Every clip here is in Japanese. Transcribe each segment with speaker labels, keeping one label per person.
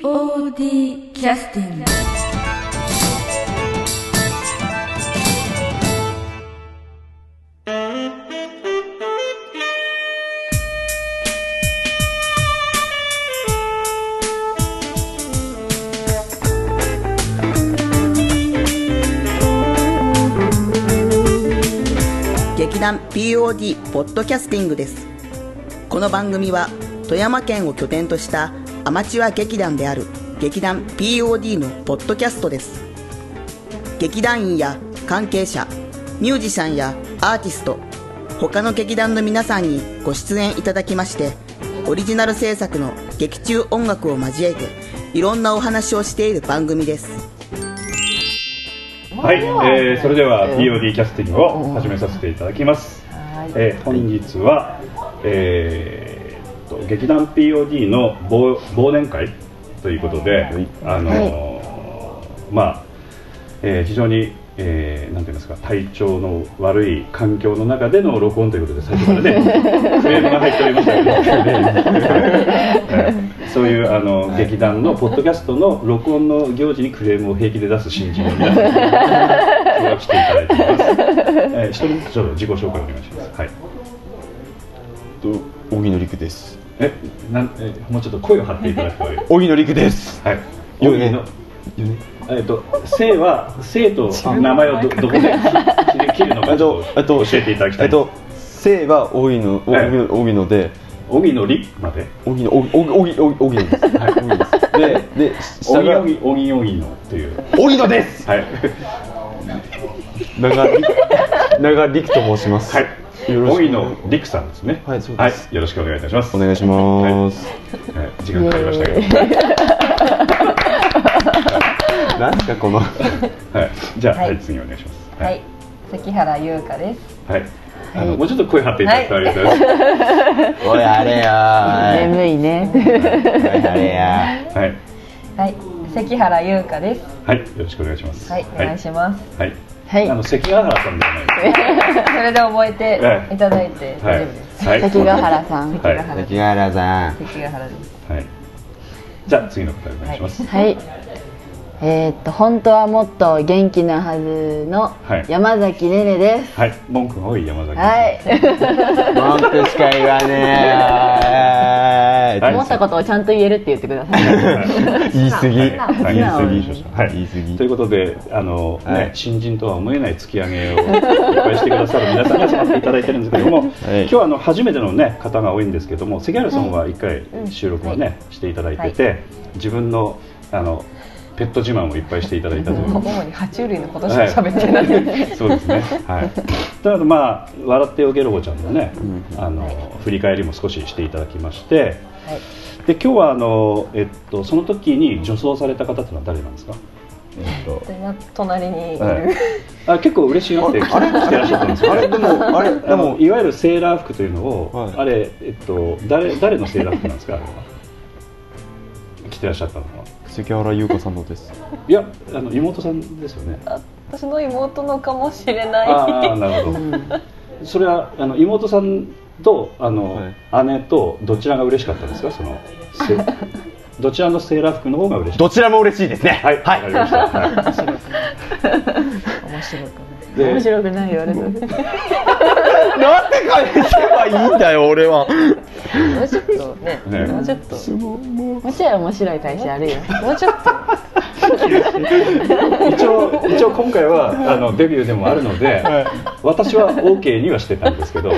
Speaker 1: POD キャスティング
Speaker 2: 劇団 POD ポッドキャスティングですこの番組は富山県を拠点としたアマチュア劇団である劇団 POD のポッドキャストです劇団員や関係者ミュージシャンやアーティスト他の劇団の皆さんにご出演いただきましてオリジナル制作の劇中音楽を交えていろんなお話をしている番組です
Speaker 3: はい、えー、それでは POD キャスティングを始めさせていただきます、えー本日は、えー、と劇団 POD の忘忘年会ということで、あのーまあ、えー非常に、えーなんて言いますか体調の悪い環境の中での録音ということで最初からねフレームが入っておりましたけど、ねえーそういうあの、劇団のポッドキャストの録音の行事にクレームを平気で出す新人の皆さん今日は来ていただいています、えー、一人ずつちょっと自己紹介お願いしますはい
Speaker 4: と荻野陸です
Speaker 3: えなんえもうちょっと声を張っていただくといい
Speaker 4: 荻野陸です
Speaker 3: はい
Speaker 4: よね
Speaker 3: 荻野えっと姓は姓と名前をどどこで切り切るのか
Speaker 4: あ
Speaker 3: ちょ
Speaker 4: と
Speaker 3: っ
Speaker 4: あと
Speaker 3: と教えていただきた
Speaker 4: え
Speaker 3: い
Speaker 4: っと姓は荻野荻
Speaker 3: はい
Speaker 4: 野荻野で
Speaker 3: 荻野りまで
Speaker 4: 荻野荻野荻野荻野ですはい荻野ですでで下
Speaker 3: 荻野
Speaker 4: が
Speaker 3: 荻荻荻野っていう
Speaker 4: 荻野です
Speaker 3: はい
Speaker 4: 長陸長陸と申します
Speaker 3: はい
Speaker 4: よろしく
Speaker 3: 荻野りくさんですね
Speaker 4: はいそうです
Speaker 3: よろしくお願いいたします
Speaker 4: お願いします
Speaker 3: はい時間かかりましたけど
Speaker 4: なんすかこの
Speaker 3: はいじゃあ
Speaker 5: はい
Speaker 3: はい次お願いします
Speaker 5: はい、関原優香です。
Speaker 3: はいあのもうちょっと声張っていただきたいです
Speaker 4: おいあれ や
Speaker 5: 眠いね。
Speaker 4: おいあれや
Speaker 3: はい
Speaker 5: はい、関原優香です。
Speaker 3: はいよろしくお願いします
Speaker 5: はい、お願いします。
Speaker 3: はい
Speaker 6: はい
Speaker 3: あの関ヶ原さんではないです
Speaker 5: それで覚え
Speaker 3: は
Speaker 5: て
Speaker 3: い
Speaker 5: いただいて
Speaker 3: は
Speaker 5: 大
Speaker 3: い
Speaker 5: 丈夫です。
Speaker 3: はい
Speaker 6: 関ヶ原さん。
Speaker 3: はい
Speaker 5: 関ヶ
Speaker 4: 関ヶ
Speaker 5: 原
Speaker 4: 原さん
Speaker 5: 関ヶ原です。
Speaker 3: はいじゃあ次の方お願いします
Speaker 6: はい。えーっと本当はもっと元気なはずの
Speaker 3: はい
Speaker 6: 山崎ねねです。
Speaker 3: はい文句が多い山崎
Speaker 6: はい。
Speaker 4: 文句しか言わねえ
Speaker 3: はい
Speaker 6: 思ったことをちゃんと言えるって言ってください。
Speaker 4: 言い過ぎ言い
Speaker 3: は
Speaker 4: 過
Speaker 3: い
Speaker 4: ぎ
Speaker 3: はい
Speaker 4: 言い過ぎ
Speaker 3: ということであの、ね
Speaker 4: はい
Speaker 3: 新人とは思えない突き上げを いっぱいしてくださる皆さんに集まっていただいてるんですけども、
Speaker 4: はい
Speaker 3: 今日はあの初めての、ね、方が多いんですけども関原さんは一回収録をね、していただいてて、自分のあのペット自慢をいっぱいしていただいたという
Speaker 5: 主に爬虫類のことしか喋ってない。
Speaker 3: い、そうですね。はい。だからまあ笑ってよゲロゴちゃんのね、あの振り返りも少ししていただきまして、
Speaker 5: はい
Speaker 3: で今日はあのえっとその時に女装された方ってのは誰なんですか？
Speaker 4: えっと
Speaker 5: でな隣にいる。
Speaker 3: はい。 あ結構嬉しいなって着てらっしゃったんですよ
Speaker 4: あれでもあれ
Speaker 3: あ
Speaker 4: で
Speaker 3: の
Speaker 4: も
Speaker 3: いわゆるセーラー服というのを、
Speaker 4: はい
Speaker 3: あれえっと誰誰のセーラー服なんですかあれは？着てらっしゃったのは。
Speaker 4: 関原優子さんのです。
Speaker 3: いやあの妹さんですよね。
Speaker 5: 私の妹のかもしれない。
Speaker 3: ああなるほど、それはあの妹さんとあの、姉とどちらが嬉しかったですかその せどちらのセーラー服の方が嬉しい
Speaker 4: どちらも嬉しいですね。
Speaker 3: はいわかりましたはい
Speaker 5: 面白くない。
Speaker 3: で
Speaker 6: 面白くない言われそうです。
Speaker 4: なんて返せばいいんだよ、俺は。
Speaker 5: もうちょっとね、
Speaker 3: ね
Speaker 5: もうちょっと、
Speaker 6: もちろん面白い大使あるよ。
Speaker 5: もうちょっと。
Speaker 3: 一応一応今回はあのデビューでもあるので、私は OK にはしてたんですけど、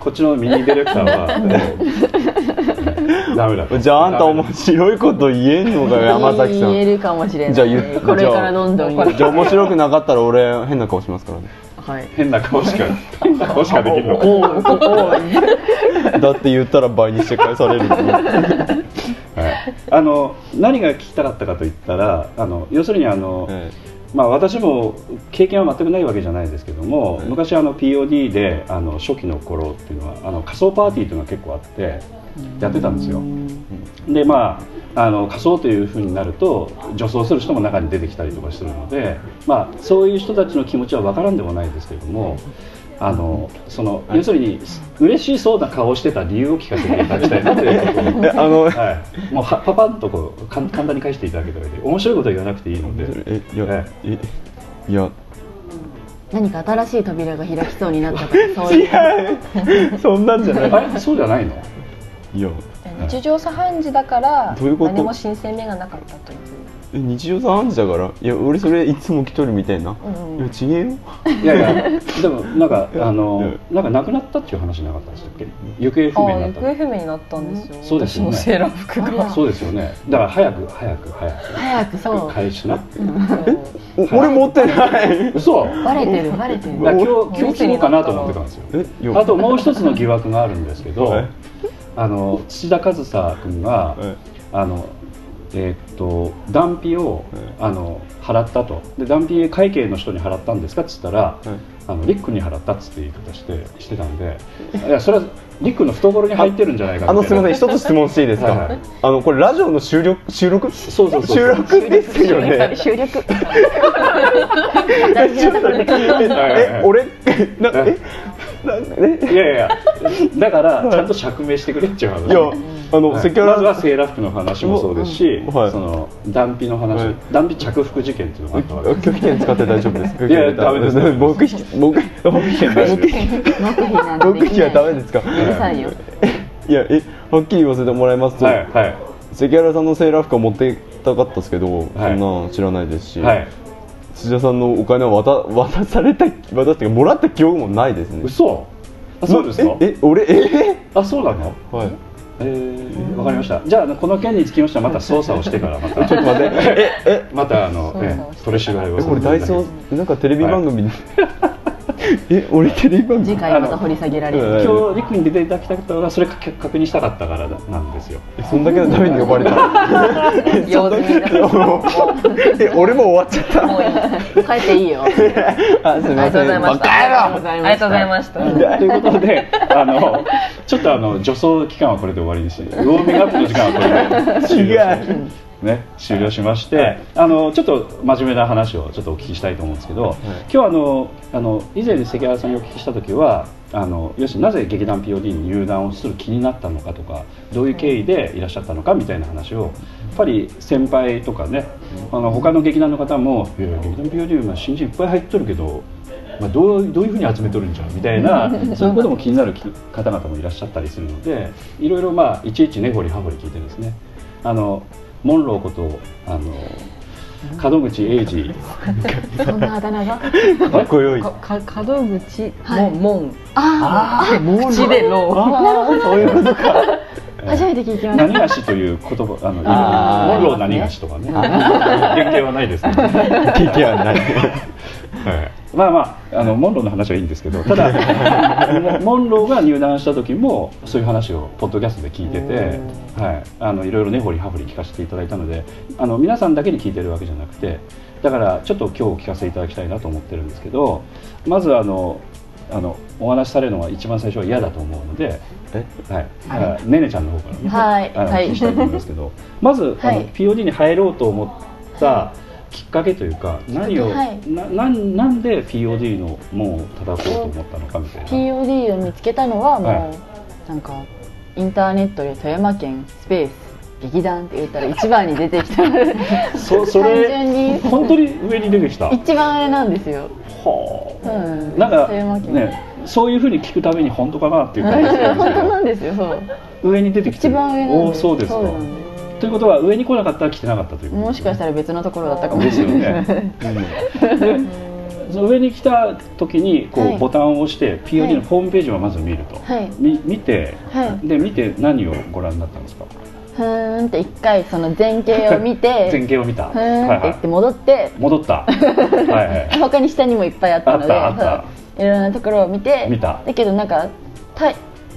Speaker 3: こっちのミニディレクター はもうダメだと
Speaker 4: じゃあ、あんた面白いこと言えんのかよ、山崎さ
Speaker 6: 言え
Speaker 4: ん。
Speaker 6: るかもしれない。
Speaker 4: じゃあ言って
Speaker 6: これからどんどん言う
Speaker 4: じゃあ、面白くなかったら、俺、変な顔しますからね。
Speaker 6: はい。
Speaker 3: 変な顔しか変な顔しかできるのか
Speaker 4: だって言ったら倍にして返されるもん。
Speaker 3: はい、あの何が聞きたかったかといったらあの要するにあの、
Speaker 4: はい
Speaker 3: まあ、私も経験は全くないわけじゃないですけども、昔あの POD であの初期の頃っていうのはあの仮想パーティーというのが結構あってやってたんですよ。でまああの仮装というふうになると女装する人も中に出てきたりとかするので、まあ、そういう人たちの気持ちは分からんでもないですけれどもあのその要するに嬉しそうな顔をしてた理由を聞かせていただきたいなということを
Speaker 4: えあの
Speaker 3: はい、もうはパパッとこうかん簡単に返していただけたらいいで面白いことは言わなくていいので
Speaker 4: えいやえいや
Speaker 6: 何か新しい扉が開きそうになったとかそういう
Speaker 4: 違うそんなんじゃない
Speaker 3: あれそうじゃないの
Speaker 4: いや
Speaker 5: 日常茶飯事だから
Speaker 4: どういうこと
Speaker 5: 何も新鮮味がなかったという
Speaker 4: え日常茶飯事だからいや俺それいつも来とるみたいな、
Speaker 5: うん
Speaker 4: いやちげえよ
Speaker 3: いやいやでもなんかあの
Speaker 4: え
Speaker 3: なんかなくなったっていう話なかったでしたっけ行方不明
Speaker 5: あ
Speaker 3: にな
Speaker 5: あ
Speaker 3: っ
Speaker 5: 行方
Speaker 3: た
Speaker 5: 不明になったんですよ、
Speaker 3: そうですよね
Speaker 5: 私のセーラー服が
Speaker 3: そうですよねだから早く早く早く
Speaker 6: 早くそう
Speaker 3: 返しな
Speaker 4: お俺持ってない
Speaker 3: 嘘
Speaker 6: バレてるバレてる
Speaker 3: だから今日今日着ようかなと思ってたんですよ
Speaker 4: えよ
Speaker 3: あともう一つの疑惑があるんですけど、
Speaker 4: はい
Speaker 3: あの土田和沙君が、
Speaker 4: はい
Speaker 3: あのえーっと断費を、あの払ったとで断費会計の人に払ったんですかっつったら、あのリックに払ったっつって言い方してしてたんでいやそれはリックの懐に入ってるんじゃないか
Speaker 4: あのすみません
Speaker 3: ん
Speaker 4: 一つ質問していいですか、
Speaker 3: はいはい
Speaker 4: あのこれラジオの収録収録
Speaker 3: そうそうそう
Speaker 4: 収録ですよね
Speaker 6: 収録
Speaker 4: えちょっと待ってえ俺なんかえ
Speaker 3: いやいやだからちゃんと釈明してくれっちゃう話
Speaker 4: いやあの、
Speaker 3: はい
Speaker 4: セキュ
Speaker 3: まずは
Speaker 4: ラ
Speaker 3: セーラー服の話もそうですし、
Speaker 4: うんはい
Speaker 3: その断費の話、
Speaker 4: はい
Speaker 3: 断費着服事件っていうのがあったわけです
Speaker 4: 拒否権使って大丈夫ですか
Speaker 3: いやダメです
Speaker 4: 僕僕僕否
Speaker 3: 大丈夫
Speaker 4: 僕
Speaker 3: です
Speaker 6: 黙秘なんて
Speaker 4: 僕
Speaker 6: でき
Speaker 4: 否
Speaker 6: な
Speaker 4: はいダメですか
Speaker 6: うるさいよ
Speaker 4: いやえはっきり言わせてもらいますと、
Speaker 3: はいは
Speaker 4: 関原さんのセーラー服は持ってたかったですけど、
Speaker 3: はい
Speaker 4: そんなん知らないですし、
Speaker 3: いはい
Speaker 4: 土田さんのお金は渡渡された渡っていうかもらった記憶もないですね
Speaker 3: 嘘あそうですか
Speaker 4: ええ俺え
Speaker 3: あそうなの
Speaker 4: ー、はい
Speaker 3: えー、わかりましたじゃああのこの件につきましてはまた捜査をしてからま た
Speaker 4: ちょっと待ってええ
Speaker 3: またあの、え
Speaker 5: 捜査をして
Speaker 3: ー、取り調べを
Speaker 4: えこれダイソーなんかテレビ番組 に、え俺テレビ番組
Speaker 6: 次回また掘り下げられる
Speaker 3: 今日リクに出ていただきたかったのがそれか確認したかったからなんです よ
Speaker 4: えそんだけのために呼ばれ た
Speaker 5: 用済みだ
Speaker 4: え俺も終わっちゃった
Speaker 5: もういいあ
Speaker 6: 帰っていいよあり
Speaker 4: あすみま
Speaker 5: りがとうございま
Speaker 4: バ
Speaker 5: した
Speaker 4: カ野郎
Speaker 5: ありがとうございました
Speaker 3: ということであのちょっとあの助走期間はこれで終わりにしてウォーミングアップの時間はこれで終了し
Speaker 4: 違
Speaker 3: ね、終了しまして、あのちょっと真面目な話をちょっとお聞きしたいと思うんですけど、今日あのあの以前関原さんにお聞きした時はあの要するになぜ劇団 POD に入団をする気になったのかとかどういう経緯でいらっしゃったのかみたいな話をやっぱり先輩とかねあの他の劇団の方も「いやいや劇団 POD 今新人いっぱい入っとるけどまあ、どうどういうふうに集めとるんじゃんみたいなそういうことも気になるき方々もいらっしゃったりするのでいろいろまあいちいち根掘り葉掘り聞いてですねあのモンローことあの門口英二
Speaker 6: そんなあだ名が
Speaker 4: かっこよい
Speaker 5: かか 門口も門
Speaker 6: あ
Speaker 5: 口でロ
Speaker 4: そういうことか
Speaker 6: あ初めて聞きました
Speaker 3: 何菓子という言葉あの
Speaker 4: あー
Speaker 3: モンロー何菓子とかね原型はないですね、は
Speaker 4: 聞きはない
Speaker 3: い、まあまああのモンローの話はいいんですけどただ モモンローが入団した時もそういう話をポッドキャストで聞いてて、はい、あのいろいろ根掘り葉掘り聞かせていただいたのであの皆さんだけに聞いてるわけじゃなくてだからちょっと今日お聞かせいただきたいなと思ってるんですけどまずあのあのお話しされるのが一番最初は嫌だと思うので。
Speaker 4: え
Speaker 3: はい、だからねねちゃんの方からね、
Speaker 6: はい
Speaker 3: あの
Speaker 6: はい
Speaker 3: お聞きしたいと思いますけど、まず、
Speaker 6: は
Speaker 3: あ
Speaker 6: い
Speaker 3: の POD に入ろうと思ったきっかけというか、何を、
Speaker 6: はい
Speaker 3: ななんなんで POD の門を叩こうと思ったのかみたいな。
Speaker 6: POD を見つけたのはもう、
Speaker 3: は
Speaker 6: なんかインターネットで富山県スペース劇団って言ったら一番に出てきた
Speaker 3: そそ
Speaker 6: 単純
Speaker 3: れ
Speaker 6: に
Speaker 3: 本当に上に出てきた。
Speaker 6: 一番あれなんですよ、
Speaker 3: は
Speaker 6: う
Speaker 3: あ
Speaker 6: ん、
Speaker 3: なんか
Speaker 6: 富山県、
Speaker 3: ね、そういうふうに聞くために本当かなっていう感じがするんです
Speaker 6: 本
Speaker 3: け
Speaker 6: 当
Speaker 3: ど
Speaker 6: なんですよそう
Speaker 3: 上に出てきて
Speaker 6: 一
Speaker 3: る
Speaker 6: 番上なん
Speaker 3: お
Speaker 6: で
Speaker 3: ー
Speaker 6: す
Speaker 3: そうですか
Speaker 6: なんで
Speaker 3: ということは上に来なかったら来てなかったということ
Speaker 6: もしかしたら別のところだったかもし
Speaker 3: で
Speaker 6: れ
Speaker 3: すよね。その上に来た時にこう、
Speaker 6: はい
Speaker 3: ボタンを押して POD のホームページをまず見ると、
Speaker 6: ないはい
Speaker 3: み見て、
Speaker 6: は
Speaker 3: で見て何をご覧になったんですか
Speaker 6: ふーんって一回その前景を見て
Speaker 3: 前景を見た、
Speaker 6: ふーんって言って戻って、
Speaker 3: 戻 ったはいはい
Speaker 6: 他に下にもいっぱいあったので
Speaker 3: あったあった
Speaker 6: そういろんなところを見て
Speaker 3: 見た
Speaker 6: だけどなんかた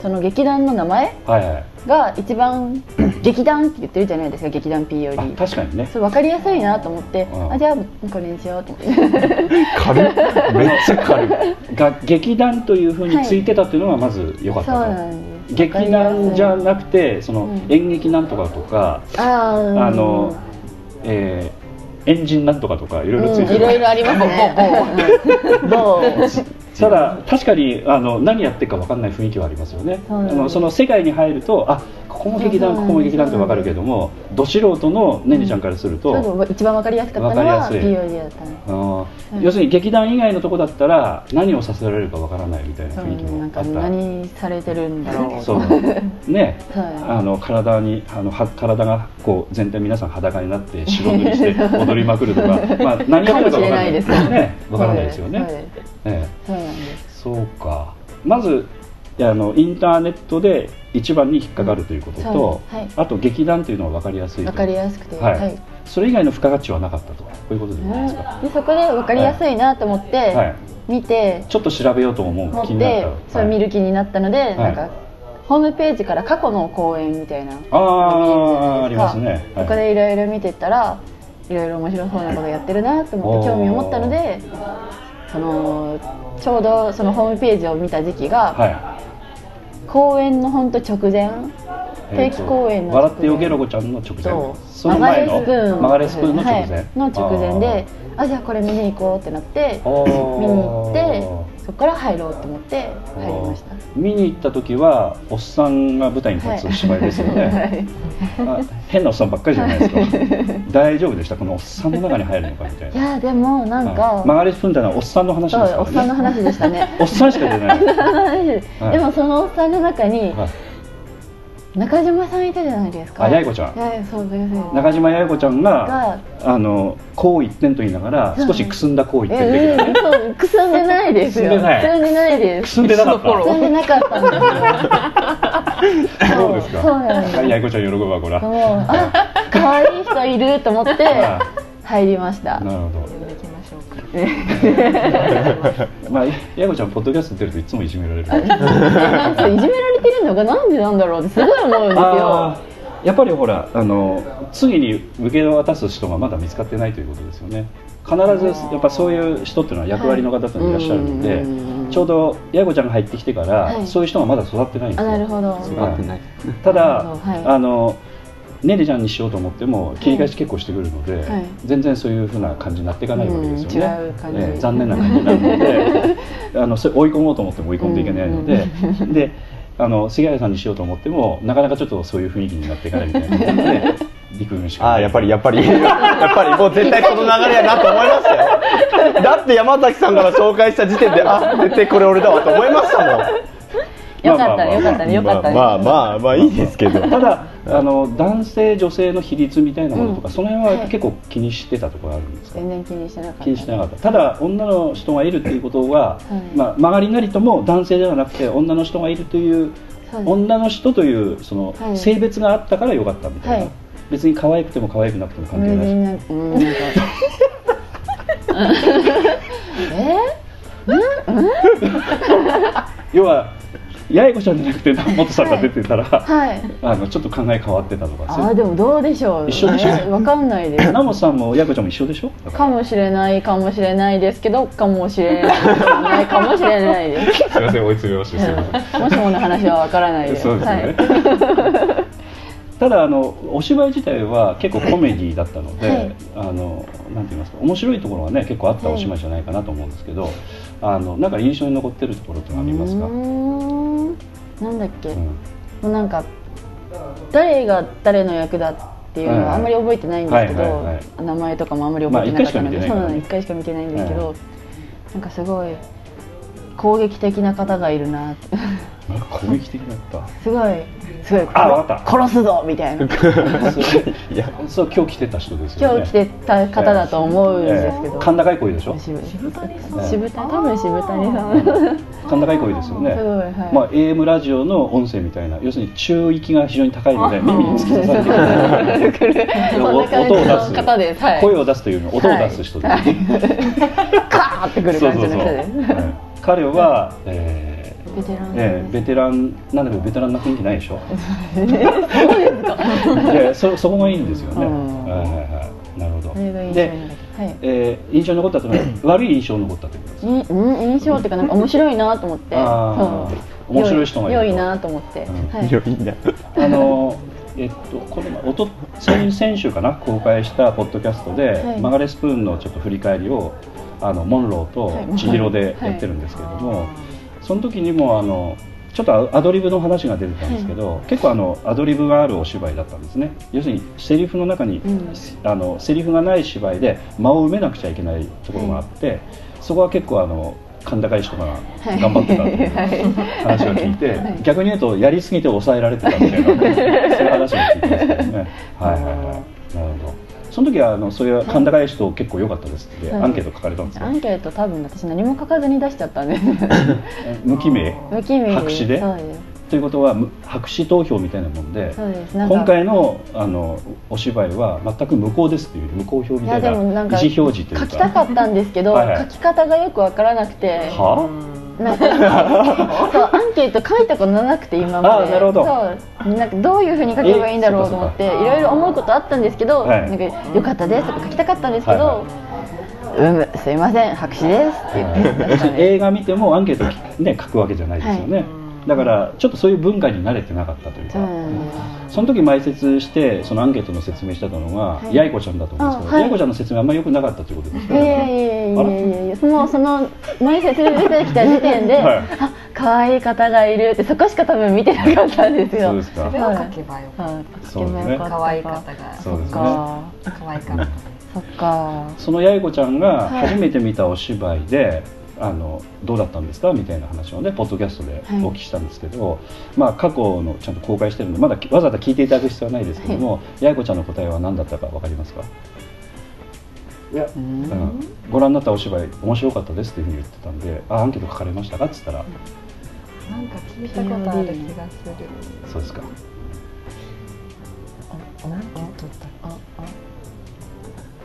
Speaker 6: その劇団の名前
Speaker 3: はいはい
Speaker 6: が一 番劇団って言ってるじゃないですか劇団 P よ
Speaker 3: あ
Speaker 6: り
Speaker 3: 確かにね
Speaker 6: そう分かりやすいなと思って
Speaker 3: うん
Speaker 6: あじゃあこれにしようと思って
Speaker 4: 軽いめっちゃ軽い
Speaker 3: が劇団というふうについてたっていうのがまず良かっ
Speaker 6: そ
Speaker 3: た
Speaker 6: う
Speaker 3: と、
Speaker 6: なんです
Speaker 3: 劇団じゃ
Speaker 6: ん
Speaker 3: なくてその、
Speaker 6: うん
Speaker 3: 演劇なんとかとか、
Speaker 6: あー
Speaker 3: あの、えー、エンジンなんとかとかいろいろつい
Speaker 6: うん
Speaker 3: て
Speaker 6: い
Speaker 3: る、
Speaker 6: ろいろありますね某某
Speaker 4: ってい
Speaker 3: た
Speaker 4: う
Speaker 3: だ確かにあの何やってるか分かんない雰囲気はありますよね
Speaker 6: そうなんです
Speaker 3: あのその世界に入るとあここも劇団
Speaker 6: そう
Speaker 3: ここ
Speaker 6: なんです
Speaker 3: も劇団って分かるけどもど素人のねねちゃんからすると、
Speaker 6: それでも一番わかりやすかったの
Speaker 3: わ
Speaker 6: は
Speaker 3: かり
Speaker 6: POD だったね
Speaker 3: あの
Speaker 6: うん
Speaker 3: 要するに劇団以外のとこだったら何をさせられるか分からないみたいな
Speaker 6: う
Speaker 3: 雰囲気
Speaker 6: ん
Speaker 3: も
Speaker 6: な
Speaker 3: あ
Speaker 6: ん
Speaker 3: っ
Speaker 6: か
Speaker 3: た、
Speaker 6: 何されてるんだろう
Speaker 3: そう
Speaker 6: は
Speaker 3: ね
Speaker 6: い
Speaker 3: あの体にあのは体がこう全体皆さん裸になって白塗り して踊りまくるとか、まあ、何やってるか分からない
Speaker 6: かもしれないですね
Speaker 3: ね分からないですよね。
Speaker 6: そうです
Speaker 3: ええ
Speaker 6: そうなんです
Speaker 3: そうかまずあのインターネットで一番に引っかかるということと、
Speaker 6: そうです
Speaker 3: あと劇団というのは分かりやすいと
Speaker 6: わかりやすくて
Speaker 3: はい
Speaker 6: はい
Speaker 3: それ以外の付加価値はなかったとこういうことでございますか、
Speaker 6: でそこでわかりやすいなと思っ
Speaker 3: は
Speaker 6: て
Speaker 3: い、
Speaker 6: 見て
Speaker 3: ちょっと調べようと思
Speaker 6: 持
Speaker 3: う気
Speaker 6: っ
Speaker 3: になってた
Speaker 6: それ見る気になったので
Speaker 3: い
Speaker 6: なんかホームページから過去の公演みたいな
Speaker 3: ああーあり
Speaker 6: 見えるじゃ
Speaker 3: ます
Speaker 6: ない
Speaker 3: ね
Speaker 6: そこ
Speaker 3: はい
Speaker 6: でいろいろ見てったらいろいろ面白そうなことやってるなと思って
Speaker 3: おー
Speaker 6: 興味を持ったのでそのちょうどそのホームページを見た時期が、
Speaker 3: は
Speaker 6: 公演の本当直前
Speaker 3: い
Speaker 6: 定期公演
Speaker 3: えー
Speaker 6: の直前
Speaker 3: と笑ってよげろこちゃんの直前
Speaker 6: と
Speaker 3: その
Speaker 6: 曲が
Speaker 3: 前
Speaker 6: れスプ
Speaker 3: の
Speaker 6: ーン
Speaker 3: 曲がれスプーンの直前、
Speaker 6: はいの直前であじゃあこれ見に行こうってなって
Speaker 3: あー
Speaker 6: 見に行ってそこから入ろうと思って入りました
Speaker 3: 見に行った時はおっさんが舞台に立つ芝居ですよね、
Speaker 6: はい
Speaker 3: あ変なおっさんばっかりじゃないですか大丈夫でしたこのおっさんの中に入るのかみたい
Speaker 6: い
Speaker 3: な
Speaker 6: やでもなん
Speaker 3: はい曲
Speaker 6: か
Speaker 3: がりスプーンってのはおっさんの話です
Speaker 6: そ
Speaker 3: か
Speaker 6: うおっさ
Speaker 3: ら
Speaker 6: んの
Speaker 3: ね
Speaker 6: 話でしたね
Speaker 3: おっさんしか出ない、 はい
Speaker 6: でもそのおっさんの中に
Speaker 3: はい
Speaker 6: 中島さんいたじゃないですか
Speaker 3: あ八重子ちゃん
Speaker 6: いやいやそうですが
Speaker 3: 中島八重子ちゃんがあのこう一点と言いながら少しくすんだこう一点的
Speaker 6: え
Speaker 3: なね
Speaker 6: そうくすんでないですよ
Speaker 3: くすんでない
Speaker 6: くすんでないで
Speaker 3: く
Speaker 6: す
Speaker 3: すんでなかった
Speaker 5: くすん
Speaker 6: くすんでなかったんです
Speaker 3: そうですか
Speaker 6: そうなんです
Speaker 3: 八重子ちゃん喜ぶわこれは
Speaker 6: よもうあ可愛い人いると思って
Speaker 3: あ
Speaker 6: 入りました
Speaker 3: なるほ
Speaker 5: 行きましょうか
Speaker 3: どまあ八重子ちゃんポッドキャスト出るといつもいじめられる
Speaker 6: なんかいじめられてるのがなんでなんだろうってすごい思うんですよ
Speaker 3: あーやっぱりほらあの次に受け渡す人がまだ見つかってないということですよね必ずやっぱそういう人っていうのは役割の方っていうのがいらっしゃるので、
Speaker 6: はいうん
Speaker 3: ちょうど八重子ちゃんが入ってきてから、
Speaker 6: はい
Speaker 3: そういう人がまだ育ってないんです
Speaker 6: あなる
Speaker 3: よ
Speaker 6: ほど
Speaker 3: う
Speaker 4: 合ってない
Speaker 3: ただ、
Speaker 6: なるほどはい
Speaker 3: あのねねちゃんにしようと思っても切り返し結構してくるので、
Speaker 6: はい
Speaker 3: 全然そういうふうな感じになっていかないわけですよね、
Speaker 6: うん違う感じ
Speaker 3: ええ残念な感じにな るのであのそれ追い込もうと思っても追い込んでいけないので、であの杉原さんにしようと思ってもなかなかちょっとそういう雰囲気になっていかないみたいなの で陸軍しか
Speaker 4: ああやっぱりやっぱりやっぱりもう絶対この流れやなと思いましたよだって山崎さんから紹介した時点であ絶対これ俺だわと思いましたもん
Speaker 6: よかったよか
Speaker 3: まあまあまあ
Speaker 6: ったねよかったね
Speaker 4: まあまあまあいいですけど
Speaker 3: ただあの男性女性の比率みたいなものとか、その辺は結構気にしてたところあるんですか、
Speaker 6: 全然気にしてなかった
Speaker 3: 気にしなかったただ女の人がいるっていうことは、
Speaker 6: い
Speaker 3: まあ、曲がりなりとも男性ではなくて女の人がいるという
Speaker 6: そうです
Speaker 3: 女の人というその
Speaker 6: はい
Speaker 3: 性別があったからよかったみたいな、
Speaker 6: はい
Speaker 3: 別に可愛くても可愛くなくても関係ないし、
Speaker 6: うんなんかうんなんかえ
Speaker 3: 要は八重子ちゃんじゃなくて南本さんが出てたら、
Speaker 6: はい
Speaker 3: あのちょっと考え変わってたとか
Speaker 6: あ
Speaker 3: そ
Speaker 6: ー
Speaker 3: う
Speaker 6: でもどうでしょう
Speaker 3: 一緒でしょ
Speaker 6: ねわかんないです
Speaker 3: 南本さんも八重子ちゃんも一緒でしょだから
Speaker 6: かもしれないかもしれないですけどかもしれないかもしれないです
Speaker 3: すいません追い詰めましたすいません
Speaker 6: もしもの話はわからないです
Speaker 3: そうですね、ただあのお芝居自体は結構コメディだったので、
Speaker 6: はい
Speaker 3: あのなんて言いますか面白いところはね結構あったお芝居じゃないかなと思うんですけど、あのなんか印象に残ってるところってのはありますか、
Speaker 6: う
Speaker 3: うん
Speaker 6: ーんなんだっけ、もうなんか誰が誰の役だっていうのはあんまり覚えてないんですけど、
Speaker 3: はいはいは
Speaker 6: 名前とかもあんまり覚えてなかったので、
Speaker 3: まあ一回しか見てない
Speaker 6: そ
Speaker 3: か
Speaker 6: う
Speaker 3: らね
Speaker 6: なの一回しか見てないんですけど、なんかすごい攻撃的な方がいるなって
Speaker 3: なんか攻撃的だった
Speaker 6: すごいすごい
Speaker 3: あわかった
Speaker 6: 殺すぞみた いな
Speaker 3: いやそう今日来てた人ですよね
Speaker 6: 今日来てた方だと思うんですけど、
Speaker 3: 甲高い声でしょ
Speaker 6: 渋渋谷
Speaker 3: ん
Speaker 6: 渋谷多分渋谷さん
Speaker 3: 甲高い声ですよね
Speaker 6: すごいはい
Speaker 3: まあ、AM ラジオの音声みたいな要するに中域が非常に高いので耳に 突き刺されてくる
Speaker 6: そんな感じ
Speaker 3: 音を出す
Speaker 6: の方ですはい
Speaker 3: 声を出すというの音を出す人です、
Speaker 6: カーってくる
Speaker 3: そう
Speaker 6: 感
Speaker 3: そ
Speaker 6: じ
Speaker 3: うそう
Speaker 6: の人です
Speaker 3: はい彼は、えー
Speaker 6: ベテランさ
Speaker 3: え
Speaker 6: ん
Speaker 3: え
Speaker 6: で
Speaker 3: ベテランなんでもベテランな雰囲気ないでしょ。そうですか。いやそそこがいいんですよね。
Speaker 6: うん
Speaker 3: はいはいはい。なるほど。
Speaker 6: すそれが印象
Speaker 3: で
Speaker 6: に、残ったはい
Speaker 3: えー印象に残ったというのは悪い印象に残ったということです。
Speaker 6: いうん印象っていうかなんか面白いなと思って
Speaker 3: あー
Speaker 6: そう
Speaker 3: 面白い人がいる
Speaker 6: 良
Speaker 3: と
Speaker 6: い良いなと思って、
Speaker 3: うん
Speaker 6: はい
Speaker 4: よいいな
Speaker 3: あのえっとこの前おと先先週かな公開したポッドキャストで、
Speaker 6: はい
Speaker 3: マガレスプーンのちょっと振り返りをあのモンローと
Speaker 6: はい
Speaker 3: 千尋でやってるんですけれども、その時にもあのちょっとアドリブの話が出てたんですけど、結構あのアドリブがあるお芝居だったんですね要するにセリフの中に、
Speaker 6: ん
Speaker 3: あのセリフがない芝居で間を埋めなくちゃいけないところがあって、そこは結構あの甲高い人が頑張ってたって いう話を聞いて、逆に言うとやりすぎて抑えられてたみたい な、そういう話を聞いてますけどねはいはいはいなるほどその時はあのそういう甲高い人結構良かったですって、
Speaker 6: はい
Speaker 3: アンケート書かれたんです
Speaker 6: ア
Speaker 3: よ、
Speaker 6: ンケート多分私何も書かずに出しちゃったんです
Speaker 3: 無記名
Speaker 6: 無記名で
Speaker 3: 白紙で
Speaker 6: そうです
Speaker 3: ということはむ白紙投票みたいなもんで
Speaker 6: そうですなんか
Speaker 3: 今回のあのお芝居は全く無効ですっていう無効票み
Speaker 6: い
Speaker 3: た
Speaker 6: や
Speaker 3: い
Speaker 6: で
Speaker 3: な
Speaker 6: もなん
Speaker 3: 意
Speaker 6: か
Speaker 3: 思表示というか
Speaker 6: 書きたかったんですけど、
Speaker 3: はいはい
Speaker 6: 書き方がよくわからなくて
Speaker 3: は
Speaker 6: なんか そうアンケート書いたことなくて今まで
Speaker 3: あーなるほど
Speaker 6: そうなんかどういうふうに書けばいいんだろうと思ってい
Speaker 3: え
Speaker 6: ろいろ思うことあったんですけど、
Speaker 3: はい
Speaker 6: なんかよかったですとか書きたかったんですけど、
Speaker 3: は
Speaker 6: うんすいません白紙ですって言って出したん で
Speaker 3: 映画見てもアンケートき、ね、書くわけじゃないですよね、だからちょっとそういう文化に慣れてなかったという
Speaker 6: そ
Speaker 3: か、
Speaker 6: うなんです
Speaker 3: その時埋設してそのアンケートの説明してたのが、
Speaker 6: い
Speaker 3: やいこちゃんだと思うんですけど、
Speaker 6: あはい
Speaker 3: やいこちゃんの説明あんまり良くなかったということです
Speaker 6: い
Speaker 3: か
Speaker 6: やい
Speaker 3: ね、
Speaker 6: やいやいやいやそのその前説明出てきた時点で、
Speaker 3: はい
Speaker 6: あ可愛い方がいるってそこしか多分見てなかったんですよ
Speaker 3: そうですか
Speaker 5: それを書けばよかっ
Speaker 6: はい
Speaker 3: そうですね
Speaker 5: た。可愛い方が。
Speaker 3: そうですね
Speaker 6: か
Speaker 5: 可愛かった。
Speaker 6: そっか
Speaker 3: その八重子ちゃんが
Speaker 6: はい
Speaker 3: 初めて見たお芝居で、あのどうだったんですかみたいな話をねポッドキャストで
Speaker 6: はい
Speaker 3: お聞きしたんですけど、まあ過去のちゃんと公開してるんでまだわざわざ聞いていただく必要はないですけども、八重子ちゃんの答えは何だったかわかりますかいや、うんご覧になったお芝居面白かったですっていうふうに言ってたんであアンケート書かれましたかっつったら、
Speaker 5: なんか聞いたことある気がする。
Speaker 3: そうですか
Speaker 5: なんて撮ったっ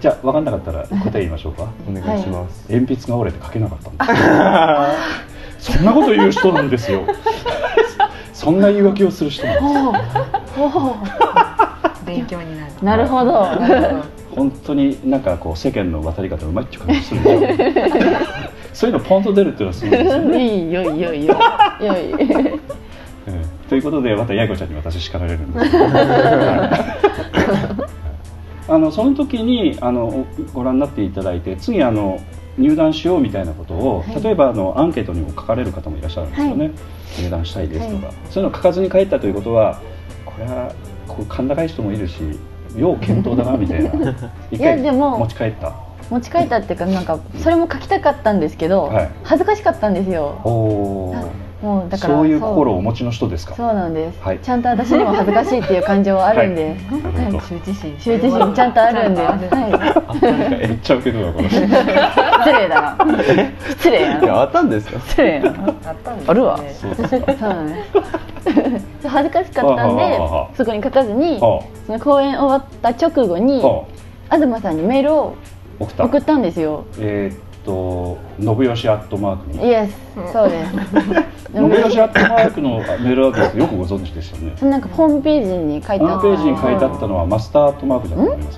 Speaker 3: じゃあ分かんなかったら答え言いましょうか
Speaker 4: お願いします。
Speaker 3: 鉛筆が折れて書けなかったん ですよそんなこと言う人なんです よそんな言い訳をする人なんですよ
Speaker 5: け勉強になる。
Speaker 6: なるほど
Speaker 3: 本当になんかこう世間の渡り方うまいっていう感じするんですよ そういうのポンと出るっていうのはすごいですよね、
Speaker 6: いいよいいよいいよよい
Speaker 3: ええということでまた八重子ちゃんに私叱られるんです けどはいあのその時にあのご覧になっていただいて次あの入団しようみたいなことを、例えばあのアンケートにも書かれる方もいらっしゃるんですよね、入団したいですとか、そういうのを書かずに帰ったということはこれはこう甲高い人もいるし要検討だなみ たいな一回
Speaker 6: でも
Speaker 3: 持ち帰った
Speaker 6: 持ち帰ったっていうかなんかそれも書きたかったんですけど、
Speaker 3: はい
Speaker 6: 恥ずかしかったんですよ
Speaker 3: おー
Speaker 6: もうだから
Speaker 3: そういう心をお持ちの人です
Speaker 6: そ
Speaker 3: か。
Speaker 6: うそうなんです、
Speaker 3: はい
Speaker 6: ちゃんと私にも恥ずかしいっていう感情はあるんです、
Speaker 3: なるほど。
Speaker 5: 羞恥心。
Speaker 6: 羞恥心ちゃんとあるんです、は
Speaker 3: なんか 言っちゃうけどなこの 人。
Speaker 6: い、失礼だな失礼や
Speaker 4: いや
Speaker 6: な
Speaker 4: あったんですか。
Speaker 6: 失礼やな
Speaker 5: あったんですね
Speaker 6: あるわ
Speaker 3: そうですか。
Speaker 6: そうなんですそう恥ずかしかったん
Speaker 3: はあはあはあはあ
Speaker 6: でそこに書かずに
Speaker 3: は
Speaker 6: その公演終わった直後に
Speaker 3: あ、は
Speaker 6: 東さんにメールを
Speaker 3: あ、送った。
Speaker 6: 送ったんですよ
Speaker 3: えーっと信吉アットマークに。
Speaker 6: イエスそ うです
Speaker 3: 信吉アットマークのメールアドレスよくご存知でしたね。
Speaker 6: そのなんかホームページに書い
Speaker 3: あ
Speaker 6: てあ
Speaker 3: の
Speaker 6: っ
Speaker 3: ペ
Speaker 6: た
Speaker 3: ージに書いてあったのはマスターアットマークじゃないと思います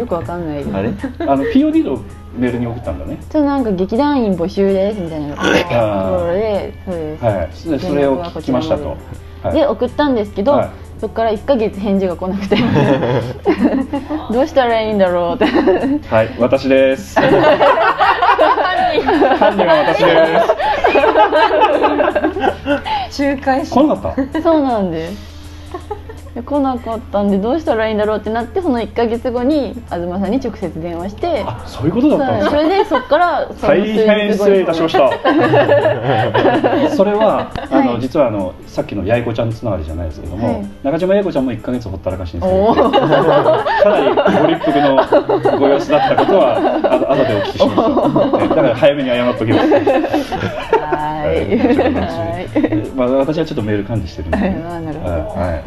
Speaker 6: よくわかんないです
Speaker 4: あれ？
Speaker 3: けど。あの POD のメールに送ったんだね。
Speaker 6: そうなんか劇団員募集ですみたいなところでそうです、
Speaker 3: はい。それそれを聞きましたと。はい
Speaker 6: で送ったんですけど、
Speaker 3: はい
Speaker 6: そこから1ヶ月返事が来 なくてどうしたらいいんだろうって
Speaker 3: はい、私です。犯人は私で
Speaker 5: 仲介
Speaker 3: す。
Speaker 5: し
Speaker 3: 来なかった。
Speaker 6: そうなんですで来なかったんでどうしたらいいんだろうってなってその1ヶ月後に東さんに直接電話して
Speaker 3: あ、そういうことだったん
Speaker 6: は
Speaker 3: で
Speaker 6: い
Speaker 3: すか。
Speaker 6: それでそこからその
Speaker 3: 大変失礼いたしました。それは、あの、
Speaker 6: はい
Speaker 3: 実は、あの、さっきの八重子ちゃんつながりじゃないですけども、
Speaker 6: はい
Speaker 3: 中島八重子ちゃんも一ヶ月ほったらかしにされて。かなりご立腹のご様子だったことは、あの後でお聞きしま した。ねだから、早めに謝っときます。
Speaker 6: はいはい
Speaker 3: まあ、私はちょっとメール管理してるんで、ね。
Speaker 6: あなるほど
Speaker 3: はい、はいはい。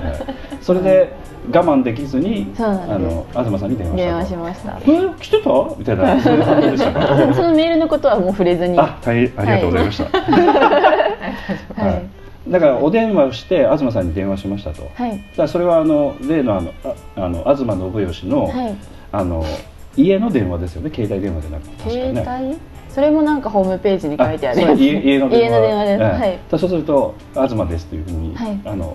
Speaker 3: それで、我慢できずに、
Speaker 6: そうな
Speaker 3: あ
Speaker 6: んです
Speaker 3: の、東さんに電話したと。
Speaker 6: 電話しました
Speaker 3: え来てたみたいな、そういう感じでしたか。
Speaker 6: そのメールのことはもう触れずに
Speaker 3: あ、大変ありがとうございました。
Speaker 6: はい
Speaker 3: はい、だからお電話をして東さんに電話しましたと、
Speaker 6: はい
Speaker 3: だからそれはあの例のあのああの東信義の,、
Speaker 6: はい
Speaker 3: あの家の電話ですよね携帯電話じゃなくて確か
Speaker 6: 携
Speaker 3: ね
Speaker 6: 帯それもなんかホームページに書いてあ
Speaker 3: そ
Speaker 6: る
Speaker 3: う家家の電話
Speaker 6: 家の電話です
Speaker 3: ええ
Speaker 6: は
Speaker 3: だ
Speaker 6: い
Speaker 3: からそうすると「東です」というふうに、
Speaker 6: はい
Speaker 3: あの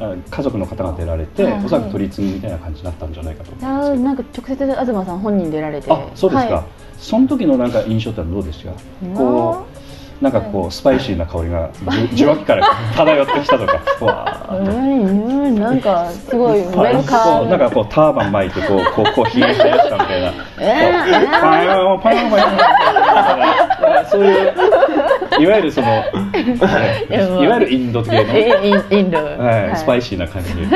Speaker 3: あ家族の方が出られて、
Speaker 6: はい
Speaker 3: おそらく取り次ぎみたいな感じになったんじゃないかと思
Speaker 6: あー
Speaker 3: うんです
Speaker 6: なんか直接東さん本人出られて
Speaker 3: けどあそうですか、
Speaker 6: は
Speaker 3: その時のなんか印象ってのはどうでしたか
Speaker 6: い、
Speaker 3: こうなんかこうスパイシーな香りがじ受話器から漂ってきたとかう わ
Speaker 6: う
Speaker 3: ー
Speaker 6: んうんなんかすご いウ
Speaker 3: はい
Speaker 6: ェルカ
Speaker 3: そう
Speaker 6: ム
Speaker 3: なんかこうターバン巻いてこうこうこう冷やしたやつだみたいな
Speaker 6: えーえー
Speaker 3: パンパンパンパンパンパンそういういわゆるその
Speaker 6: もう
Speaker 3: いわゆるインド系の
Speaker 6: えインイン ド、
Speaker 3: はい、スパイ
Speaker 6: シ
Speaker 3: シーな感じに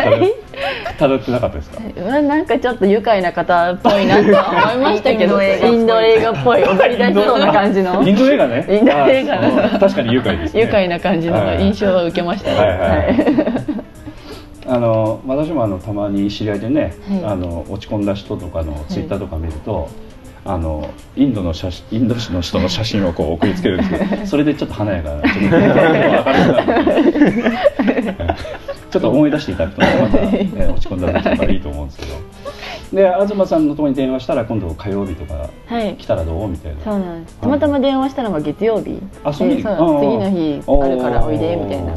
Speaker 3: 漂漂ってなかったですか
Speaker 6: ーなんかちょっと愉快な方っぽいなとは思いましたけ どイ
Speaker 1: イ
Speaker 6: ン
Speaker 1: ン
Speaker 6: ド
Speaker 1: ド
Speaker 6: 映
Speaker 1: 映
Speaker 6: 画っぽい踊り出しそうな感じの
Speaker 3: インド映画ね
Speaker 6: インド映画の
Speaker 3: あそう確かに愉快ですね
Speaker 6: 愉快な感じの印象は受けましたね、
Speaker 3: はいはいあの私もあのたまに知り合いでね、
Speaker 6: はい
Speaker 3: あの落ち込んだ人とかのツイッターとか見ると、あのインドの写真インドの人の写真をこう送りつけるんですけどそれでちょっと華やかなちょっとちょっと思い出していただくとまた、えー落ち込んだ時とかいいと思うんですけどで東さんのところに電話したら今度火曜日とか
Speaker 6: はい
Speaker 3: 来たらどうみたいな
Speaker 6: そうなんですたまたま電話したのが月曜日
Speaker 3: あそう
Speaker 6: でそう次の日あるからおいでみたいな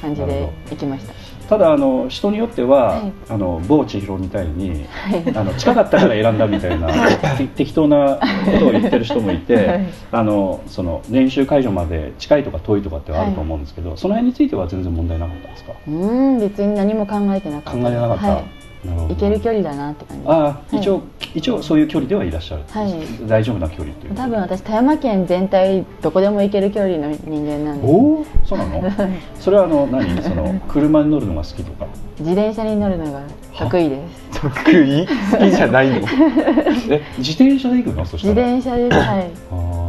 Speaker 6: 感じ
Speaker 3: なる
Speaker 6: で
Speaker 3: ほ
Speaker 6: 行きました
Speaker 3: ただあの人によっては、
Speaker 6: はい
Speaker 3: あの某千尋みたいに
Speaker 6: はい
Speaker 3: あの近かったから選んだみたいなて適当なことを言ってる人もいて、
Speaker 6: はい
Speaker 3: あのその練習会場まで近いとか遠いとかってあると思うんですけど、その辺については全然問題なかったですか
Speaker 6: うーん別に何も考えてなかった
Speaker 3: 考えなかった、
Speaker 6: は
Speaker 3: なるほ
Speaker 6: い、
Speaker 3: ど
Speaker 6: 行ける距離だなって感じ
Speaker 3: ああ、
Speaker 6: はい
Speaker 3: 一応一応そういう距離ではいらっしゃる、
Speaker 6: はい
Speaker 3: 大丈夫な距離っていう
Speaker 6: 多分私富山県全体どこでも行ける距離の人間なんで
Speaker 3: おおそうなのそれはあの何その車に乗るのが好きとか
Speaker 6: 自転車に乗るのが得意です
Speaker 4: 得意好きじゃないの
Speaker 3: え自転車で行くのそした
Speaker 6: 自
Speaker 3: ら
Speaker 6: 転車ですはい
Speaker 3: あー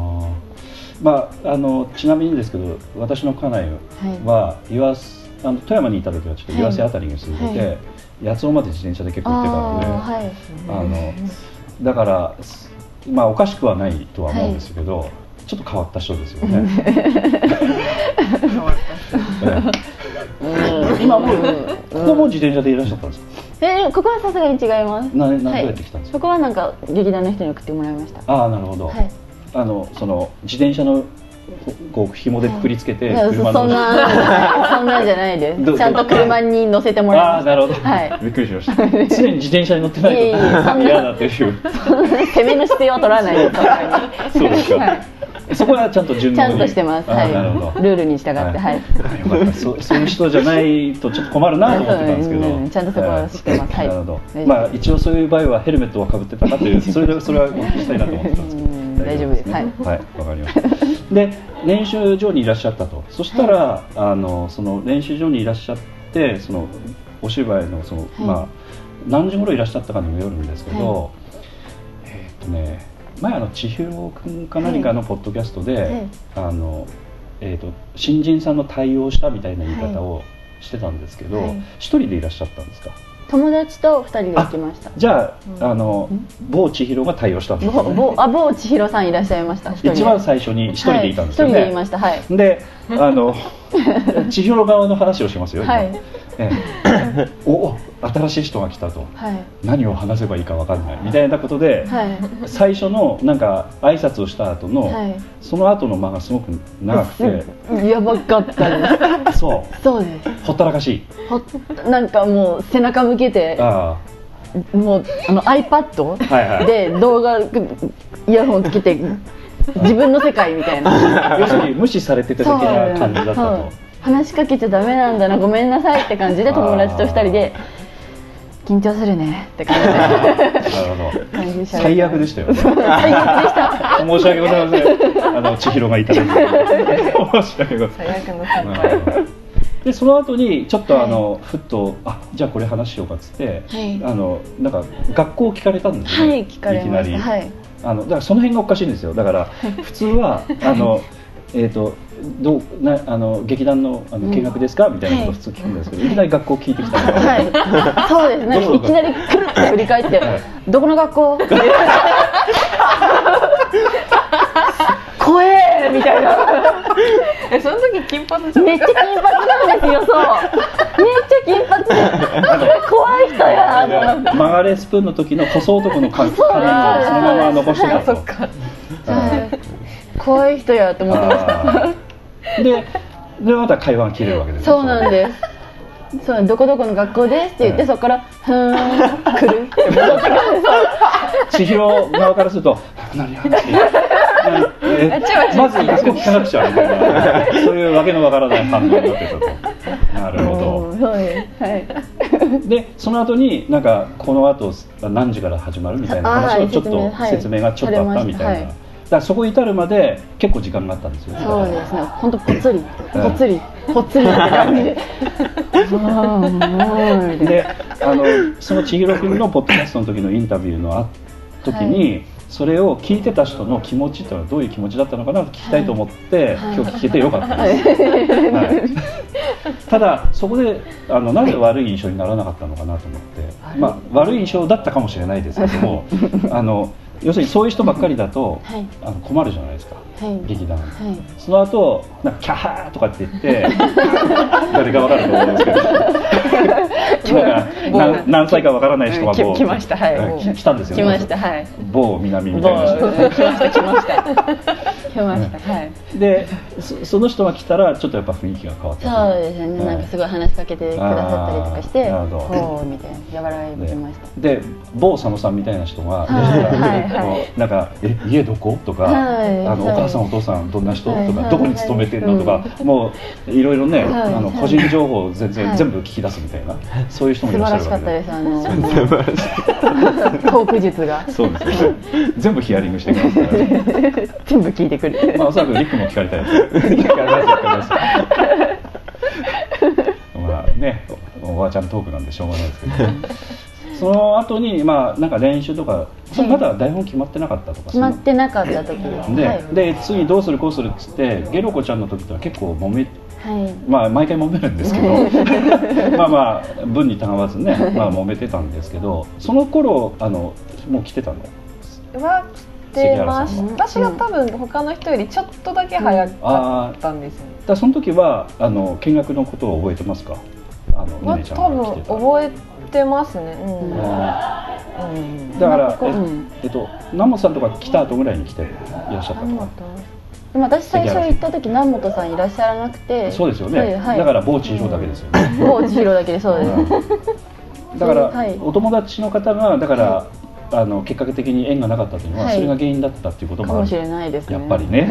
Speaker 3: まあ、あのちなみにですけど私の家内は岩瀬あの富山にいた時はちょっと岩瀬あたりに住んでて、
Speaker 6: は
Speaker 3: 八尾まで自転車で結構行ってたので、
Speaker 6: はい
Speaker 3: あのだから、すまあ、おかしくはないとは思うんですけど、ちょっと変わった人ですよね。ええ今もうここも自転車でいらっしゃったんですか。
Speaker 6: えーここはさすがに違います
Speaker 3: な、な、どう
Speaker 6: は
Speaker 3: やっ
Speaker 6: い
Speaker 3: て来たんですか。
Speaker 6: そこはなんか劇団の人に送ってもらいました
Speaker 3: ああ、なるほど。
Speaker 6: はい
Speaker 3: あの、その自転車のこう紐でくくりつけて、
Speaker 6: いやそ
Speaker 3: 車の。
Speaker 6: そ んなそんなんじゃないで
Speaker 3: どう
Speaker 6: すちゃんと車に乗せても
Speaker 3: あ
Speaker 6: ら
Speaker 3: あ
Speaker 6: い
Speaker 3: な
Speaker 6: ま
Speaker 3: るほど、
Speaker 6: は
Speaker 3: びっくりしました常に 自転車に乗ってない
Speaker 6: いえいえそん
Speaker 3: と
Speaker 6: な
Speaker 3: 嫌だという
Speaker 6: した攻めの姿勢は取らないですさす
Speaker 3: そう
Speaker 6: がに
Speaker 3: ですか、
Speaker 6: は
Speaker 3: そこはちゃんと順応に
Speaker 6: ちゃんとしてます
Speaker 3: あー
Speaker 6: はい
Speaker 3: なるほど
Speaker 6: ルールに従ってはい
Speaker 3: あよかった そうそういう人じゃないとちょっと困るなと思ってたんですけど、
Speaker 6: うんうんちゃんとそこは知ってますはい
Speaker 3: なるほど、
Speaker 6: 大丈夫
Speaker 3: まあ一応そういう場合はヘルメットはかぶってたかというそれ でそれはお聞きしたいなと思ってたんですけど
Speaker 6: うん大丈夫です
Speaker 3: ねはいわ、かりましたで練習場にいらっしゃったとそしたら、あのその練習場にいらっしゃってそのお芝居のその、
Speaker 6: い
Speaker 3: まあ何時頃いらっしゃったかにもよるんですけど、えーっとね前あの千尋くんか何かのポッドキャストで、
Speaker 6: い
Speaker 3: あのえー、と新人さんの対応したみたいな言い方をしてたんですけど
Speaker 6: はい
Speaker 3: 一、人でいらっしゃったんですか
Speaker 6: 友達と二人で行きました
Speaker 3: じゃあ,、あの某千尋が対応したんです
Speaker 6: ぼ
Speaker 3: よ、ね、
Speaker 6: ぼあ某千尋さんいらっしゃいました一人で
Speaker 3: 一番最初に一人でいたんですよね、
Speaker 6: はい一人でいましたはい
Speaker 3: であの 千尋側の話をしますよ、今
Speaker 6: はい
Speaker 3: え えおお新しい人が来たと
Speaker 6: はい
Speaker 3: 何を話せばいいか分かんないみたいなことで、
Speaker 6: はい
Speaker 3: 最初のなんか挨拶をした後の、
Speaker 6: はい
Speaker 3: その後の間がすごく長くて、
Speaker 6: やばかったで
Speaker 3: そ
Speaker 6: すそうです
Speaker 3: うほったらかしい
Speaker 6: ほっなんかもう背中向けて
Speaker 3: あ
Speaker 6: もうあの iPad
Speaker 3: あはいはい
Speaker 6: で動画イヤホンつけて自分の世界みた いな
Speaker 3: 要するに無視されてただけな感じだった
Speaker 6: は
Speaker 3: と
Speaker 6: い話しかけちゃダメなんだなごめんなさいって感じで友達と二人で緊張するねって感じで
Speaker 3: なるほど
Speaker 6: 感じで喋って
Speaker 3: 最悪でしたよね申
Speaker 6: 最悪でした
Speaker 3: し訳ございませんあの千尋がいただいて申し訳ございません
Speaker 5: 最悪の先輩
Speaker 3: でその後にちょっとあの、ふっとあじゃあこれ話しようかっつって、
Speaker 6: はい
Speaker 3: あのなんか学校を聞かれたんですよ
Speaker 6: は
Speaker 3: ね、
Speaker 6: い聞かれまし
Speaker 3: いきなり、
Speaker 6: たはい
Speaker 3: あのだからその辺がおかしいんですよだから普通はあのえー、とどうなあの劇団のあの見学ですか、みたいなことを普通聞くんですけど、い、きなり学校を聞いてきたので、
Speaker 6: はい、そうですね。いきなりくるって振り返って、どこの学校？怖えみたいな。
Speaker 5: えその時金髪じゃん
Speaker 6: めっちゃ金髪なんですよ。そう。めっちゃ金髪。怖い人やと思って。
Speaker 3: 曲がれスプーンの時の細男の髪髪をそのまま残してたと。
Speaker 6: はい 怖い人やと思ってまし
Speaker 3: あーででまた会話が切れるわけで
Speaker 6: た。
Speaker 3: す
Speaker 6: そうなんです。そうどこどこの学校ですって言って、
Speaker 3: うん
Speaker 6: そこから「ふーん来る」って戻ってくる
Speaker 3: 千尋側からすると何話してるえまず学校聞かなくちゃみたいなそういうわけのわからない反応になってたとなるほど
Speaker 6: うんそうですはい
Speaker 3: でその後になんかこの後何時から始まるみたいな話
Speaker 6: あ
Speaker 3: を
Speaker 6: ー
Speaker 3: ちょっと
Speaker 6: 説明はい
Speaker 3: 説明がちょっとあっ
Speaker 6: されましたた
Speaker 3: みたいな、
Speaker 6: はい
Speaker 3: だからそこ至るまで結構時間があったんですよ
Speaker 6: そうですね本当ぽつりぽつりぽつりって感じ で「もうもう」みたいな。
Speaker 3: であのその千尋君のポッドキャストの時のインタビューのあ時に、それを聞いてた人の気持ちっていうのはどういう気持ちだったのかなと聞きたいと思って、
Speaker 6: はい
Speaker 3: 今日聞けてよかったです、はいただそこであのなぜ悪い印象にならなかったのかなと思って、まあ、悪い印象だったかもしれないですけどもあの要するにそういう人ばっかりだと、
Speaker 6: はい
Speaker 3: あの困るじゃないですか、
Speaker 6: はい
Speaker 3: 劇団。
Speaker 6: はい
Speaker 3: その後なんかキャハーとかって言って誰かわかると思うんですけどなんかな何歳かわからない人が
Speaker 7: うん
Speaker 3: 某
Speaker 7: き来ましたはい
Speaker 3: うんき来たんですよ
Speaker 7: 来
Speaker 3: ね
Speaker 7: ましたはい
Speaker 3: 某南
Speaker 7: もう
Speaker 3: みたいな人
Speaker 7: 来ました来ました
Speaker 6: 来ました
Speaker 7: はい
Speaker 3: でそその人が来たらちょっとやっぱ雰囲気が変わった
Speaker 6: そうですね、
Speaker 3: はい
Speaker 6: なんかすごい話しかけてくださったりとかして
Speaker 3: あーなるほど
Speaker 6: こうみたいな和らいでました
Speaker 3: で某佐野さんみたいな人が、 こうなんか「え家どこ?」とか、
Speaker 6: はい
Speaker 3: あの
Speaker 6: はい
Speaker 3: お母さんお父さんどんな人?」
Speaker 6: はい
Speaker 3: とか、
Speaker 6: はい
Speaker 3: どこに勤めてるの?」とか、もういろいろね、
Speaker 6: はい
Speaker 3: あの
Speaker 6: はい
Speaker 3: 個人情報を全然、
Speaker 6: はい
Speaker 3: 全部聞き出すみたいなそういう人もい
Speaker 6: 素晴
Speaker 3: らっしゃ
Speaker 6: ら
Speaker 3: る
Speaker 6: しか
Speaker 3: わ
Speaker 6: っ
Speaker 3: け
Speaker 6: た
Speaker 3: で
Speaker 6: ですあの トーク術が
Speaker 3: そうですね。全部ヒアリングしてきますから、ね。
Speaker 7: 全部聞いてくる
Speaker 3: まあおそらくリックも聞かれたいです。聞かれます聞かれます。まあね、おおばあちゃんトークなんでしょうがないですけど。その後にまあなんか練習とか、それまだ台本決まってなかったとか。
Speaker 6: 決まってなかった時です
Speaker 3: で、
Speaker 6: はい
Speaker 3: で次どうするこうするっつってゲロコちゃんの時とは結構揉め
Speaker 6: はい
Speaker 3: まあ毎回揉めるんですけ どまあまあ分にたがわずねまあ揉めてたんですけどその頃あのもう来てたの
Speaker 5: は来てまし
Speaker 3: 関
Speaker 6: 原
Speaker 5: 私
Speaker 6: さんは
Speaker 5: が多分他の人よりちょっとだけ早かったんですよ、
Speaker 3: だからその時はあの見学のことを覚えてますかあの
Speaker 5: まあ
Speaker 3: ねねちゃん
Speaker 5: 多分覚えてますねうん、うん
Speaker 3: えだから、
Speaker 6: う
Speaker 3: え
Speaker 6: ん
Speaker 3: えっと南本さんとか来た後ぐらいに来ていらっしゃった
Speaker 5: 何
Speaker 3: のか
Speaker 5: だった
Speaker 6: でも私最初行った時南本さんいらっしゃらなくて
Speaker 3: そうですよね、
Speaker 6: はい、
Speaker 3: だからら某地上だけですよね、
Speaker 6: もう千尋だけでそうです、
Speaker 3: うんだから、
Speaker 6: はい
Speaker 3: お友達の方がだから、あの結果的に縁がなかったというのは、
Speaker 6: はい
Speaker 3: それが原因だったっていうこと
Speaker 6: か
Speaker 3: もあ
Speaker 6: も
Speaker 3: る
Speaker 6: しれないですね
Speaker 3: やっぱりね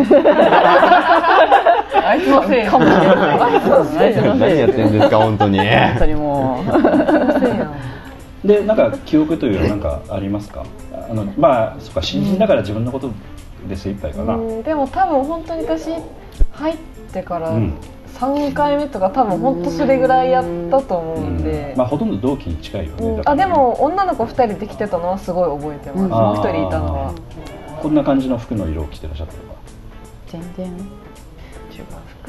Speaker 7: あいつのせいかもしれないあ いつの
Speaker 4: 何
Speaker 7: せい
Speaker 4: やってんですか本当に
Speaker 7: 本当にも
Speaker 3: でなんか記憶というのはなんかありますかあのまあそっか新人だから自分のことで精一杯かな、
Speaker 5: うんでも多分本当に私入ってから
Speaker 3: うん
Speaker 5: 3回目とか多分本当それぐらいやったと思うんで、
Speaker 3: まあほとんど同期に近いよね、
Speaker 5: うん
Speaker 3: だから
Speaker 5: あ
Speaker 3: ね
Speaker 5: でも女の子2人で来てたのはすごい覚えてます、
Speaker 6: うん
Speaker 5: もう1人いたの
Speaker 3: あ
Speaker 5: は
Speaker 3: こんな感じの服の色を着てらっしゃったとか
Speaker 6: う全然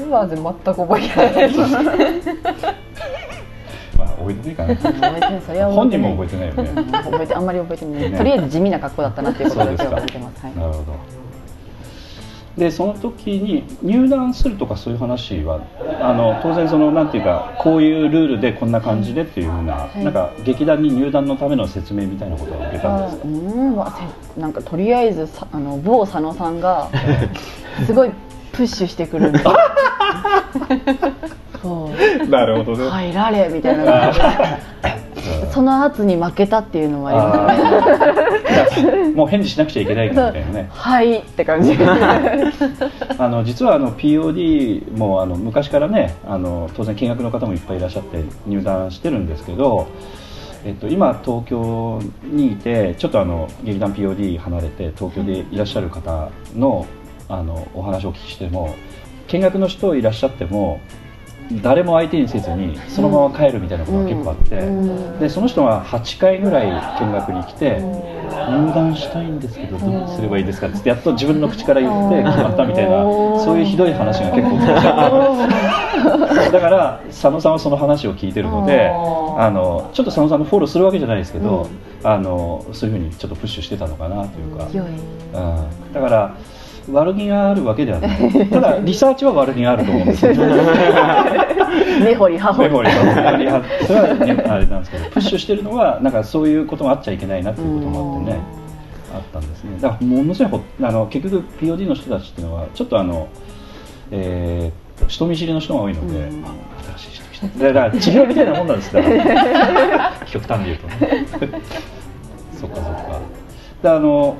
Speaker 5: 服は全く覚えてないです
Speaker 3: まあ覚えてない か
Speaker 6: 覚えてないそれ
Speaker 3: な
Speaker 6: は
Speaker 3: 本
Speaker 6: 覚
Speaker 3: 人
Speaker 6: えてない
Speaker 3: も覚えてないよね
Speaker 6: 覚えてあんまり覚えてない、
Speaker 3: ね
Speaker 6: とりあえず地味な格好だったなっていうこと
Speaker 3: そう
Speaker 6: だ
Speaker 3: で
Speaker 6: け
Speaker 3: す
Speaker 6: は
Speaker 3: か
Speaker 6: 覚えてますはい
Speaker 3: なるほどでその時に入団するとかそういう話はあの当然そのなんていうかこういうルールでこんな感じでっていうふうな,、
Speaker 6: い
Speaker 3: なんか劇団に入団のための説明みたいなことは受けたんですか
Speaker 6: うーんわせなんかとりあえずさあの某佐野さんがすごいプッシュしてく るんでそう
Speaker 3: なるほど ね、
Speaker 6: 入られみたいなその圧に負けたっていうのもあります
Speaker 3: あ ーもう返事しなくちゃいけないからみたいなね
Speaker 6: はいって感じ
Speaker 3: あの実はあの POD もあの昔からねあの当然見学の方もいっぱいいらっしゃって入団してるんですけど、えっと、今東京にいてちょっとあの劇団 POD 離れて東京でいらっしゃる方のあのお話をお聞きしても見学の人いらっしゃっても誰も相手にせずにそのまま帰るみたいなことが結構あって、でその人が8回ぐらい見学に来て入団したいんですけどどうすればいいですかって言ってやっと自分の口から言って決まったみたいなそういうひどい話が結構聞いち ゃってだから佐野さんはその話を聞いてるのであのちょっと佐野さんのフォローするわけじゃないですけど、あのそういうふうにちょっとプッシュしてたのかなというか。
Speaker 6: 強い
Speaker 3: うんだから悪気があるわけではない。ただリサーチは悪気があると思うん ですよ。
Speaker 6: 根掘り葉掘
Speaker 3: メ
Speaker 6: り
Speaker 3: モリーがありはそれはねあれなんですけど、プッシュしてるのはなんかそういうこともあっちゃいけないなっていうこともあってね、あったんですね。だからものすごいほあの結局 POD の人たちっていうのはちょっとあのえーっ人見知りの人が多いので、あ新しい人来ただから治療みたいなもんなん ですから極端に言うとねそっかそっかであの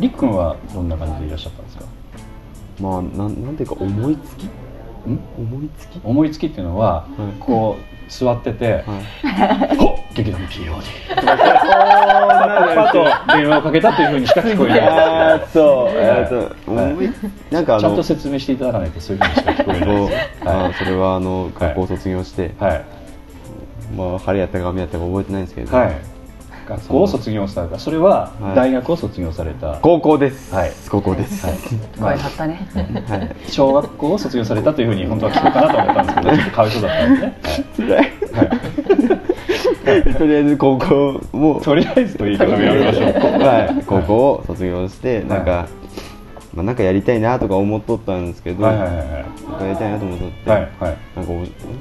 Speaker 3: りっくんはどんな感じでいらっしゃったんですか
Speaker 4: まあなんなんていうか思いつき
Speaker 3: ん
Speaker 4: 思いつき
Speaker 3: 思いつきっていうのは、
Speaker 4: はい
Speaker 3: こう座ってて
Speaker 4: はい
Speaker 3: 「ほっ劇団 POD」
Speaker 4: あ
Speaker 3: パッと電話をかけた というふうにしか聞こえないんですけ
Speaker 4: そう
Speaker 3: え
Speaker 4: え
Speaker 3: ー
Speaker 4: っ
Speaker 3: と
Speaker 4: と
Speaker 3: 思
Speaker 4: 思
Speaker 3: い
Speaker 4: いなんかあ
Speaker 3: どちゃん
Speaker 4: の
Speaker 3: と説明していただかないとそういうふうにしか聞こえないですよ
Speaker 4: あそれはあの
Speaker 3: はい
Speaker 4: 学校を卒業して、
Speaker 3: はい
Speaker 4: まあ晴れやったか雨やったか覚えてないんですけれど、
Speaker 3: はい学校を卒業されたそれは
Speaker 4: はい
Speaker 3: 大学を卒業された、
Speaker 4: 高校です、
Speaker 3: はい
Speaker 4: 高校です、はい
Speaker 3: まあ
Speaker 7: 買ったね
Speaker 3: 小学校を卒業されたというふうに本当は聞こうかなと思ったんですけどちょっとかわいそうだったんですね、
Speaker 4: とりあえず高校も
Speaker 3: とりあえずという言い方をやめましょう
Speaker 4: はい、高校を卒業して、なんか、まあ、なんかやりたいなとか思っとったんですけど、
Speaker 3: はいはいはいはい
Speaker 4: なんかやりたいなと思っとって、
Speaker 3: はいはい
Speaker 4: なんか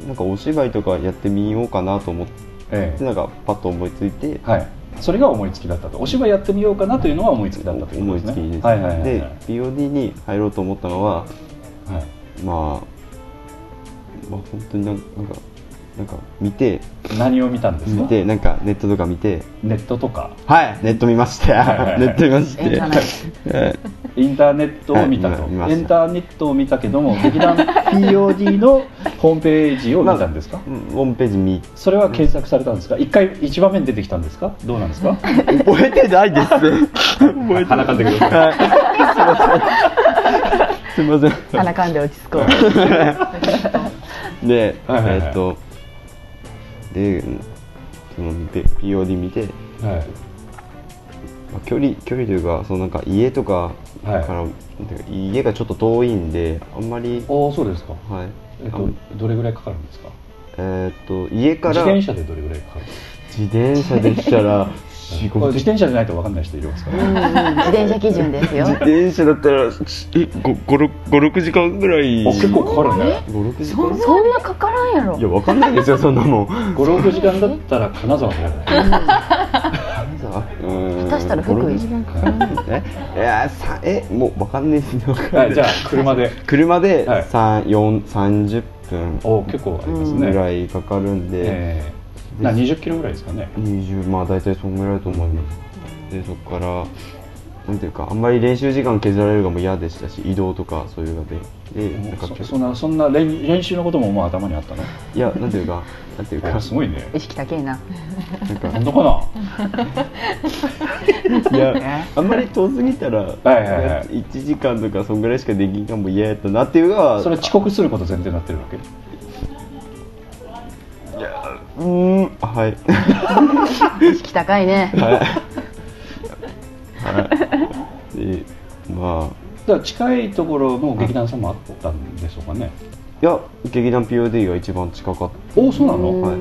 Speaker 4: おなんかお芝居とかやってみようかなと思って、
Speaker 3: ええ
Speaker 4: なんかパッと思いついて、
Speaker 3: はいそれが思いつきだったとお芝居やってみようかなというのは思いつきだったというこ
Speaker 4: 思
Speaker 3: と
Speaker 4: い
Speaker 3: で
Speaker 4: つ
Speaker 3: す
Speaker 4: き
Speaker 3: ね
Speaker 4: です、
Speaker 3: はいはいはいはい
Speaker 4: で POD に入ろうと思ったのは
Speaker 3: はい
Speaker 4: まあまあ本当になんかなんかなんか見て
Speaker 3: 何を見たんですか
Speaker 4: 見てなんかネットとか見て
Speaker 3: ネットとか
Speaker 4: はいネット見ました、
Speaker 3: いはいはい
Speaker 4: ネット見まして
Speaker 7: じゃない
Speaker 4: はい
Speaker 3: インターネットを見たと、
Speaker 4: はい見ま
Speaker 3: エ
Speaker 4: した
Speaker 3: ンターネットを見たけど も劇団 POD のホームページを見たんですか、
Speaker 4: うんホームページ見
Speaker 3: それは検索されたんですか一回一場面出てきたんですかどうなんですか
Speaker 4: 覚えてないです覚えて
Speaker 3: 鼻かんでください
Speaker 4: すいません
Speaker 7: 鼻かんで落ち着こう
Speaker 3: は
Speaker 4: で、
Speaker 3: いはいはい
Speaker 4: えーっとでその見て POD 見て、
Speaker 3: はい
Speaker 4: まあ距離距離というかそのなんか家とかから、なんていうか家がちょっと遠いんであんまり
Speaker 3: おおそうですか、
Speaker 4: はい
Speaker 3: えっ
Speaker 4: あ
Speaker 3: と
Speaker 4: ん、
Speaker 3: どれぐらいかかるんですか
Speaker 4: えーっと家から
Speaker 3: 自転車でどれぐらいかかるんです
Speaker 4: 自転車でした ら
Speaker 3: か
Speaker 4: 4
Speaker 3: これ自
Speaker 4: 5
Speaker 3: 転車じゃないと分かんない人いますから、ね、
Speaker 6: 自転車基準ですよ
Speaker 4: 自転車だったら56時間ぐらい
Speaker 3: お結構かかるね
Speaker 4: 56時
Speaker 6: そ
Speaker 4: 間
Speaker 6: んなかからんやろ
Speaker 4: いやわかんないですよそんなもん
Speaker 3: 56時間だったら金沢にある
Speaker 4: 下
Speaker 6: 下手したら福井
Speaker 4: 時間かかるんですねいやーさえもうわかんないですねわかんない
Speaker 3: はいじゃあ車で
Speaker 4: 車で
Speaker 3: はい
Speaker 4: 三四30分
Speaker 3: おお結構ありますね、
Speaker 4: ぐらいかかるんで、
Speaker 3: ええな20キロぐらいですかね
Speaker 4: 20まあ大体そんぐらいだと思いますでそこからなんていうかあんまり練習時間削られるのも嫌でしたし移動とかそういうのででなんか
Speaker 3: そそんなそんな練練習のことももう頭にあ ったの
Speaker 4: いやなんていうかなんていう
Speaker 3: あ
Speaker 4: か
Speaker 3: すごいね
Speaker 7: 意識高えな
Speaker 4: なんか
Speaker 3: 本当かな
Speaker 4: いや あんまり遠すぎたら
Speaker 3: はいはいはい
Speaker 4: 1時間とかそんぐらいしかできんかも嫌やったなっていうのは
Speaker 3: それは遅刻すること前提になってるわけ
Speaker 4: うーんはい
Speaker 6: 意識高いね
Speaker 4: はいでまあ
Speaker 3: だから近いところの劇団さんもあったんでしょうかね
Speaker 4: いや劇団 POD が一番近かっ
Speaker 3: おおそうな
Speaker 4: たの
Speaker 3: の
Speaker 4: はい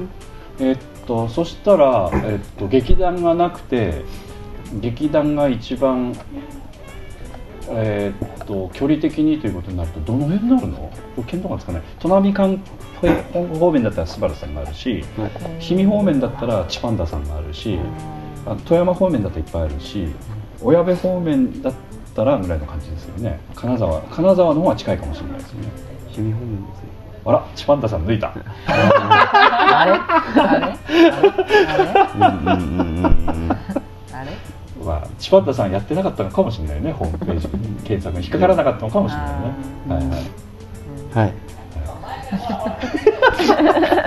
Speaker 3: えっとそしたら、えっと、劇団がなくて劇団が一番えっと距離的にということになるとどの辺になるのこれ見当がつかない砺波関方面だったらスバルさんがあるし
Speaker 4: はい
Speaker 3: 氷見方面だったらチパンダさんがあるしあ富山方面だといっぱいあるし小矢部方面だったらぐらいの感じですよね金沢金沢の方は近いかもしれないですよね
Speaker 4: 氷見方面ですね
Speaker 3: あらチパンダさん抜いた
Speaker 4: うんうんうんうんうん
Speaker 7: あれ
Speaker 3: まあ、チパッタさんやってなかったのかもしれないね、ホームページに検索に引っかからなかったのかもしれないね。はいはい
Speaker 4: はい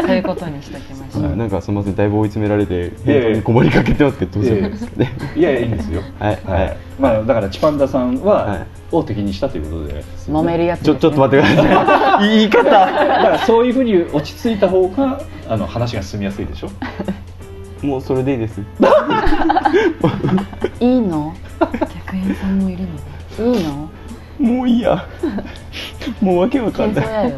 Speaker 7: そういうことにしときましょう
Speaker 4: なんかすみませんだいぶ追い詰められて
Speaker 3: いやいや
Speaker 4: 本当に困りかけてますけどどうすればいいですかね
Speaker 3: いやいや、いいんですよ。
Speaker 4: はいはい
Speaker 3: まあ、だから、チパンダさん
Speaker 4: は
Speaker 3: はい大敵にしたということで。
Speaker 6: 揉めるやつ
Speaker 4: ちょちょっと待ってください言い
Speaker 3: だ
Speaker 4: 方
Speaker 3: から、そういうふうに落ち着いた方が、あの、話が進みやすいでしょ。
Speaker 4: もうそれでいいです
Speaker 6: っていいの
Speaker 5: 客員さんもいるのね
Speaker 6: いいの
Speaker 4: もういいやもうわけわかん
Speaker 6: そう
Speaker 4: ない
Speaker 6: やよ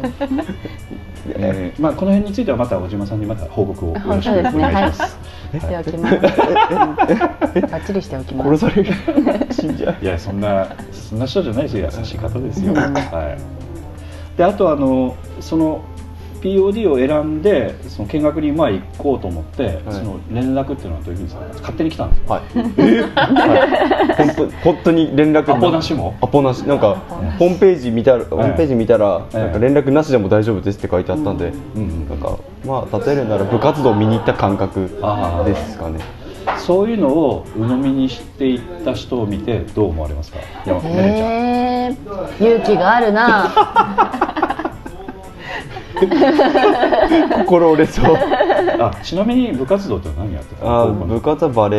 Speaker 3: えーまあ、この辺については、また小島さんにまた報告をよろしくお願いします。
Speaker 6: しておきますうんバッチリしておきま
Speaker 4: 殺
Speaker 6: す
Speaker 4: される死んじゃう
Speaker 3: いやそんなそんな人じゃないですよ優しい方ですよ。はい。であとあのその POD を選んでその見学にまあ行こうと思って、
Speaker 4: はい
Speaker 3: その連絡っていうのはどういうふうにされたんですか勝手に来たんですよ
Speaker 4: はい。本当本当に連絡
Speaker 3: アポなしも
Speaker 4: アポなしなんかホームページ見たらホームページ見たら
Speaker 3: ええ
Speaker 4: なんか連絡なしでも大丈夫ですって書いてあったんで、うんなんかまあ例えるなら部活動を見に行った感覚
Speaker 3: あー
Speaker 4: ですかね。
Speaker 3: そういうのを鵜呑みにしていった人を見てどう思われますか山根ちゃん
Speaker 6: えー、勇気があるな
Speaker 4: 心折れ そう。
Speaker 3: あちなみに部活動って何やってた
Speaker 4: あ
Speaker 3: の
Speaker 4: ー
Speaker 3: 高校の
Speaker 4: 部活はバレ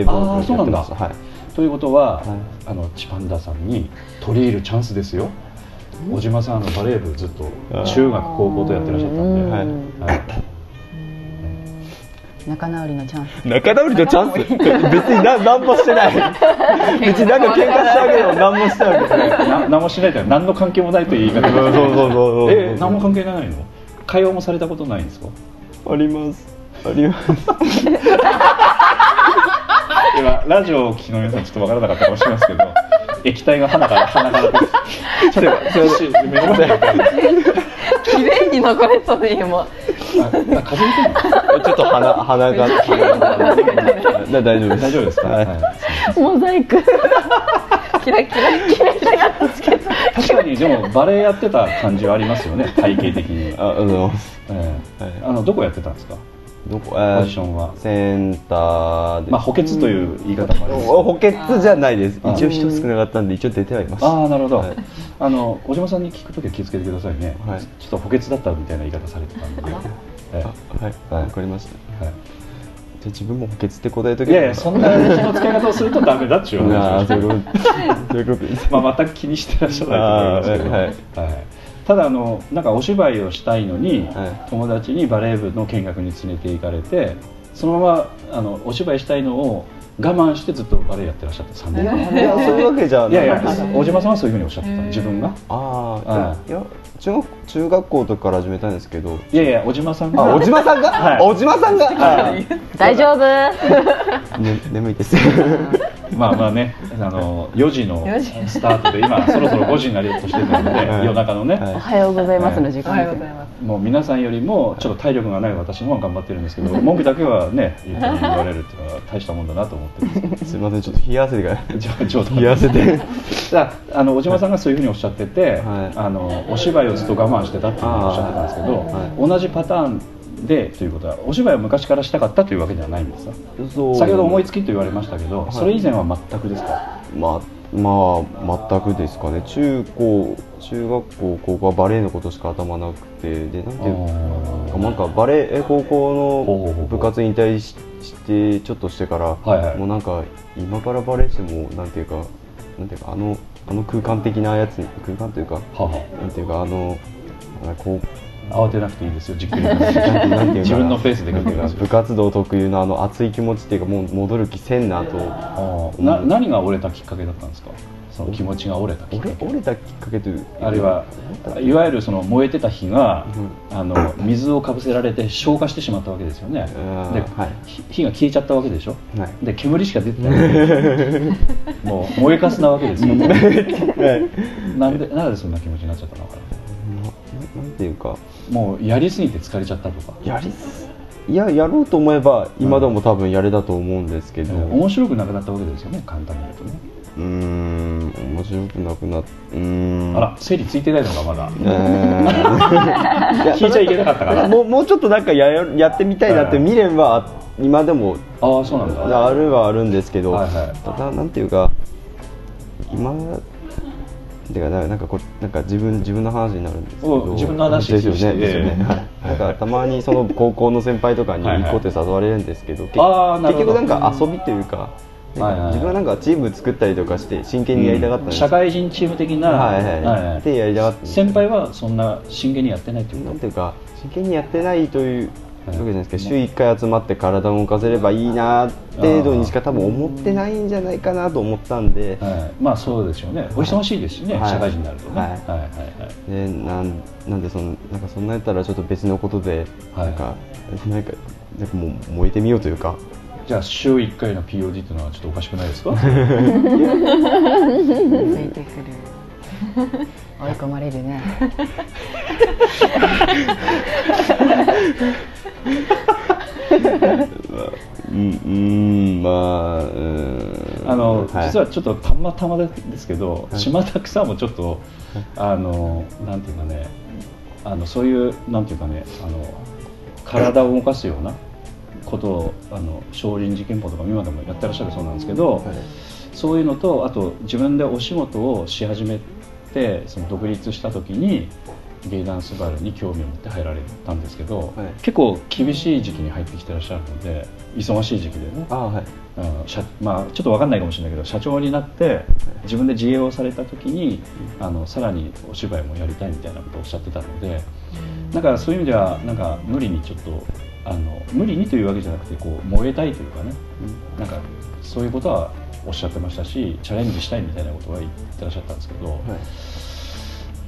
Speaker 4: ーボールやって
Speaker 3: あー
Speaker 4: ました。
Speaker 3: そうなんだ
Speaker 4: はい。
Speaker 3: ということは、
Speaker 4: はい
Speaker 3: あのチパンダさんに取り入るチャンスですよ小島さんあのバレー部ずっと
Speaker 4: あー
Speaker 3: 中学高校とやってらっしゃったんで、
Speaker 4: はい
Speaker 3: はい
Speaker 7: 仲直りのチャンス
Speaker 4: 仲直りのチ ャンス別にな何もしてない 別になんか喧嘩したわけでも何もしてないわけじゃない
Speaker 3: な何もしないというのは何の関係もないという言い方
Speaker 4: うんそうそうそうそう
Speaker 3: え何も関係ないの会話もされたことないんですか
Speaker 4: ありますあり ます
Speaker 3: 今ラジオをお聞きの皆さんちょっとわからなかったかもしれないですけど液体が鼻から鼻からちょっと一瞬目の前に
Speaker 7: 綺麗に流れそうで今
Speaker 3: ああ風邪ひいてんの
Speaker 4: ちょっと鼻鼻がだ 大丈夫です
Speaker 3: 大丈夫ですか、
Speaker 4: はい
Speaker 3: はい
Speaker 6: モザイク
Speaker 7: キラキラキラキラ
Speaker 3: 確かにでもバレエやってた感じはありますよね体型的に、
Speaker 4: ああの
Speaker 3: ええ
Speaker 4: はい
Speaker 3: あのどこやってたんですか
Speaker 4: どこ
Speaker 3: ポ
Speaker 4: え
Speaker 3: ジショ
Speaker 4: ー
Speaker 3: ンは、
Speaker 4: センターで、
Speaker 3: まあ、補欠という言い方もあります
Speaker 4: お補欠じゃないです
Speaker 3: あ
Speaker 4: 一応人少なかったんで一応出てはいます
Speaker 3: ああなるほど、
Speaker 4: はい
Speaker 3: あの小島さんに聞くときは気をつけてくださいね、
Speaker 4: はい
Speaker 3: ちょっと補欠だったみたいな言い方されてたんで、ええ
Speaker 4: あはいわかりましたじ
Speaker 3: は
Speaker 4: ゃあ自分も補欠って答えと
Speaker 3: い、
Speaker 4: け
Speaker 3: いやいやそんな人の使い方をするとダメだっちゅう
Speaker 4: あ
Speaker 3: 話
Speaker 4: あ
Speaker 3: をし
Speaker 4: そ
Speaker 3: て
Speaker 4: ういうことそういうことです
Speaker 3: まあ、全く気にしてらっしゃらないと思いますけど、はいただあのなんかお芝居をしたいのに、
Speaker 4: はい
Speaker 3: 友達にバレー部の見学に連れて行かれてそのままあのお芝居したいのを我慢してずっとバレーやってらっしゃった3年間
Speaker 4: いやそういうわけじゃない
Speaker 3: いやいや小島さんはそういうふうにおっしゃってた自分が
Speaker 4: あ
Speaker 3: あ
Speaker 4: あいや中学中学校の時から始めたんですけど
Speaker 3: いやいや小島さんが
Speaker 4: あ小島さんが、
Speaker 3: はい
Speaker 4: あ小島さんが、はい
Speaker 6: 大丈夫
Speaker 4: ね、眠いです
Speaker 3: まあまあねあの4時のスタートで今そろそろ5時になりようとしてたので
Speaker 4: はい
Speaker 3: 夜中のね、
Speaker 4: はい
Speaker 6: おはようございますの時
Speaker 7: おは
Speaker 6: 間
Speaker 7: ようご
Speaker 6: で
Speaker 7: ざいます
Speaker 3: もう皆さんよりもちょっと体力がない私の方が頑張ってるんですけど文句だけはね言って言われるっていうのは大したもんだなと思ってるんですけ ど
Speaker 4: すいませんちょっと冷や汗が
Speaker 3: 冗冗談
Speaker 4: 冷や汗で
Speaker 3: だあの小島さんがそういうふうにおっしゃってて、
Speaker 4: はい
Speaker 3: あのお芝居をずっと我慢してたっていうふうにおっしゃってたんですけど、
Speaker 4: は
Speaker 3: 同じパターンでということはお芝居を昔からしたかったというわけではないんですか
Speaker 4: そう
Speaker 3: 先ほど思いつきと言われましたけど、
Speaker 4: はい
Speaker 3: それ以前は全くですか
Speaker 4: まあまあ全くですかね中高中学校高校はバレエのことしか頭なくてでなんていうかなんかバレエ高
Speaker 3: ほうほう
Speaker 4: 校
Speaker 3: ほう
Speaker 4: の部活引退ししてちょっとしてから、
Speaker 3: はいはい
Speaker 4: もうなんか今からバレエしてもなんていうかなんていうかあのあの空間的なやつに空間というか
Speaker 3: はは
Speaker 4: なんていうかあのあのこう
Speaker 3: 慌てなくていいですよじっくり 考えて
Speaker 4: なんてなんていうかな
Speaker 3: 自分のペースで来てください
Speaker 4: 部活動特有のあの熱い気持ちっていうかもう戻る気せんなと
Speaker 3: あーな何が折れたきっかけだったんですかその気持ちが折れたきっか
Speaker 4: 折れ
Speaker 3: け
Speaker 4: 折れたきっかけという
Speaker 3: あるいはいわゆるその燃えてた火が、あの水をかぶせられて消化してしまったわけですよね、
Speaker 4: うん
Speaker 3: で、
Speaker 4: はい
Speaker 3: ひ火が消えちゃったわけでしょ
Speaker 4: はい
Speaker 3: で煙しか出てない もう燃えかすなわけですよ なんでなんでそんな気持ちになっちゃったのかな
Speaker 4: なんていうか
Speaker 3: もうやりすぎて疲れちゃったとか
Speaker 4: やりすいややろうと思えば今でも多分やれだと思うんですけどう
Speaker 3: 面白くなくなったわけですよね簡単に言うとね、
Speaker 4: ーん面白くなくなっうーん
Speaker 3: あら整理ついてないのかまだ
Speaker 4: うーんいや
Speaker 3: 聞いちゃいけなかったから
Speaker 4: もうもうちょっとなんかやよやってみたいなって未練はあ今でも
Speaker 3: ああそうなんだ
Speaker 4: あるはあるんですけど、
Speaker 3: はいはい
Speaker 4: ただなんていうか今てかななんかこうなんか自分自分の話になるんですけど
Speaker 3: お自分の話
Speaker 4: ですよね
Speaker 3: ええ
Speaker 4: ですよね、はいなんかたまにその高校の先輩とかに
Speaker 3: はいはい
Speaker 4: 行こうって誘われるんですけどけ
Speaker 3: あーなる
Speaker 4: 結
Speaker 3: ほど
Speaker 4: 局なんか遊びというかな
Speaker 3: は
Speaker 4: んか
Speaker 3: いはいはい
Speaker 4: 自分はなんかチーム作ったりとかして真剣にやりたかったんです
Speaker 3: 社会人チーム的な、
Speaker 4: はいはいでやりたかったんです
Speaker 3: 先輩はそんな真剣にやってないってこ
Speaker 4: なん
Speaker 3: と
Speaker 4: ていうか真剣にやってないという
Speaker 3: は
Speaker 4: わ
Speaker 3: い
Speaker 4: けじゃないですか、週1回集まって体を動かせればいいな程度にしか多分思ってないんじゃないかなと思ったんで、
Speaker 3: はい、まあそうですよねお忙しいですしね、
Speaker 4: はい
Speaker 3: 社会人になるとね、は
Speaker 4: はいい
Speaker 3: はいはい
Speaker 4: でなんなんでそのなんかそんなやったらちょっと別のことで、
Speaker 3: はい
Speaker 4: なんかなんかなんかもう燃えてみようというか
Speaker 3: じゃあ週1回の POD っていうのはちょっとおかしくないですか
Speaker 7: ついてくる追い込まれるね
Speaker 4: うんうんまあうん
Speaker 3: あの、
Speaker 4: い
Speaker 3: 実はちょっとたまたまですけど、島田草もちょっと、あの、なんていうかね。あの、そういう、なんていうかね、あの、体を動かすような。ことを、あの、少林寺拳法とか、今でもやってらっしゃるそうなんですけど。そういうのと、あと、自分でお仕事をし始めて、その独立した時に。芸ダンスバルに興味を持って入られたんですけど、
Speaker 4: はい
Speaker 3: 結構厳しい時期に入ってきてらっしゃるので忙しい時期でね
Speaker 4: あはい
Speaker 3: あの社まあ、ちょっと分かんないかもしれないけど社長になって自分で自営をされた時にあのさらにお芝居もやりたいみたいなことをおっしゃってたのでなんかそういう意味ではなんか無理にちょっとあの無理にというわけじゃなくてこう燃えたいというかねなんかそういうことはおっしゃってましたしチャレンジしたいみたいなことは言ってらっしゃったんですけど、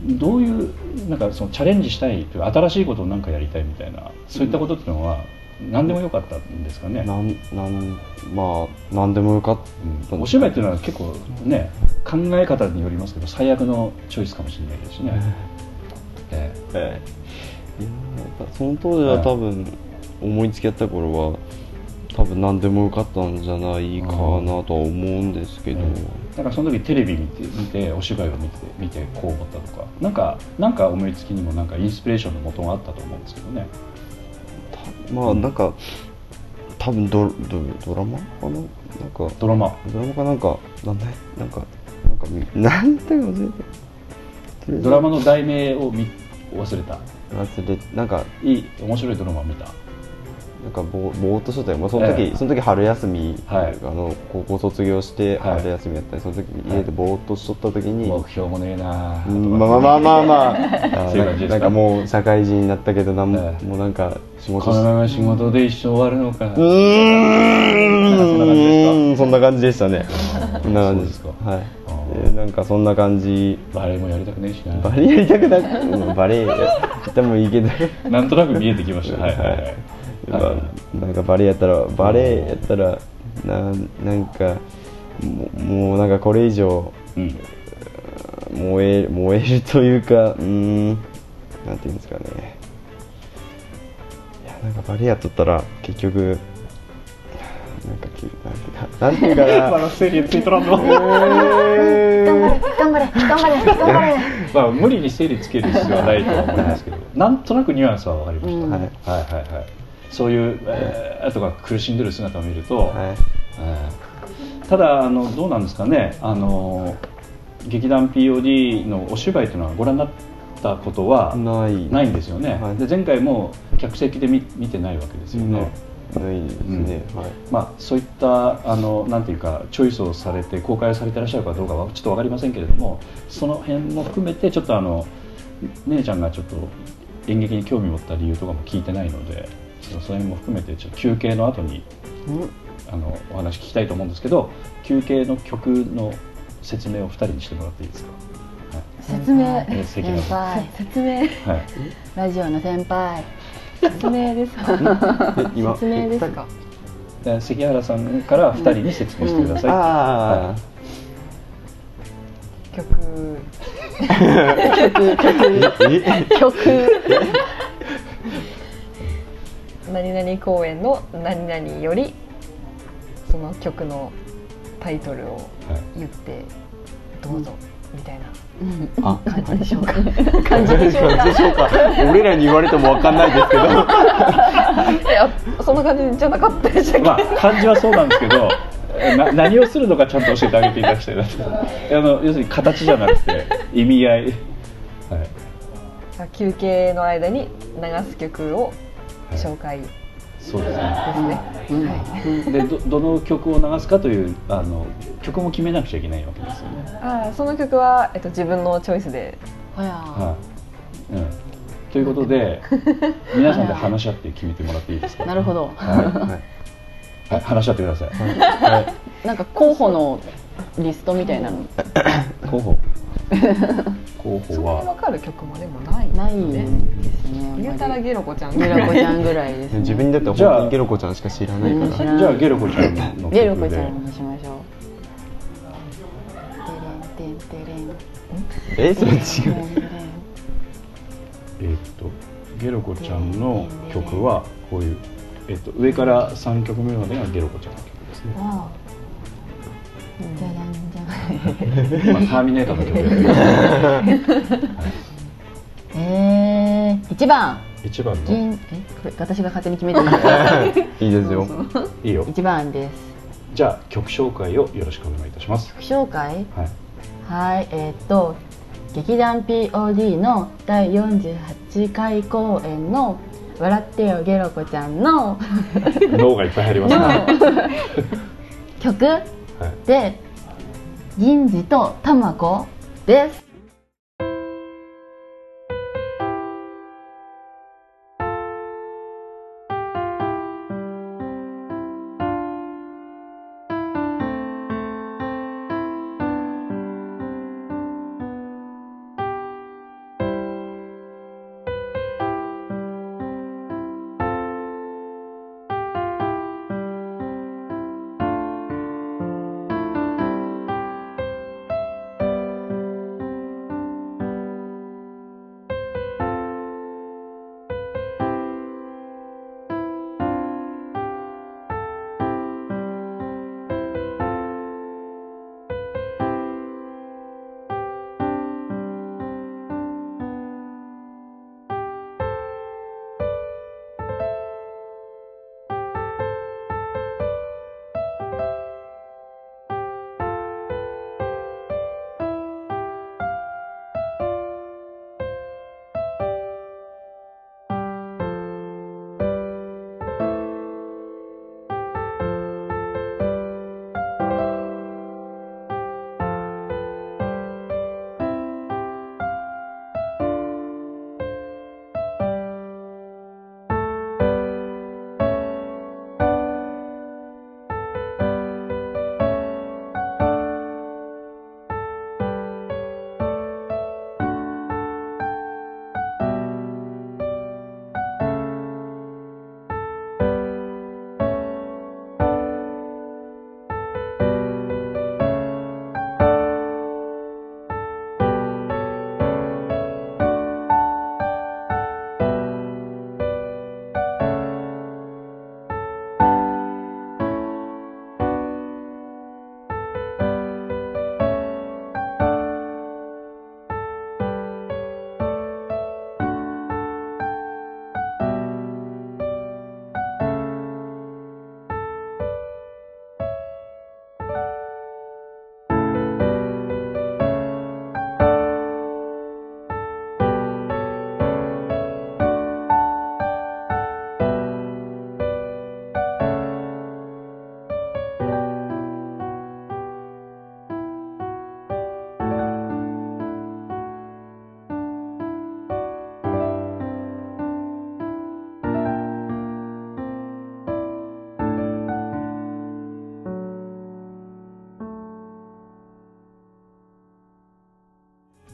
Speaker 3: どういうなんかそのチャレンジしたいという新しいことを何かやりたいみたいなそういったことっていうのは何でもよかったんですかね。
Speaker 4: なんなんまあなんでもよかっ
Speaker 3: う
Speaker 4: た
Speaker 3: んお芝居っていうのは結構ね考え方によりますけど最悪のチョイスかもしれないですしね、え
Speaker 4: ええいややっぱその当時は多分思いつきやった頃は多分何でも受かったんじゃないかなとは思うんですけど、
Speaker 3: えだからその時テレビ見て見てお芝居を見て見てこう思ったとかなんかなんか思いつきにもなんかインスピレーションの元があったと思うんですけどね
Speaker 4: まあなんか多分ドドドラマかななんか
Speaker 3: ドラマ
Speaker 4: ドラマかなんかなんだいなんかなんかみなんて忘れた
Speaker 3: ドラマの題名を見忘れた
Speaker 4: 忘れなんか
Speaker 3: いい面白いドラマを見た
Speaker 4: なんかぼぼーっとしてたよ、まあ、その時、
Speaker 3: ええ
Speaker 4: その時春休み、
Speaker 3: はい
Speaker 4: あの高校卒業して
Speaker 3: はい
Speaker 4: 春休みやったり、その時家でぼーっとしとった時に、
Speaker 3: 目標もねえなあ
Speaker 4: うんまあまあまあまああ
Speaker 3: そういう感じですか
Speaker 4: ーなんかもう社会人になったけどなんも,、
Speaker 3: ええ
Speaker 4: もうなんか仕事
Speaker 3: こ
Speaker 4: し
Speaker 3: のまま仕事で一生終わるのか、
Speaker 4: うーんそんな感じでしたねそんな感じ
Speaker 3: そうですか
Speaker 4: はい
Speaker 3: あー
Speaker 4: えーなんかそんな感じ
Speaker 3: バレエもやりたくねえしな
Speaker 4: バレエやりたくなくうんバレエやってもいいけど
Speaker 3: なんとなく見えてきましたはいはいはい、
Speaker 4: まあなんかバレエやったらバレエやったらなんなんかもうもうなんかこれ以上
Speaker 3: うん
Speaker 4: 燃え燃えるというかうーんなんていうんですかねいやなんかバレエやっとったら結局なんかきなんてなんていうかな
Speaker 3: 整理ついとらんの
Speaker 6: 頑張れ頑張れ頑張れ
Speaker 3: まあ無理に整理つける必要はないとは思いますけどなんとなくニュアンスは分かりました、
Speaker 4: はい
Speaker 3: はいはいはいそういう、えー、あとか苦しんでる姿を見ると、
Speaker 4: はい
Speaker 3: えーただあのどうなんですかねあの劇団 POD のお芝居というのはご覧になったことは
Speaker 4: ない
Speaker 3: ないんですよね、
Speaker 4: はい
Speaker 3: で前回も客席で見見てないわけですよね、
Speaker 4: ないですね、はい
Speaker 3: まあ、そういったあのなんていうかチョイスをされて公開をされてらっしゃるかどうかはちょっと分かりませんけれどもその辺も含めてちょっとあの姉ちゃんがちょっと演劇に興味を持った理由とかも聞いてないのでちょっとその辺も含めてちょっと休憩の後にあのお話聞きたいと思うんですけど休憩の曲の説明を2人にしてもらっていいですか、
Speaker 6: 説明
Speaker 3: えー席の
Speaker 6: 先輩
Speaker 5: 説明
Speaker 3: はい、
Speaker 6: ラジオの先輩
Speaker 5: 説明ですか
Speaker 4: え今
Speaker 5: 説明ですか
Speaker 3: で関原さんから2人に説明してください、
Speaker 4: あ
Speaker 5: 曲
Speaker 4: あ、え、
Speaker 5: 何々公演の何々よりその曲のタイトルを
Speaker 3: はい
Speaker 5: 言ってどうぞみたいな
Speaker 4: あ、
Speaker 5: 感じでしょうか
Speaker 4: 感じでしょうか。俺らに言われてもわかんないですけど。
Speaker 5: いやそんな感じじゃなかったでしたっけ
Speaker 3: まあ漢字はそうなんですけどえな何をするのかちゃんと教えてあげていただきたいなとあの要するに形じゃなくて意味合い、はい、
Speaker 5: 休憩の間に流す曲を紹介で
Speaker 3: そうですね
Speaker 5: すね、
Speaker 3: でどどの曲を流すかというあの曲も決めなくちゃいけないわけですよね、
Speaker 5: ああその曲は、えっと、自分のチョイスで
Speaker 6: ほや
Speaker 3: はいうん、ということで皆さんで話し合って決めてもらっていいですか
Speaker 6: なるほど
Speaker 3: はい、話し合ってください、
Speaker 6: なんか候補のリストみたいなの
Speaker 3: 候補候補
Speaker 5: そんなに分
Speaker 3: は
Speaker 5: かる曲もでもない
Speaker 6: ないですね
Speaker 5: 言うたらゲロコちゃん
Speaker 6: ゆ
Speaker 5: が
Speaker 6: らこちゃんぐらいですね
Speaker 4: 自分だって本
Speaker 3: じゃ
Speaker 4: 当
Speaker 3: あ
Speaker 4: にゲロコちゃんしか知らない
Speaker 6: うん知
Speaker 4: からら。
Speaker 6: ない
Speaker 3: じゃあゲロコちゃんの曲で
Speaker 6: ゲロコちゃんにしましょうテレンテンテレン
Speaker 4: え、それ違
Speaker 6: テ
Speaker 4: う。
Speaker 6: レンテレン
Speaker 3: えーっとゲロコちゃんの曲はこういう、えーっと上から3曲目までがゲロコちゃんの曲ですね、
Speaker 6: ああじゃらんじゃ ん
Speaker 3: まあ、ターミネーターの曲やけど
Speaker 6: えー、1番
Speaker 3: 一番の
Speaker 6: 銀えこれ私が勝手に決めてるんだけど
Speaker 4: いいですよ
Speaker 3: いいよ
Speaker 6: 1番です
Speaker 3: じゃあ曲紹介をよろしくお願いいたします
Speaker 6: 副紹介
Speaker 3: はい
Speaker 6: はいえーっと劇団 POD の第48回公演の「笑ってよゲロ子ちゃん」の
Speaker 3: 脳がいっぱい入りますね、
Speaker 6: 曲
Speaker 3: はい
Speaker 6: で銀次とたまこです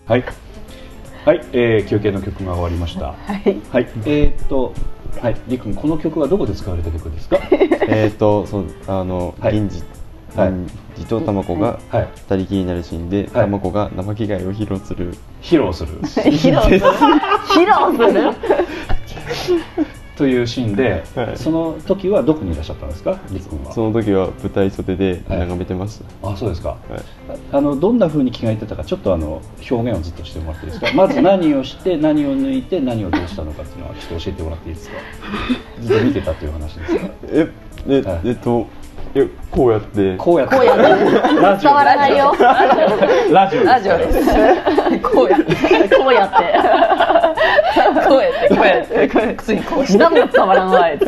Speaker 3: はい。はい、えー休憩の曲が終わりました。はい。えーっと、はい、りくん、この曲はどこで使われた曲ですか。は
Speaker 4: えっとそうあの、
Speaker 3: はい
Speaker 4: 銀次
Speaker 3: はい
Speaker 4: 銀次と玉子が
Speaker 3: い。
Speaker 4: 二人きりになるシーンで、
Speaker 3: はい
Speaker 4: 玉子が生着替えを披露する
Speaker 3: 披露する。
Speaker 4: シーンです。
Speaker 5: 披露する
Speaker 3: というシーンで、
Speaker 4: はい
Speaker 3: その時はどこにいらっしゃったんですか、りくんは。
Speaker 4: その時は舞台袖で
Speaker 3: はい
Speaker 4: 眺めてました。
Speaker 3: あ、そうですか。
Speaker 4: はい
Speaker 3: ああの、どんな風に着替えてたか、ちょっとあの、表現をずっとしてもらっていいですか。まず何をして、何を抜いて、何をどうしたのかっていうのは、ちょっと教えてもらっていいですか。ずっと見てたという話ですが。
Speaker 4: ええ
Speaker 3: はい
Speaker 4: えっとえこうやって
Speaker 3: こうやって。ラジオ。
Speaker 6: わらないよ
Speaker 3: ラジオ。
Speaker 5: ラジオです。こうやって、
Speaker 6: こうやって
Speaker 5: こうやって、こうやって、こうやって、ついこうして。
Speaker 6: 何も伝わらない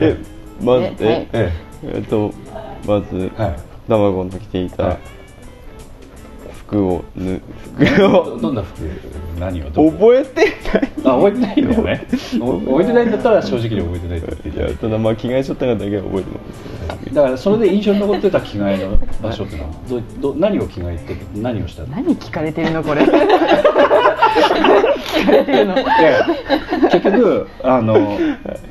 Speaker 4: えまず
Speaker 6: えはい
Speaker 4: え
Speaker 3: え
Speaker 4: えっとまず
Speaker 3: え。はい。
Speaker 4: 卵の着てい
Speaker 3: は
Speaker 4: た
Speaker 3: い
Speaker 4: 服をぬ 服
Speaker 3: ど
Speaker 4: を
Speaker 3: どんな服何をどこ
Speaker 4: 覚えて
Speaker 3: あ覚えてないんだよねお覚えてないんだったら正直に覚えてないって言っ
Speaker 4: ないい
Speaker 3: て
Speaker 4: やただまあ着替えしとったのだけは覚えてます
Speaker 3: だからそれで印象に残ってた着替えの場所っていうのはどど何を着替えて何をしたの
Speaker 5: 何聞かれてるのこれ
Speaker 3: で結局あの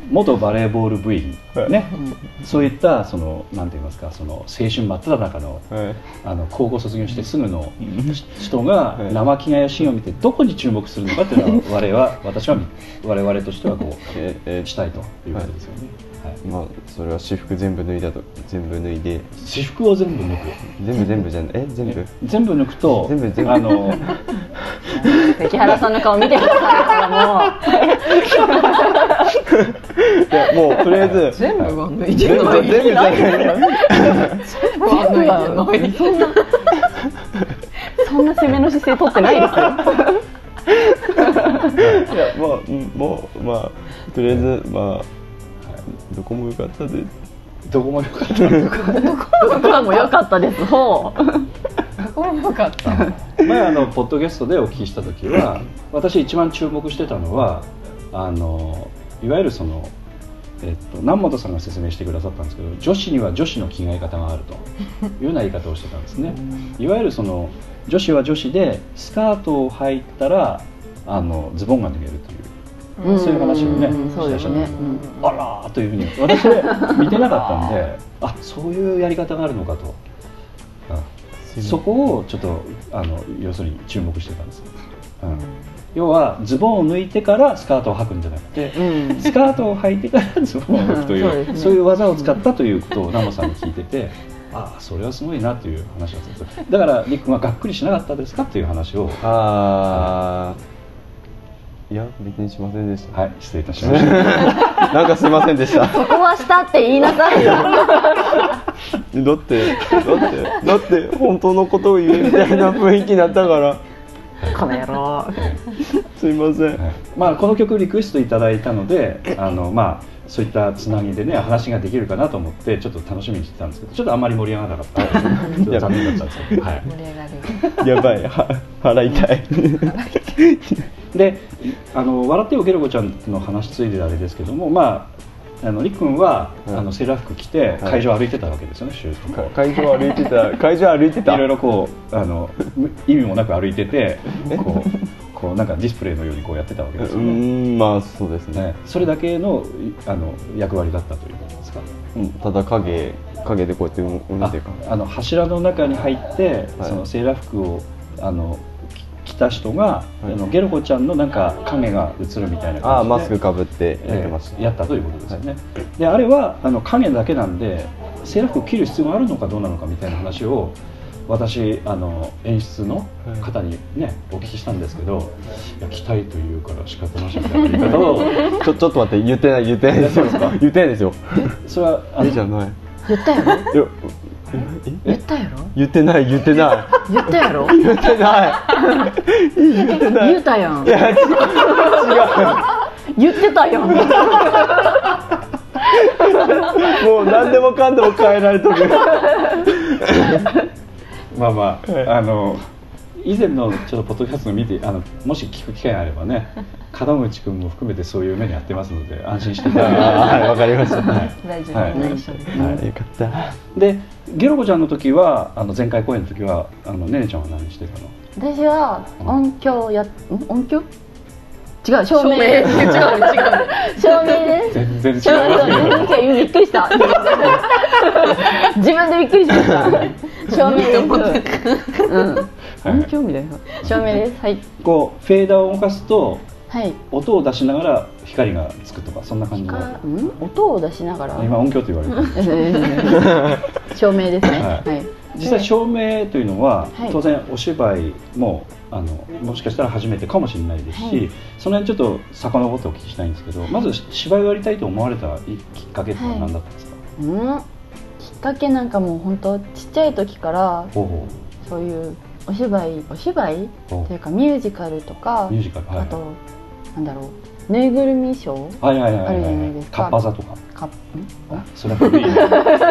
Speaker 3: 元バレーボール部員ね、そういったそのなんて言いますかその青春真っ只中の
Speaker 4: はい
Speaker 3: あの高校卒業してすぐの
Speaker 4: ん
Speaker 3: し人が
Speaker 4: はい
Speaker 3: 生着替えやシーンを見てどこに注目するのかっていうのは我々は私は我々としてはこ
Speaker 4: ええ
Speaker 3: うしたいということですよね。はい
Speaker 4: まあそれは私服全部脱いだと全部脱いで
Speaker 3: 私服を全部抜く。
Speaker 4: 全部全部じゃないえ全部
Speaker 3: 全部抜くと
Speaker 4: 全部全部
Speaker 3: あの
Speaker 7: 関原さんの顔見てくださいもう
Speaker 4: いやもうとりあえず
Speaker 5: 全部は脱いで
Speaker 4: 全部
Speaker 5: ない。
Speaker 4: 全部じゃない
Speaker 5: 全部は脱いでない。
Speaker 7: そんな攻めの姿勢取ってないですよ
Speaker 4: いやまあうんもうまあとりあえずまあどこも良かったです
Speaker 3: どこもよかった。
Speaker 7: 僕はもう良かったですほう
Speaker 5: これもよかった。
Speaker 3: 前あのポッドキャストでお聞きした時は私一番注目してたのはあのいわゆるその。えっと、南本さんが説明してくださったんですけど女子には女子の着替え方があるというような言い方をしてたんですね。いわゆるその女子は女子でスカートを履いたらあのズボンが脱げるという
Speaker 5: うん
Speaker 3: そういう話をね
Speaker 7: うんそうですねうん
Speaker 3: あらーというふうに私は見てなかったんで あそういうやり方があるのかと、うんそこをちょっとあの要するに注目してたんです、うん、要はズボンを抜いてからスカートを履くんじゃなくて、スカートを履いてからズボンを履くという
Speaker 7: そう
Speaker 3: そう
Speaker 7: ですね
Speaker 3: いう技を使ったということをナモさんに聞いてて。 ああそれはすごいなという話をさせてだからりっくんはがっくりしなかったですかという話を
Speaker 4: あーいや別にしませんでした
Speaker 3: はい失礼いたしました
Speaker 4: なんかすいませんでした
Speaker 7: ここはしたって言いなさいよ
Speaker 4: だってだってだって本当のことを言えみたいな雰囲気になったから
Speaker 5: この野郎。
Speaker 4: すいません
Speaker 3: はいまあこの曲リクエストいただいたのであのまあそういったつなぎでね話ができるかなと思ってちょっと楽しみにしてたんですけどちょっとあんまり盛り上がらなかったのでちょっと残念だったんですけど、はい、
Speaker 5: 盛り上がり。
Speaker 4: やばいは腹痛い
Speaker 3: であの笑ってよゲロゴちゃんの話ついでであれですけどもまああのりっくんは、
Speaker 4: うん
Speaker 3: あのセーラー服着て
Speaker 4: はい
Speaker 3: 会場歩いてたわけですよね、シュート
Speaker 4: 会場歩いて た会場歩いてた
Speaker 3: いろいろこうあの意味もなく歩いててこうこうなんかディスプレイのようにこうやってたわけ
Speaker 4: う
Speaker 3: ですよね。
Speaker 4: ーんまあそうですね
Speaker 3: ね、それだけのいあの役割だったということですか、
Speaker 4: うんただ影影でこうやってうなんていうか
Speaker 3: ああの柱の中に入って、
Speaker 4: はい
Speaker 3: そのセーラー服をあのき着た人が、
Speaker 4: はい
Speaker 3: あのゲロコちゃんのなんか影が映るみたいな感じで
Speaker 4: ああマスクかぶってやって
Speaker 3: え
Speaker 4: ました、
Speaker 3: えやったということですよね、であれはあの影だけなんでセーラー服を切る必要があるのかどうなのかみたいな話を私あの演出の方にねお聞きしたんですけど、い、や着たいというから仕方なしみたいな言い方 を
Speaker 4: ちょちょっと待って言ってない言ってないですよ 言ってないですよ
Speaker 3: それはあ
Speaker 4: え
Speaker 3: の
Speaker 4: じゃない
Speaker 5: 言ったやろ。
Speaker 4: いやえ
Speaker 5: 言ったやろ。
Speaker 4: 言ってない言ってな
Speaker 5: 言ったやろ。
Speaker 4: い言ってない言ってない
Speaker 7: 言うたやん
Speaker 4: いや違う
Speaker 7: 言ってたやん
Speaker 4: もう何でもかんでも変えられとる
Speaker 3: まあまあ、
Speaker 4: はい
Speaker 3: あの以前のちょっとポッドキャストを見てあのもし聞く機会があれば ね門口君も含めてそういう目にやってますので安心していただければ
Speaker 4: はいわかりました
Speaker 3: はい
Speaker 5: 大丈 夫。
Speaker 3: はい
Speaker 5: 内緒で。
Speaker 3: は
Speaker 4: よかった
Speaker 3: い、でゲロコちゃんの時はあの前回公演の時はあのねねちゃんは何してたの
Speaker 6: 私は音響やん音響違う照
Speaker 5: 照
Speaker 6: 明
Speaker 5: 明。違う違う。
Speaker 6: 照明です
Speaker 3: 全然違い
Speaker 6: 照
Speaker 3: ますけど
Speaker 6: 明ですびっくりした自分でびっくりしました照明です、うん、
Speaker 3: はい
Speaker 5: 興味だよ。
Speaker 6: 照明ですはい
Speaker 3: こうフェーダーを動かすと
Speaker 6: はい
Speaker 3: 音を出しながら光がつくとかそんな感じの
Speaker 6: かん音を出しながら
Speaker 3: 今音響と言われて る
Speaker 6: えー照明ですね
Speaker 3: はい
Speaker 6: はい
Speaker 3: 実際照明というのは、
Speaker 6: はい
Speaker 3: 当然お芝居もあのもしかしたら初めてかもしれないですし、
Speaker 6: はい
Speaker 3: その辺ちょっと遡ってお聞きしたいんですけどまず芝居をやりたいと思われたきっかけってのは何だったんですか、
Speaker 6: うんきっかけなんかもう本当ちっちゃい時から
Speaker 3: ほうほ
Speaker 6: そういうお芝居お芝居
Speaker 3: うほ
Speaker 6: というかミュージカルとか
Speaker 3: うミュージカルは
Speaker 6: あ
Speaker 3: い
Speaker 6: となんだろうぬいぐるみショー
Speaker 3: はいはいはいは
Speaker 6: あ
Speaker 3: い
Speaker 6: る
Speaker 3: は
Speaker 6: じゃ
Speaker 3: い
Speaker 6: ないですか
Speaker 3: カッパ座とか
Speaker 6: かん
Speaker 3: あそれは古い、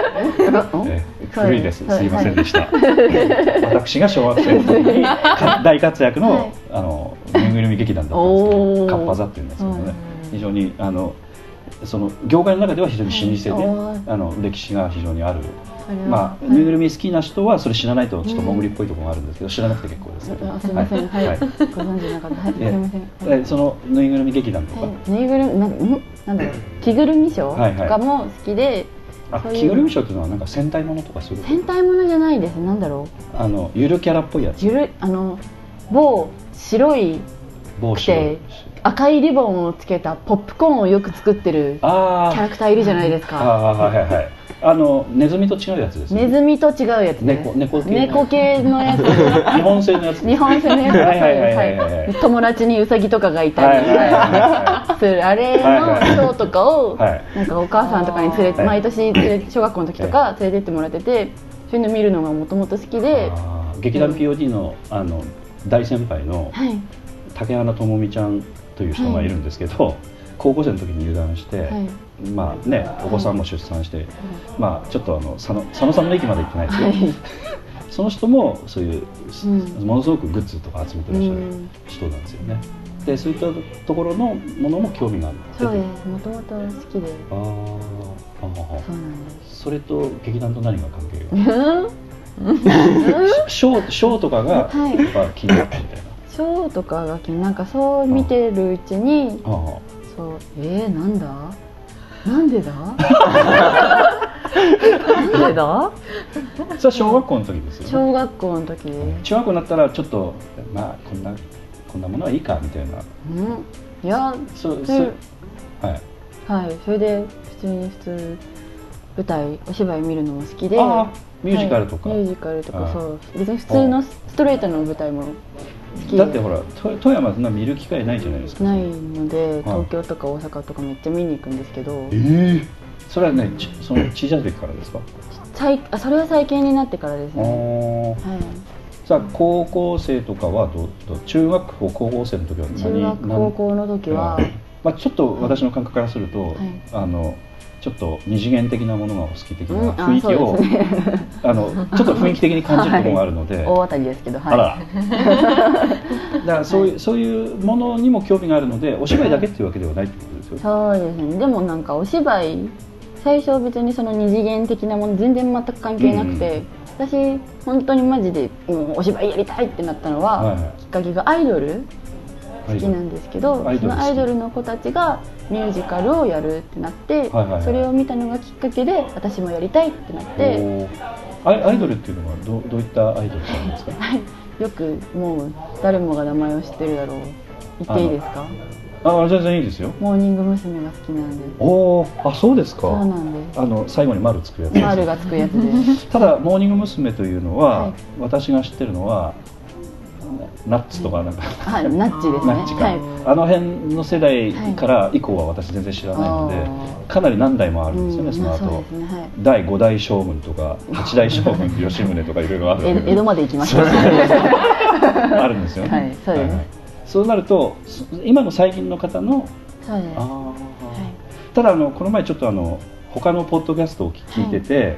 Speaker 6: ん
Speaker 3: ええ古いです
Speaker 6: はい
Speaker 3: すいませんでした、私が小学生の時 にか大活躍の,、
Speaker 6: はい
Speaker 3: あのぬいぐるみ劇団だったんですけど
Speaker 6: おー
Speaker 3: カッパ座っていうんですけどね、非常にあのその業界の中では非常に老舗で、
Speaker 6: はい
Speaker 3: あの歴史が非常にある
Speaker 6: それは、
Speaker 3: まあ、ぬいぐるみ好きな人はそれ知らないとちょっと潜りっぽいところもあるんですけど、知らなくて結構です、
Speaker 6: あすみません、はい、
Speaker 3: はい
Speaker 6: ご存知なかった、はい、すみません。はい
Speaker 3: でそのぬいぐるみ劇団とか、
Speaker 6: はい、ぬいぐるみ、なん、んなんだろう、着ぐるみショ
Speaker 3: はいは
Speaker 6: ー
Speaker 3: い
Speaker 6: とかも好きで、
Speaker 3: あ
Speaker 6: そういう
Speaker 3: 着ぐるみショーっていうのはなんか戦隊ものとかする
Speaker 6: 戦隊ものじゃないです、なんだろ
Speaker 3: あのゆるキャラっぽいや
Speaker 6: う、
Speaker 3: つ
Speaker 6: ゆる、あの、某白い
Speaker 3: 帽子を
Speaker 6: 赤いリボンをつけたポップコーンをよく作ってる
Speaker 3: あ
Speaker 6: キャラクターいるじゃないです
Speaker 3: あ
Speaker 6: か。
Speaker 3: あーはいはいはいあのネズミと違うやつですね
Speaker 6: ネズミと違うやつね
Speaker 3: 猫猫系
Speaker 6: 猫系のやつ。
Speaker 3: 日本製の やつ
Speaker 6: 日本製のやつ。
Speaker 3: はいはいはいはいはい
Speaker 6: はい友達にウサギとかがい
Speaker 3: は
Speaker 6: た
Speaker 3: い
Speaker 6: り
Speaker 3: はいはいは
Speaker 6: するあ
Speaker 3: は
Speaker 6: れ
Speaker 3: い
Speaker 6: の
Speaker 3: はい
Speaker 6: ショーとかを
Speaker 3: はい
Speaker 6: なんかお母さんとかに連れ
Speaker 3: あ
Speaker 6: て
Speaker 3: ー
Speaker 6: 毎年連れ小学校の時とか連れてってもらっててそういうの見るのがもともと好き
Speaker 3: い
Speaker 6: で
Speaker 3: あー劇団 POD のあの大先輩の
Speaker 6: はい
Speaker 3: 竹原智美ちゃんという人がいるんですけど、高校生の時に入団して、
Speaker 6: は
Speaker 3: まあねお子さんも出産して、まあちょっとあの佐野佐野さんの駅まで行ってないですけど、
Speaker 6: はい
Speaker 3: その人もそういう、
Speaker 6: うん
Speaker 3: ものすごくグッズとか集めてらっしゃる
Speaker 6: うん
Speaker 3: 人なんですよね、でそういったところのものも興味がある
Speaker 6: そうですもともと好きで
Speaker 3: あーあー
Speaker 6: そうなんです
Speaker 3: それと劇団と何が関係が あるショーショーとかが
Speaker 6: はい
Speaker 3: やっぱ気になったみたいな、
Speaker 6: ショーとかが気になんかそう見てるうちに
Speaker 3: あー
Speaker 6: そうえー、なんだなんでだなんでだ
Speaker 3: それは小学校の時ですよね
Speaker 6: 小学校の時です
Speaker 3: 中学校になったらちょっとまあこんなこんなものはいいかみたいな
Speaker 6: うんいや
Speaker 3: そう
Speaker 6: そ
Speaker 3: そう
Speaker 6: う
Speaker 3: はい
Speaker 6: はいそれで普通に普通舞台お芝居見るのも好きで
Speaker 3: ああミュージカルとか、
Speaker 6: はいミュージカルと
Speaker 3: あ
Speaker 6: か
Speaker 3: あ
Speaker 6: そう別に普通のストレートの舞台も好き
Speaker 3: だってほらと富山そんな見る機会ないじゃないですか
Speaker 6: ないので東京とか大阪とかめっちゃ見に行くんですけど
Speaker 3: ええそれはねちその小さい時からですか
Speaker 6: 最あそれは最近になってからです
Speaker 3: あ
Speaker 6: ね
Speaker 3: ー
Speaker 6: はい
Speaker 3: さあ高校生とかはどうどう中学校高校生の時は何
Speaker 6: 中学
Speaker 3: 何
Speaker 6: 高校の時は
Speaker 3: うんまあ、ちょっと私の感覚からすると、
Speaker 6: い
Speaker 3: あのちょっと二次元的なものがお好き的
Speaker 6: うん
Speaker 3: な
Speaker 6: あ
Speaker 3: 雰囲気
Speaker 6: そ
Speaker 3: を、
Speaker 6: うですね
Speaker 3: あのちょっと雰囲気的に感じるところがあるので、
Speaker 6: 大当たりですけど はい
Speaker 3: あ らだからそういう、そういうものにも興味があるのでお芝居だけっていうわけではないってことですよね
Speaker 6: そうですねでもなんかお芝居最初別にその二次元的なもの全然全く関係なくて、私本当にマジでもうお芝居やりたいってなったのは、
Speaker 3: はいはい
Speaker 6: きっかけがアイドル
Speaker 3: アイ
Speaker 6: 好
Speaker 3: ドル
Speaker 6: きなんですけど
Speaker 3: アイドル好
Speaker 6: そ
Speaker 3: き
Speaker 6: のアイドルの子たちがミュージカルをやるってなって、
Speaker 3: はいはいはい
Speaker 6: それを見たのがきっかけで私もやりたいってなって、
Speaker 3: おーアイアイドルっていうのはどうどういったアイドルなんですか
Speaker 6: はい、よくもう誰もが名前を知ってるだろう言っていいですか
Speaker 3: あ全然いいですよ
Speaker 6: モーニング娘。が好きなんで
Speaker 3: おおあそうですか
Speaker 6: そうなんです
Speaker 3: あの最後に丸つくやつです
Speaker 6: 丸がつくやつです
Speaker 3: ただモーニング娘。というのは、
Speaker 6: はい
Speaker 3: 私が知ってるのはナッツとかなんか、
Speaker 6: はい、ナッチですね。
Speaker 3: ナッチか、
Speaker 6: はい、
Speaker 3: あの辺の世代から以降は私全然知らないので、
Speaker 6: は
Speaker 3: かなり何代もあるんですよね、
Speaker 6: うん
Speaker 3: その
Speaker 6: まあそう
Speaker 3: 後
Speaker 6: ですね。はい。
Speaker 3: 第5代将軍とか8代将軍吉宗とかいろいろある
Speaker 6: 江
Speaker 3: ん
Speaker 6: 戸
Speaker 3: で
Speaker 6: 江戸まで行きました。
Speaker 3: あるんですよね、
Speaker 6: はいそうです
Speaker 3: そうなるとそ今の最近の方の
Speaker 6: そうです。
Speaker 3: あー
Speaker 6: は
Speaker 3: ただあのこの前ちょっとあの他のポッドキャストを聞聞いてて、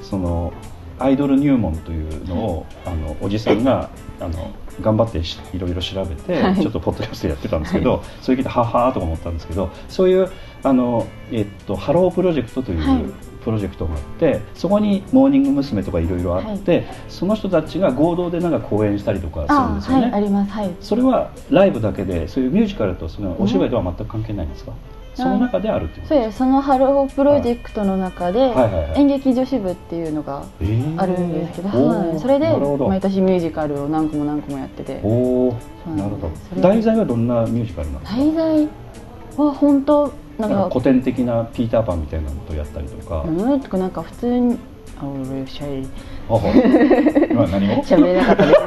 Speaker 3: そのアイドル入門というのを、あのおじさんがあの頑張ってしいろいろ調べて、ちょっとポッドキャストやってたんですけど、それ聞いてははーとか思ったんですけどそういうあの、えっと、ハロープロジェクトという、
Speaker 6: はい
Speaker 3: プロジェクトがあってそこにモーニング娘。とかいろいろあって、その人たちが合同でなんか公演したりとかするん
Speaker 6: あ
Speaker 3: で、すよ
Speaker 6: は
Speaker 3: ね。
Speaker 6: い、あります。はい。
Speaker 3: それはライブだけでそういうミュージカルとそのお芝居とは全く関係ないんですか、その中であるってこと
Speaker 6: そうです。そのハロープロジェクトの中で、
Speaker 3: はいはいはい
Speaker 6: 演劇女子部っていうのが
Speaker 3: えー
Speaker 6: あるんですけど、
Speaker 3: おー
Speaker 6: はい、それで
Speaker 3: なるほど
Speaker 6: 毎年ミュージカルを何個も何個もやってて、
Speaker 3: おお
Speaker 6: そう
Speaker 3: な
Speaker 6: な
Speaker 3: る
Speaker 6: んです
Speaker 3: ほ
Speaker 6: そ
Speaker 3: ど
Speaker 6: れ
Speaker 3: 題材はどんなミュージカルなんですか
Speaker 6: 滞在は本当な
Speaker 3: なんか
Speaker 6: んか
Speaker 3: 古典的なピーターパンみたいなことをやったりとか、
Speaker 6: うんとかなんか普通に。あ俺しゃべり
Speaker 3: あはい今何を
Speaker 6: 喋れなかったです、ね。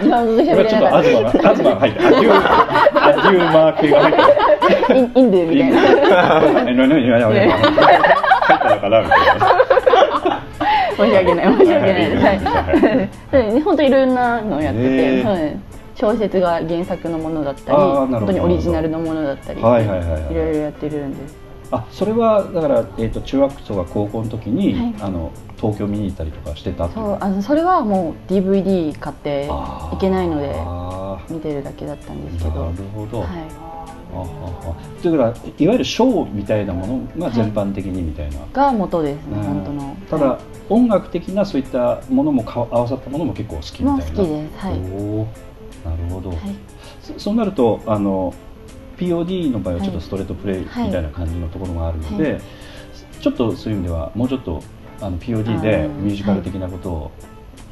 Speaker 6: 今のと こ
Speaker 3: 今
Speaker 6: 喋れ
Speaker 3: ちょ
Speaker 6: な
Speaker 3: っと
Speaker 6: かっ
Speaker 3: 東が東が入ってアデューアデューマー系が入って
Speaker 6: た。インインドゥみたいな。
Speaker 3: え何何何何何入ったのかなみたいな
Speaker 6: 申し訳ない申し訳ないです。はい
Speaker 3: はい
Speaker 6: はい、本当いろんなのをやって
Speaker 3: へ
Speaker 6: て、
Speaker 3: ー
Speaker 6: はい、小説が原作のものだったり
Speaker 3: あーなるほど
Speaker 6: 本当にオリジナルのものだったり、
Speaker 3: はいはいはいはい
Speaker 6: ろいろやってるんです
Speaker 3: あそれはだから、えー、と中学生が高校の時に、
Speaker 6: はい
Speaker 3: あの東京見に行ったりとかしてたってい
Speaker 6: そうあのそれはもう DVD 買って
Speaker 3: あー
Speaker 6: いけないので
Speaker 3: あ
Speaker 6: 見てるだけだったんですけ
Speaker 3: ー
Speaker 6: ど
Speaker 3: なるほど、
Speaker 6: は
Speaker 3: あああというからいわゆるショーみたいなものが全般的にみたいな、
Speaker 6: い、が元ですね
Speaker 3: うん
Speaker 6: 本当の
Speaker 3: ただ、
Speaker 6: はい
Speaker 3: 音楽的なそういったものもか合わさったものも結構好きみ
Speaker 6: もう
Speaker 3: た
Speaker 6: 好
Speaker 3: い
Speaker 6: き
Speaker 3: な。
Speaker 6: ですはい、はい、
Speaker 3: おーなるほど、そそうなるとあの POD の場合はちょっとストレートプレイみたいな感じのところがあるので、
Speaker 6: はい
Speaker 3: ちょっとそういう意味ではもうちょっとあの POD
Speaker 6: あ
Speaker 3: で
Speaker 6: ー
Speaker 3: ミュージカル的なことを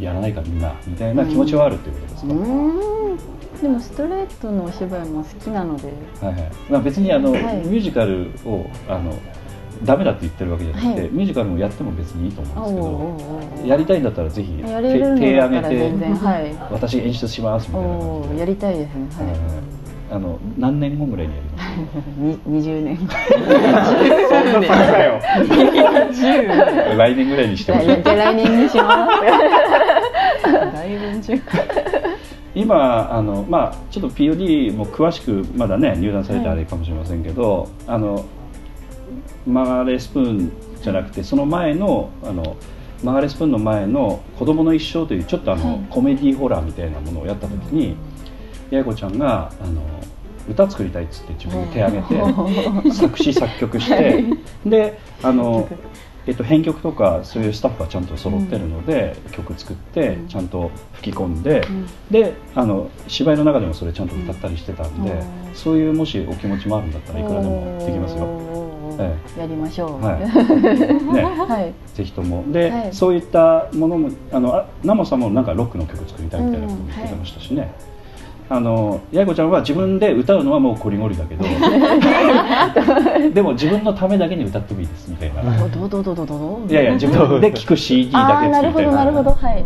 Speaker 3: やらないかみんなみたいな気持ちはあるっていうことですか、
Speaker 6: うーんでもストレートのお芝居も好きなので
Speaker 3: はいはいまあ、別にあの、
Speaker 6: はい
Speaker 3: ミュージカルをあのダメだって言ってるわけじゃなくて、
Speaker 6: はい
Speaker 3: ミュージカルもやっても別にいいと思うんですけど。
Speaker 6: おーおーおー
Speaker 3: やりたいんだったらぜひ
Speaker 6: やれる
Speaker 3: 手手
Speaker 6: のだ
Speaker 3: 挙
Speaker 6: っ
Speaker 3: げ
Speaker 6: たら全
Speaker 3: て
Speaker 6: 然はい
Speaker 3: 私演出しますみたいな
Speaker 6: お
Speaker 3: 感
Speaker 6: お
Speaker 3: じ
Speaker 6: や
Speaker 3: で、
Speaker 6: りたいです
Speaker 3: は
Speaker 6: ね
Speaker 3: いはい
Speaker 6: は
Speaker 3: あの何年後ぐらいにやります
Speaker 6: いに20年
Speaker 8: そんな先かよ
Speaker 3: 来年ぐらいにしてほしい
Speaker 6: 来来年にします
Speaker 5: 大分中
Speaker 3: 今あの、まあ、ちょっと POD も詳しくまだね入団されてあれかもしれませんけど、あの曲がれスプーンじゃなくてその前のあの曲がれスプーンの前の「子供の一生」というちょっとあの、コメディホラーみたいなものをやった時に八重子ちゃんがあの歌作りたいっつって自分で手挙 げて作詞作曲してであの、えっと、編曲とかそういうスタッフがちゃんと揃ってるので、曲作ってちゃんと吹き込んで。であの芝居の中でもそれちゃんと歌ったりしてたんで、そういうもしお気持ちもあるんだったらいくらでもできますよ。
Speaker 6: おー
Speaker 3: え
Speaker 6: やりましょ
Speaker 3: え
Speaker 6: う
Speaker 3: はい、 ね、
Speaker 6: はい
Speaker 3: ぜひともで、
Speaker 6: はい
Speaker 3: そういったものもあのあナモさんもなんかロックの曲作りたいみたいなことも言ってましたしね。あの八重子ちゃんは自分で歌うのはもうこりごりだ けどでも自分のためだけに歌ってもいいですみたいな、い
Speaker 6: おどどどどどど
Speaker 3: やいや自分で聴く CD だ
Speaker 6: あ
Speaker 3: け
Speaker 6: あなる
Speaker 3: 作
Speaker 6: ほ
Speaker 3: りた
Speaker 6: ど
Speaker 3: い
Speaker 6: なるほどはい
Speaker 3: はい、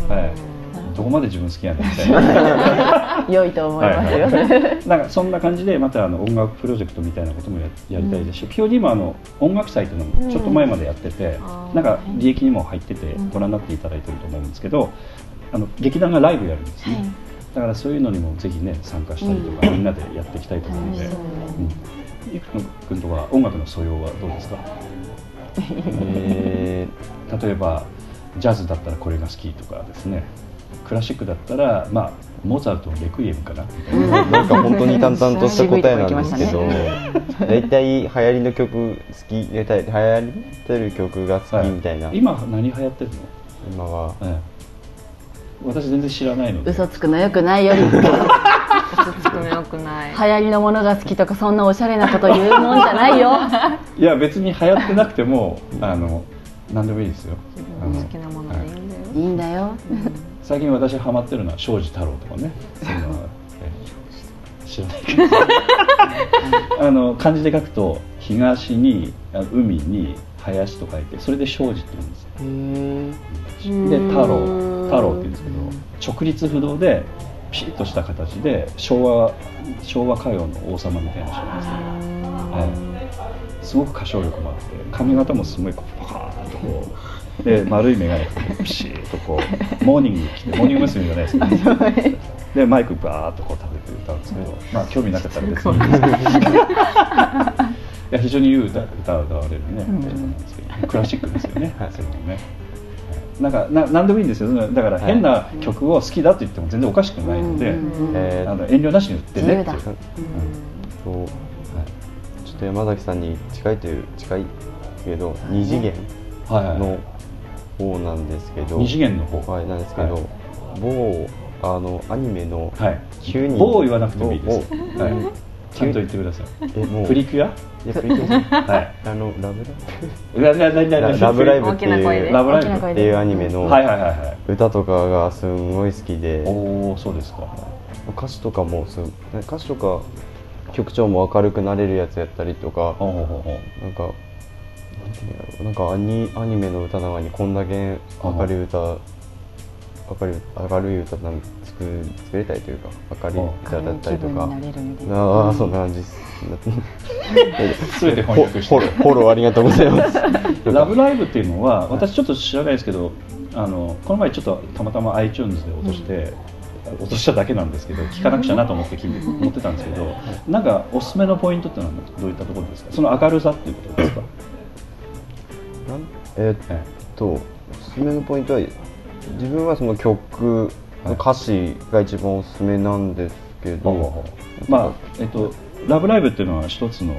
Speaker 3: どこまで自分好きなんだみたいな
Speaker 6: 良いと思いますよ
Speaker 3: はい、なんかそんな感じでまたあの音楽プロジェクトみたいなこともややりたいですし、POD もあの音楽祭というのもちょっと前までやってて、なんか利益にも入っててご覧になっていただいてると思うんですけど、あの劇団がライブやるんですね、だからそういうのにもぜひね参加したりとか、みんなでやっていきたいと思うので、うん、ゆくのくんとか音楽の素養はどうですか
Speaker 4: え
Speaker 3: 例えばジャズだったらこれが好きとかですねクラシックだったら、まあ、モーツァルトのレクイエムかなみたいな。
Speaker 4: ーなんか本当に淡々とした答えなんですけど、 大体流行りの曲好きで流行ってる曲が好きみたいな、
Speaker 3: は今何流行ってるの、
Speaker 4: 今は
Speaker 3: ええ私全然知らないので
Speaker 6: 嘘つくのよくないより流
Speaker 5: つくのよくない
Speaker 6: 行りのものが好きとかそんなおしゃれなこと言うもんじゃないよ
Speaker 3: いや別に流行ってなくてもあの何でもいいですよあの
Speaker 5: 好きなものでいいんだよ
Speaker 6: いいんだよ
Speaker 3: 最近私ハマってるのは庄司太郎とかねそういうのはええ知らないけどあの漢字で書くと東にあ海に林と書いてそれで庄司って言うんですよで太郎太郎って言うんですけど直立不動でピシッとした形で昭和昭和歌謡の王様みたいな人なんですけど、はい、すごく歌唱力もあって髪型もすごいこうパカーンとこうで丸い眼鏡かけてピシッとこうモーニング着てモーニング娘。じゃないですけど、でマイクバーッとこう食べて歌うんですけどまあ興味なかったら別にいいんですけど。 いや非常にいい歌歌を歌われるね、なんですけどねクラシックですよね、それもね。なんかな何でもいいんですよだから
Speaker 4: はい
Speaker 3: 変な曲を好きだって言っても全然おかしくないので、
Speaker 4: え
Speaker 3: あ
Speaker 4: ー
Speaker 3: の遠慮なしに言ってねっていう
Speaker 6: 自
Speaker 3: はい
Speaker 4: とちょっと山崎さんに近いという近いけど二次元
Speaker 3: はいはい
Speaker 4: の方なんですけど
Speaker 3: 二次元の方
Speaker 4: はいなんですけど、
Speaker 3: はい
Speaker 4: 某あのアニメの
Speaker 3: はい
Speaker 4: 9人
Speaker 3: 某言わなくてもいいです、
Speaker 4: 某某
Speaker 3: はい、ちゃんと言ってください
Speaker 4: えもう
Speaker 3: プリキュ
Speaker 4: いやプリキュ
Speaker 3: アはい
Speaker 4: アあのラブ
Speaker 3: ラララ
Speaker 4: ラ
Speaker 3: ラ
Speaker 4: イブラブライブ
Speaker 5: 大
Speaker 4: って
Speaker 5: きな声
Speaker 4: い
Speaker 5: で
Speaker 4: う
Speaker 3: ラブライブ
Speaker 6: 大きな
Speaker 3: は
Speaker 6: 声
Speaker 3: い
Speaker 4: っていうアニメの
Speaker 3: はいはいはい
Speaker 4: 歌とかがすんごい好きで、
Speaker 3: おおそうですか
Speaker 4: 歌詞とかもす歌詞とか曲調も明るくなれるやつやったりとか
Speaker 3: おお
Speaker 4: なんかなんていうんだろうなんかアニアニメの歌なのにこんだけ明るい歌明るい明るい歌なん作作れたりというか明るい歌だったりとかああそんな感じです。
Speaker 3: すべて
Speaker 4: フォ
Speaker 3: 翻訳して
Speaker 4: フォローフォローありがとうござ います。
Speaker 3: ラブライブっていうのは私ちょっと知らないですけどあのこの前ちょっとたまたま iTunes で落として、落としただけなんですけど聞かなくちゃなと思って聞いて思ってたんですけどなんかおすすめのポイントってのはどういったところですかその明るさっていうことですか、
Speaker 4: なんえー
Speaker 3: え
Speaker 4: えっとおすすめのポイントは自分はその曲の歌詞が一番おすすめなんですけ
Speaker 3: え
Speaker 4: ど、
Speaker 3: まあえっと「ラブライブ!」っていうのは一つの,、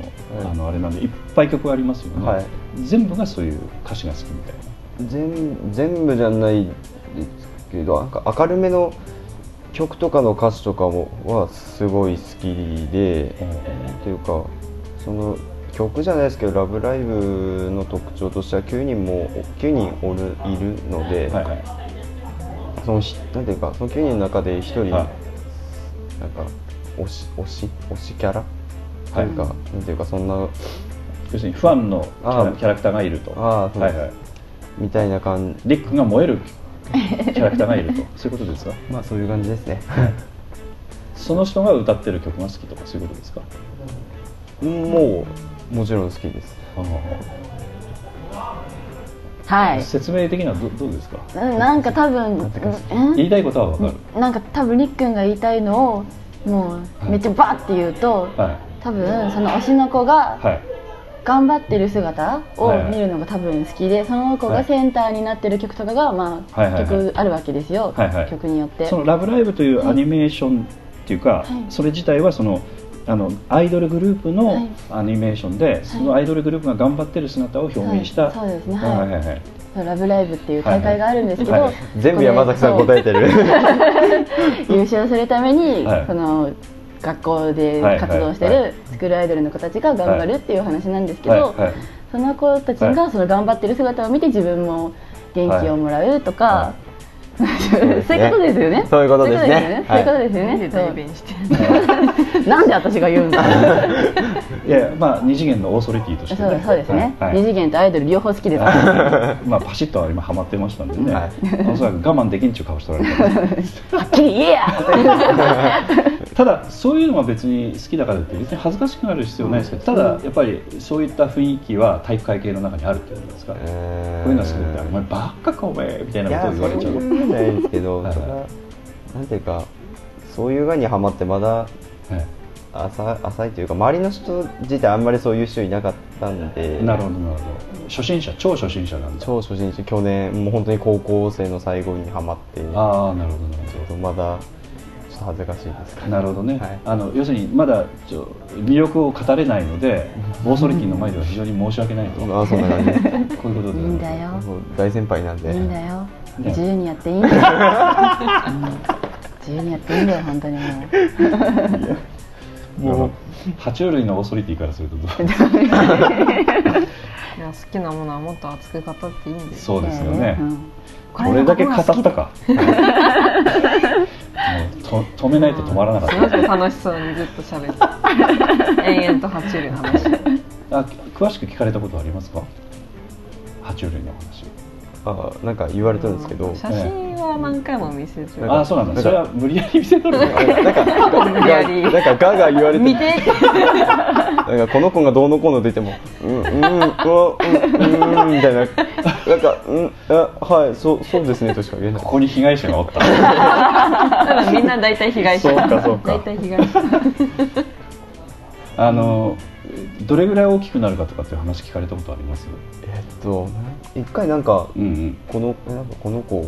Speaker 3: あのあれなんでいっぱい曲ありますよね、
Speaker 4: はい
Speaker 3: 全部がそういう歌詞が好きみたいな
Speaker 4: 全全部じゃないですけどなんか明るめの曲とかの歌詞とかもはすごい好きで、っていうかその曲じゃないですけど「ラブライブ!」の特徴としては9人も9人おるいるので、
Speaker 3: はいはい
Speaker 4: そのひなんていうかその9人の中で1人、
Speaker 3: はい
Speaker 4: なんか推し推し推しキャラというか、なんていうかそんな
Speaker 3: 要するにファンのキャ
Speaker 4: あ
Speaker 3: ラ
Speaker 4: ー
Speaker 3: キャラクターがいると
Speaker 4: あーそう
Speaker 3: はい
Speaker 4: です
Speaker 3: はい、
Speaker 4: みたいな感じ
Speaker 3: リックが燃えるキャラクターがいるとそういうことですか
Speaker 4: まあそういう感じですね
Speaker 3: その人が歌ってる曲が好きとかそういうことですか
Speaker 4: もうもちろん好きです
Speaker 6: はい
Speaker 3: 説明的にはどどうですか
Speaker 6: うんなんか多分
Speaker 3: 言いたいことはわかる、
Speaker 6: うんなんか多分りっくんが言いたいのをもうめっちゃバーって言うと
Speaker 3: はい
Speaker 6: 多分その推しの子が
Speaker 3: はい
Speaker 6: 頑張ってる姿を
Speaker 3: はいはい
Speaker 6: 見るのが多分好きでその子がセンターになってる曲とかがま
Speaker 3: は
Speaker 6: あ
Speaker 3: いはいはい
Speaker 6: 曲あるわけですよ
Speaker 3: はいはい
Speaker 6: 曲によって
Speaker 3: その「ラブライブ!」というアニメーションっていうか、
Speaker 6: はい
Speaker 3: それ自体はそのあのアイドルグループ
Speaker 6: は
Speaker 3: の
Speaker 6: い
Speaker 3: アニメーションで、そのアイドルグループが頑張ってる姿を表明した、
Speaker 6: はいそうですね
Speaker 3: はい
Speaker 6: は
Speaker 3: はい
Speaker 6: い
Speaker 3: はいはい
Speaker 6: 「ラブライブ!」っていう大会があるんですけ
Speaker 3: はいは
Speaker 6: ど
Speaker 3: い
Speaker 4: 全部山崎さん
Speaker 6: これ
Speaker 4: 答えてる
Speaker 6: 優勝するために、
Speaker 3: はい
Speaker 6: その学校で活動して
Speaker 3: はいは
Speaker 6: るスクールアイドルの子たちが頑張るっていう話なんですけど、
Speaker 3: はいはい
Speaker 6: その子たちがその頑張ってる姿を見て自分も元気をもらうとか、 そういうことですよね。
Speaker 4: そういうことですね
Speaker 6: そういうことですよね。そういうことですよねそうなんで私が言うんだ。
Speaker 3: いやいやまあ二次元のオーソリティとして、
Speaker 6: そうそうですね。
Speaker 3: はい
Speaker 6: 二次元とアイドル両方好きですから。
Speaker 3: まあパシッとは今ハマってましたんでね、
Speaker 4: はい
Speaker 3: おそらく我慢できんちゅう顔しておられ た
Speaker 6: はっきり言えや。
Speaker 3: ただそういうのは別に好きだからって別に恥ずかしくなる必要ないですけどただやっぱりそういった雰囲気は体育会系の中にあるってことですか、こういうのはすごくあるお前ばっかかお前みたい
Speaker 4: い
Speaker 3: なこと
Speaker 4: や
Speaker 3: を言
Speaker 4: そ
Speaker 3: わ
Speaker 4: う
Speaker 3: れちゃ
Speaker 4: いううことじゃないですけど
Speaker 3: はい
Speaker 4: それはなんていうかそういうがにはまってまだ
Speaker 3: はい
Speaker 4: 浅浅いというか周りの人自体あんまりそういう人いなかったんで
Speaker 3: なるほどなるほど初心者超初心者なんだ
Speaker 4: 超初心者去年もう本当に高校生の最後にはまってちょ
Speaker 3: ああなるほどなる
Speaker 4: っとまだちょっと恥ずかしいです
Speaker 3: ほ
Speaker 4: か
Speaker 3: どなるほどね、
Speaker 4: はい
Speaker 3: あの要するにまだちょ魅力を語れないのでオーソリティの前では非常に申し訳ないと、
Speaker 4: まあそんな感じです
Speaker 3: こういうこと
Speaker 6: いい
Speaker 3: で
Speaker 6: んだ
Speaker 4: も
Speaker 6: よ。
Speaker 4: う大先輩なんで
Speaker 6: いいんだよ。
Speaker 3: ね
Speaker 6: 自由にやっていいんだよ。自由にやっていいんだよ本当にもう。
Speaker 3: もう爬虫類のオーソリティからするとどう
Speaker 5: いや好きなものはもっと熱く語っていいんです
Speaker 3: そうですよね、
Speaker 6: うん
Speaker 3: これだけ語ったかもうと止めないと止まらなか
Speaker 5: すご
Speaker 3: っ
Speaker 5: く楽しそうにずっと喋って 延々と爬虫類の話
Speaker 3: たあ詳しく聞かれたことありますか爬虫類の話
Speaker 4: あなんか言われたんですけど
Speaker 5: 写真は何回も見せて
Speaker 4: なんか
Speaker 3: あそうなんだ
Speaker 4: なんか
Speaker 3: それは無理やり見せとるのか
Speaker 4: なんかなんか
Speaker 5: 無理やり
Speaker 4: なんかガーガー言われて
Speaker 5: 見て
Speaker 4: なんかこの子がどうのこうの出てもうんうんうんうんうんみたいななんかうんあはいそうそうですねとしか言えない
Speaker 3: ここに被害者がおった
Speaker 5: 多分みんな大体被害者
Speaker 3: そうかそうか
Speaker 5: 大体被害者
Speaker 3: あのどれぐらい大きくなるかとかっていう話聞かれたことあります
Speaker 4: えっと一回なんか
Speaker 3: うんうん
Speaker 4: このなんかこの子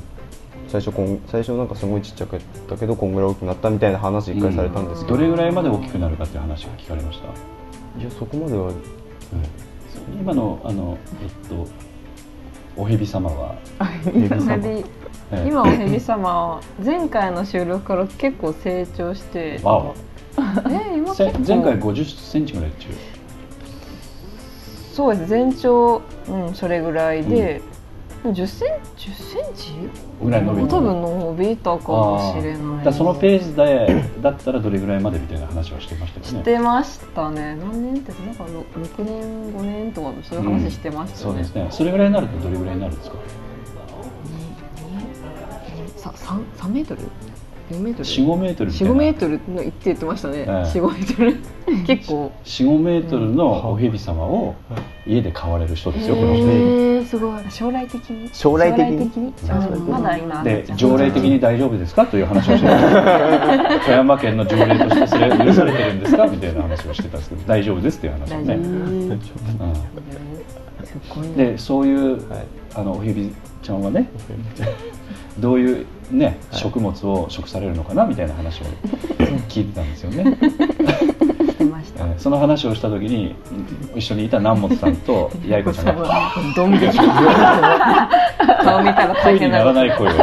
Speaker 4: 最初こん最初なんかすごいちっちゃかったけどこんぐらい大きくなったみたいな話一回されたんですけど、
Speaker 3: どれぐらいまで大きくなるかっていう話が聞かれました、
Speaker 4: いやそこまでは
Speaker 3: 今のあのえっとお蛇様は
Speaker 5: それで
Speaker 3: ええ
Speaker 5: 今おへび様は前回の収録から結構成長して
Speaker 3: わお
Speaker 5: え今
Speaker 3: せ
Speaker 5: 結構
Speaker 3: 前回5 0ンチぐらいっちゅう
Speaker 5: そうです全長うんそれぐらいで、10センチ10センチ
Speaker 3: ぐらい伸びて
Speaker 5: 多
Speaker 3: る
Speaker 5: 分伸びたかもしれ
Speaker 3: あーだ
Speaker 5: ない
Speaker 3: からそのペースでだったらどれぐらいまでみたいな話はしてました
Speaker 5: し
Speaker 3: よね
Speaker 5: てましたね何年ってなんかろ6年5年とかのそういう話してました
Speaker 3: そう
Speaker 5: ね、
Speaker 3: ですねそれぐらいになるとどれぐらいになるんですか
Speaker 5: さ 3, 3メートル4メートル
Speaker 3: 45メートルみたい
Speaker 5: 45
Speaker 3: な
Speaker 5: メートルの言って言ってましたね、
Speaker 3: ええ
Speaker 5: 45メートル 結構
Speaker 3: 45メートルのお蛇様を家で飼われる人ですよ、この人
Speaker 6: へえすごい。
Speaker 5: 将来的に
Speaker 4: 将来的に
Speaker 5: うんま だ今
Speaker 3: で条例的に大丈夫ですかという話をしてた富山県の条例としてそれ許されてるんですかみたいな話をしてたんですけど大丈夫ですっていう話をね、うん、でそういう、
Speaker 4: はい
Speaker 3: あのおひびちゃんはね どういうね食物を食されるのかなみたいな話を聞いてたんですよね
Speaker 5: してました
Speaker 3: うんその話をした時 に一緒にいた南本さんと八重子ちゃんが
Speaker 5: ドン引き顔見たら大
Speaker 3: 声に
Speaker 5: 変
Speaker 3: な
Speaker 5: だ
Speaker 3: らない声を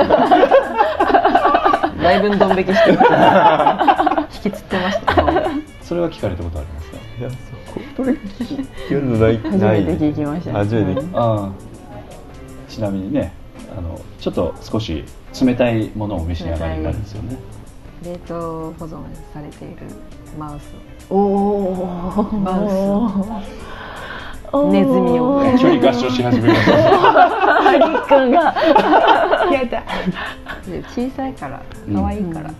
Speaker 5: だいぶんドン引きしてました引きつってました顔が
Speaker 3: それは聞かれたことありますね
Speaker 4: いやそこそれ聞くのない
Speaker 6: 初
Speaker 4: ない
Speaker 6: めて聞きました
Speaker 4: 初めて聞き
Speaker 3: ああちなみにねあのちょっと少し冷たいものをお召し上がりになるんですよね
Speaker 5: 冷凍保存されているマウス
Speaker 6: おお
Speaker 5: マウス
Speaker 6: お
Speaker 5: ネズミを
Speaker 3: 距離合唱し始めました
Speaker 6: 君が
Speaker 5: で小さいから
Speaker 3: うん
Speaker 5: 可愛いから、3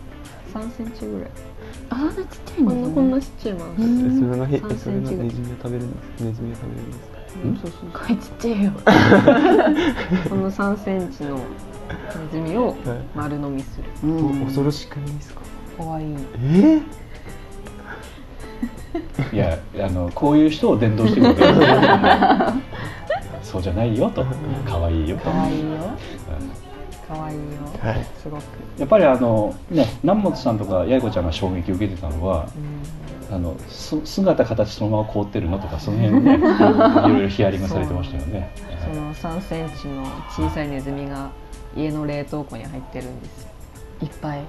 Speaker 5: センチぐらい
Speaker 6: あんなちっちゃい
Speaker 5: こん
Speaker 6: の
Speaker 5: なこんなちっちゃいマウス、
Speaker 4: それがへ
Speaker 5: 3
Speaker 4: それが
Speaker 5: センチぐらい
Speaker 4: ネズミを食べるんですネズミを食べるんですか
Speaker 5: そうそう
Speaker 6: これちっちゃいよ
Speaker 5: その3センチのネズミを
Speaker 4: はい
Speaker 5: 丸飲みする
Speaker 4: お恐ろしくないですか
Speaker 5: 可愛い
Speaker 4: えー
Speaker 3: いやあのこういう人を伝道してくれ てるそうじゃないよと可愛いよと
Speaker 5: 可愛いよ
Speaker 3: うん
Speaker 5: 可愛いよ、
Speaker 4: はい
Speaker 5: すごく、
Speaker 3: やっぱりあのね南本さんとか八重子ちゃんが衝撃を受けてたのは
Speaker 5: うん
Speaker 3: あのす姿形そのまま凍ってるのとかその辺 ねいろいろヒアリングされてましたよね
Speaker 5: その3センチの小さいネズミが家の冷凍庫に入ってるんですよ
Speaker 6: いっぱい
Speaker 5: いっ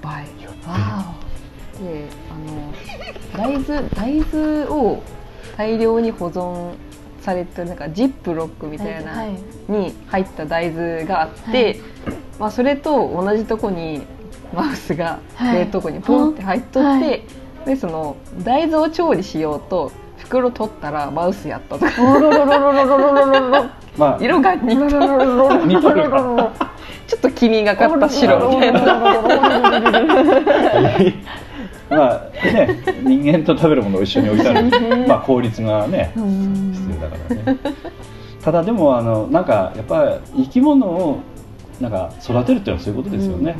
Speaker 5: ぱいわおであの大豆大豆を大量に保存されてるなんかジップロックみたいな
Speaker 6: はい
Speaker 5: に入った大豆があって、
Speaker 6: はい
Speaker 5: まあ、それと同じとこにマウスが
Speaker 6: はい
Speaker 5: 冷凍庫にポンって入っとって、
Speaker 6: はい
Speaker 5: でその大豆を調理しようと袋取ったらマウスやったと か
Speaker 6: おろろろろろろろろろろ
Speaker 3: まあ
Speaker 5: 色が似た
Speaker 3: 似てるか
Speaker 5: ちょっと黄身がかった白みたいな
Speaker 3: まあね人間と食べるものを一緒に置いてあるまあ効率がね必要だからねただでもあのなんかやっぱり生き物をなんか育てるっていうのはそういうことですよね、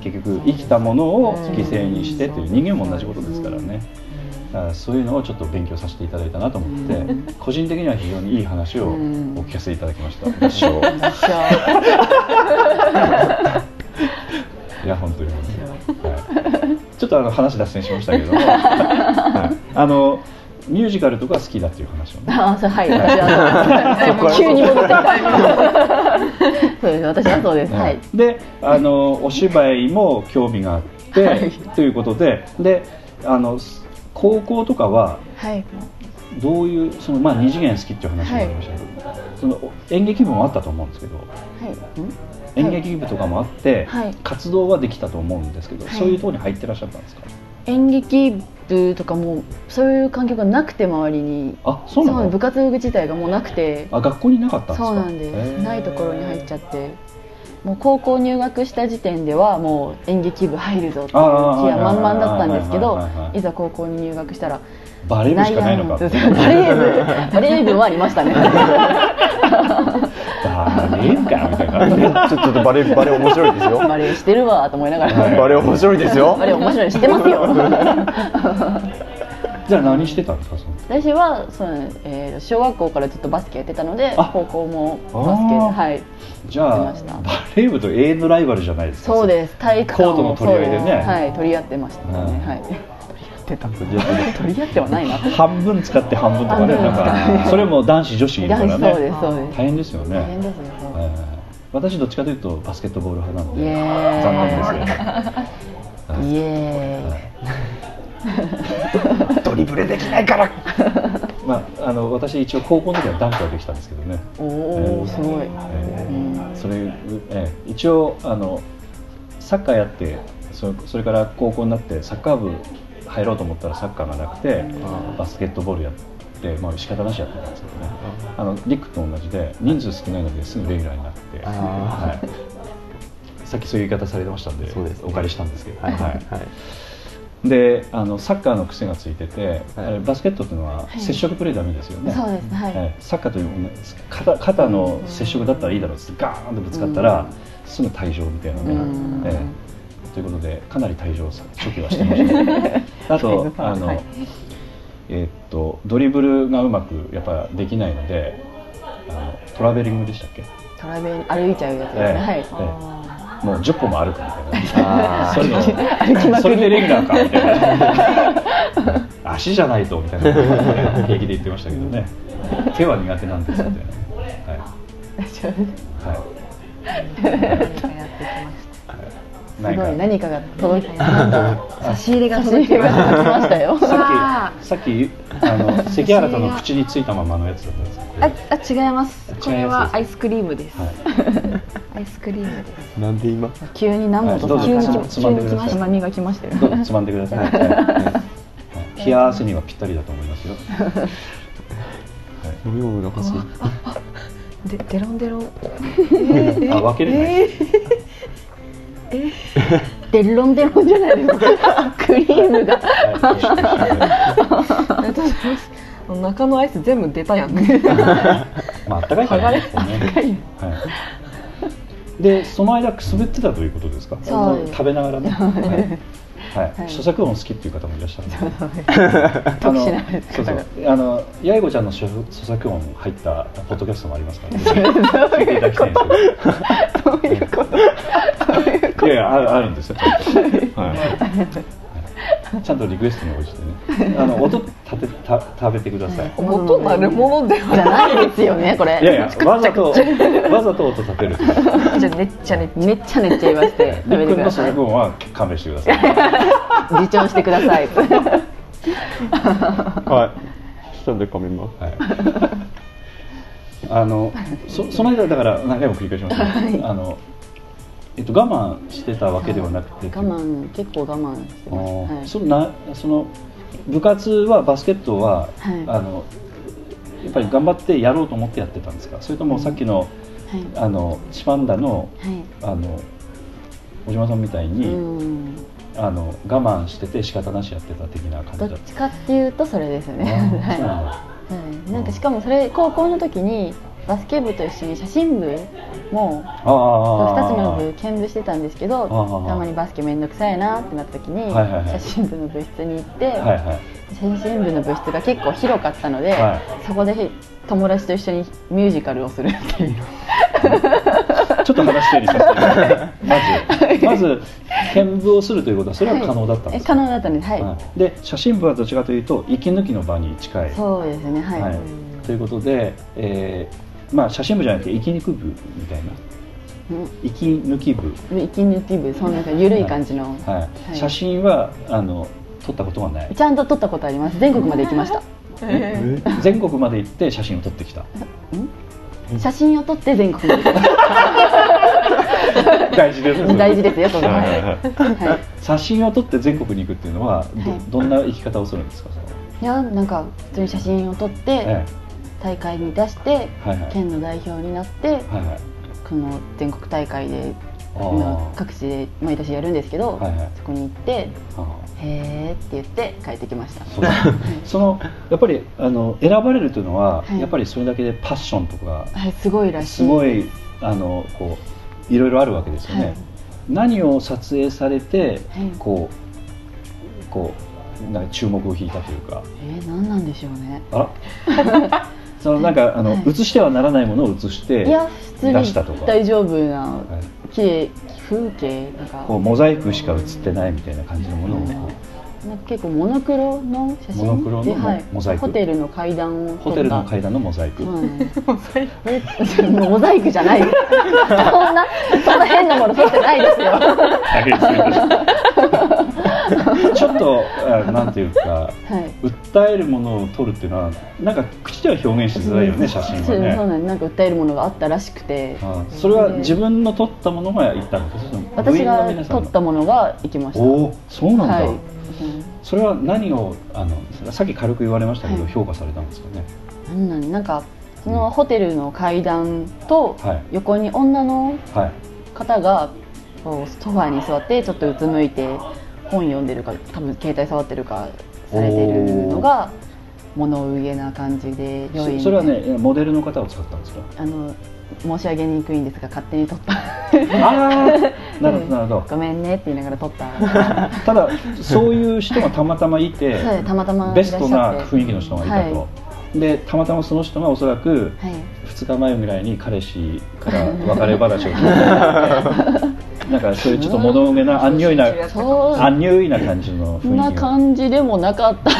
Speaker 3: 結局生きたものを犠牲にしてという人間も同じことですからね、だからそういうのをちょっと勉強させていただいたなと思って、個人的には非常にいい話をお聞かせいただきました、合唱いや本当に、はい、ちょっとあの話脱線しましたけども、はいあのミュージカルとか好きだっていう話をね
Speaker 6: あそうはい私はそう急に戻ってそうです私はそうですはい
Speaker 3: であのお芝居も興味があって、ということでであのす高校とかは
Speaker 6: はい
Speaker 3: どういうその、まあ、二次元好きっていう話もありましたけど、そのお演劇部もあったと思うんですけど演劇部とかもあって、
Speaker 6: はい
Speaker 3: 活動はできたと思うんですけど、
Speaker 6: はい
Speaker 3: そういうところに入ってらっしゃったんですか
Speaker 6: 演劇部とかもそういう環境がなくて周りに
Speaker 3: あそうなの
Speaker 6: 部活自体がもうなくて
Speaker 3: あ学校になかったんですか
Speaker 6: そうなんですないところに入っち
Speaker 3: ゃ
Speaker 6: ゃってもう高校入学した時点ではもう演劇部入るぞっていう気
Speaker 3: あー
Speaker 6: は満々だったんですけど
Speaker 3: はいはいはいはいはい
Speaker 6: いざ高校に入学したら
Speaker 3: バレるしかないのか
Speaker 6: バレー部バレー部はありまし たね
Speaker 3: バレるかみたいな
Speaker 4: ちょちょっとバレバレ面白いですよ
Speaker 6: バレーしてるわと思いながら
Speaker 4: バレ面白いですよ
Speaker 6: バレー面白いの知っ てますよ
Speaker 3: じゃあ何してたんですかその
Speaker 6: 私はそう、えー小学校からずっとバスケやってたので
Speaker 3: あ
Speaker 6: 高校も
Speaker 3: あ
Speaker 6: バスケ
Speaker 3: ー
Speaker 6: はい
Speaker 3: じゃ
Speaker 6: や
Speaker 3: あ
Speaker 6: ってました
Speaker 3: バレー部と永遠のライバルじゃないですか
Speaker 6: そうです体育館
Speaker 3: コートの取り合いでね
Speaker 6: そうはい取り合ってましたね
Speaker 3: うん
Speaker 6: はい取り合って
Speaker 3: じゃあ
Speaker 6: た取り合ってはないな
Speaker 3: 半分使って半分とかね
Speaker 6: 半分
Speaker 3: なんかそれも男子女子いるか
Speaker 6: 男
Speaker 3: ら
Speaker 6: 子そうで
Speaker 3: ね
Speaker 6: すそうです
Speaker 3: 大変ですよね
Speaker 6: 大変ですねそう
Speaker 3: えー私どっちかというとバスケットボール派なんで
Speaker 6: イエーイ
Speaker 3: 残念ですけど
Speaker 6: イエ
Speaker 4: ドリブルできないから
Speaker 3: まあ、あの私一応高校の時は男子はできたんですけどね、
Speaker 6: ーイおおすごい
Speaker 3: えーそれ、えー一応あのサッカーやってそれそれから高校になってサッカー部入ろうと思ったらサッカーがなくてバスケットボールやって、まあ、仕方なしやってたんですけどねあの陸と同じで人数少ないのですぐレギュラーになって、はい、さっきそういう言い方されてましたんで
Speaker 4: そうですね
Speaker 3: お借りしたんですけど、
Speaker 4: はい
Speaker 3: は
Speaker 4: はいいはい
Speaker 3: であのサッカーの癖がついてて、
Speaker 4: はい
Speaker 3: あれバスケットっていうのは接触プレーダメですよね、
Speaker 6: そうですはい
Speaker 3: はいサッカーというもの肩肩の接触だったらいいだろうっつってガーンとぶつかったら、すぐ退場みたいなね、ええということでかなり退場さ初期はしてました ねあとあの、えーっとドリブルがうまくやっぱできないのであのトラベリングでしたっけ、
Speaker 6: トラベル歩いちゃうやつです
Speaker 3: ええ
Speaker 6: ねは
Speaker 3: え
Speaker 6: い
Speaker 3: えもう10歩も歩くみたいな
Speaker 4: あ
Speaker 3: それの それでレギュラーかみたいな 足じゃないとみたいな平気で言ってましたけどね手は苦手なんですみたいな、はいはい、
Speaker 5: やってきまし
Speaker 3: ない
Speaker 6: す
Speaker 3: か
Speaker 6: ごい何かが届き
Speaker 5: た何だ
Speaker 6: 差し入れが届きました よ
Speaker 3: さっきさっきあの関原さんの口についたままのやつだったんですよこれ
Speaker 5: ああ違いますこれはアイスクリームです、アイスクリームです
Speaker 4: なんで今
Speaker 6: 急に何
Speaker 3: は
Speaker 6: 本
Speaker 3: いど
Speaker 6: と
Speaker 3: う
Speaker 6: さ
Speaker 3: ぞ
Speaker 6: 急に
Speaker 3: つまんでください
Speaker 6: 何が来ましたよ
Speaker 3: どうぞつまんでください。はい冷や汗にはぴったりだと思いますよ。
Speaker 4: 飲み物が欲しい
Speaker 5: でデロンデロン
Speaker 3: あ、分けれないです。
Speaker 6: デロンデロンじゃないですかクリームが
Speaker 3: はいよしよし
Speaker 5: 中のアイス全部出たやんね
Speaker 3: まあ、あったかいからね。ここねはい。で、その間くすぶってたということですか。
Speaker 6: そう
Speaker 3: 食べながらね。はい。はい著作音好きっていう方もいらっしゃるので。あのそうそうあの八重子ちゃんの著著作音入ったポッドキャストもありますから、 ね。聞いていただきたいんですけど。いやいやあるあるんですよ。はい。ちゃんとリクエストに応じてね。あの音立てた食べてください。
Speaker 5: 元なるものでは
Speaker 6: じゃないですよねこれ
Speaker 3: いやいやわざとわざと音立 てる。
Speaker 5: じゃあねっちゃね
Speaker 6: めっちゃねっちゃ言わせて食
Speaker 3: り
Speaker 6: べ
Speaker 3: って く
Speaker 6: く
Speaker 3: んの
Speaker 6: だ
Speaker 3: そ
Speaker 6: さ
Speaker 3: の
Speaker 6: い
Speaker 3: 分は勘弁してくだ さい。
Speaker 6: 自重してください
Speaker 4: はいしたんで噛みます
Speaker 3: はい。あのそその間だから何回も繰り返しま したけど、あのえっと我慢してたわけではなくて、
Speaker 6: 我慢結構我慢して
Speaker 3: あ
Speaker 6: ま
Speaker 3: ー
Speaker 6: す
Speaker 3: そのなその部活はバスケットは、
Speaker 6: はい
Speaker 3: あのやっぱり頑張ってやろうと思ってやってたんですかそれともさっきの
Speaker 6: はいはい
Speaker 3: あのシパンダの
Speaker 6: はい
Speaker 3: あの小島さんみたいに、
Speaker 6: うん
Speaker 3: あの我慢してて仕方なしやってた的な感じ
Speaker 6: ど
Speaker 3: だっ
Speaker 6: ったちかっていうとそれですよね
Speaker 3: あー
Speaker 6: は
Speaker 3: そう
Speaker 6: い
Speaker 3: なんだ
Speaker 6: はい、なんかしかもそれ高校の時にバスケ部と一緒に写真部も
Speaker 3: あー
Speaker 6: 2つの部兼部してたんですけど
Speaker 3: ああ
Speaker 6: たまにバスケ面倒くさいなってなった時に
Speaker 3: はいはいはい
Speaker 6: 写真部の部室に行って、
Speaker 3: はいはい
Speaker 6: 写真部の部室が結構広かったので、
Speaker 3: は
Speaker 6: そこで友達と一緒にミュージカルをするっていう
Speaker 3: ちょっと話整理させてくださいまずまず見舞をするということはそれは可能だったんで
Speaker 6: え
Speaker 3: す
Speaker 6: 可
Speaker 3: か、
Speaker 6: 能だったんですはい、
Speaker 3: はいで写真部はどちらかというと息抜きの場に近い
Speaker 6: そうですねはい、
Speaker 3: はい、ということで、えーまあ、写真部じゃなくて息抜き部みたいな息抜き部、
Speaker 6: 息抜き部そんな緩い感じの、
Speaker 3: はい
Speaker 6: はい
Speaker 3: 写真はあの撮ったことはない
Speaker 6: ちゃんと撮ったことあります全国まで行きました
Speaker 3: 全国まで行って写真を撮ってきた
Speaker 6: 写真を撮って全国まで行きまし
Speaker 3: 大事です
Speaker 6: た
Speaker 3: ね
Speaker 6: 大事ですよそれは、
Speaker 3: はいはい
Speaker 6: は
Speaker 3: はい
Speaker 6: い、
Speaker 3: 写真を撮って全国に行くっていうのはど,、
Speaker 6: はい
Speaker 3: んな生き方をするんですかそれはい
Speaker 6: やなんか普通に写真を撮って、
Speaker 3: え
Speaker 6: 大会に出して
Speaker 3: えはいはい
Speaker 6: 県の代表になって
Speaker 3: はいはい
Speaker 6: この全国大会で
Speaker 3: あ
Speaker 6: 今
Speaker 3: ー
Speaker 6: 各地で毎年やるんですけど、
Speaker 3: はいはい
Speaker 6: そこに行って
Speaker 3: あ
Speaker 6: 「へーって言って帰ってきました
Speaker 3: ーそう そのやっぱりあの選ばれるというのは、
Speaker 6: はい
Speaker 3: やっぱりそれだけでパッションとか
Speaker 6: はいすごいらしい
Speaker 3: すごいあのこういろいろあるわけですよね、
Speaker 6: はい
Speaker 3: 何を撮影されて、
Speaker 6: はい
Speaker 3: こうこうなんか注目を引いたというか
Speaker 6: えー、何なんでしょうね
Speaker 3: あら そのなんかあの、
Speaker 6: はい
Speaker 3: 映してはならないものを映して
Speaker 6: いや普通
Speaker 3: 出したとか
Speaker 6: に大丈夫な
Speaker 3: はい
Speaker 6: 綺麗風景なんか
Speaker 3: こうモザイクしか映ってないみたいな感じのものをこ
Speaker 6: なんか結構モノクロの写真
Speaker 3: モノクロの
Speaker 6: で
Speaker 3: モ
Speaker 6: はい
Speaker 3: モザイク
Speaker 6: ホテルの階段を
Speaker 3: う
Speaker 6: 撮
Speaker 3: ホ
Speaker 6: った
Speaker 3: テルの階段のモザイク、
Speaker 6: はい、 モザイクモザイクじゃないですそんなそんな変なもの撮ってないですよ
Speaker 3: 大変ですね ちょっとあなんていうか
Speaker 6: はい
Speaker 3: 訴えるものを撮るっていうのはなんか口では表現しづらいよね写真
Speaker 6: そうそう
Speaker 3: はね
Speaker 6: なんですなんか訴えるものがあったらしくて
Speaker 3: あそれは自分の撮ったものが言ったのかそれとも部
Speaker 6: 私
Speaker 3: 員の
Speaker 6: が
Speaker 3: 皆さ
Speaker 6: 撮
Speaker 3: んの
Speaker 6: ったものが行きました
Speaker 3: おおそうなんだ、
Speaker 6: はい、うん
Speaker 3: それは何をあのさっき軽く言われましたけど、評価されたんですかね
Speaker 6: なんなんなんかそのホテルの階段と
Speaker 3: はい
Speaker 6: 横に女の
Speaker 3: はい
Speaker 6: 方がこうソファーに座ってちょっとうつむいて本読んでるか多分携帯触ってるかされてるのが物上な感じで良い
Speaker 3: そそれはねモデルの方を使ったん ですか
Speaker 6: あの申し上げにくいんですが勝手に撮った
Speaker 3: ああなるほどなるほど
Speaker 6: ごめんねって言いながら 撮った
Speaker 3: ただそういう人がたまたまいて、
Speaker 6: はいたまたまいら
Speaker 3: ベ
Speaker 6: っしゃ
Speaker 3: ス
Speaker 6: って
Speaker 3: トな雰囲気の人がいたと、
Speaker 6: は
Speaker 3: でたまたまその人がおそらく
Speaker 6: はい
Speaker 3: 2日前ぐらいに彼氏から別れ話を聞い てなんかそういうちょっと物憂げなアンニュイな
Speaker 6: そう
Speaker 3: アンニュイな感じの
Speaker 6: そんな
Speaker 3: 雰囲気が
Speaker 6: 感じでもなかった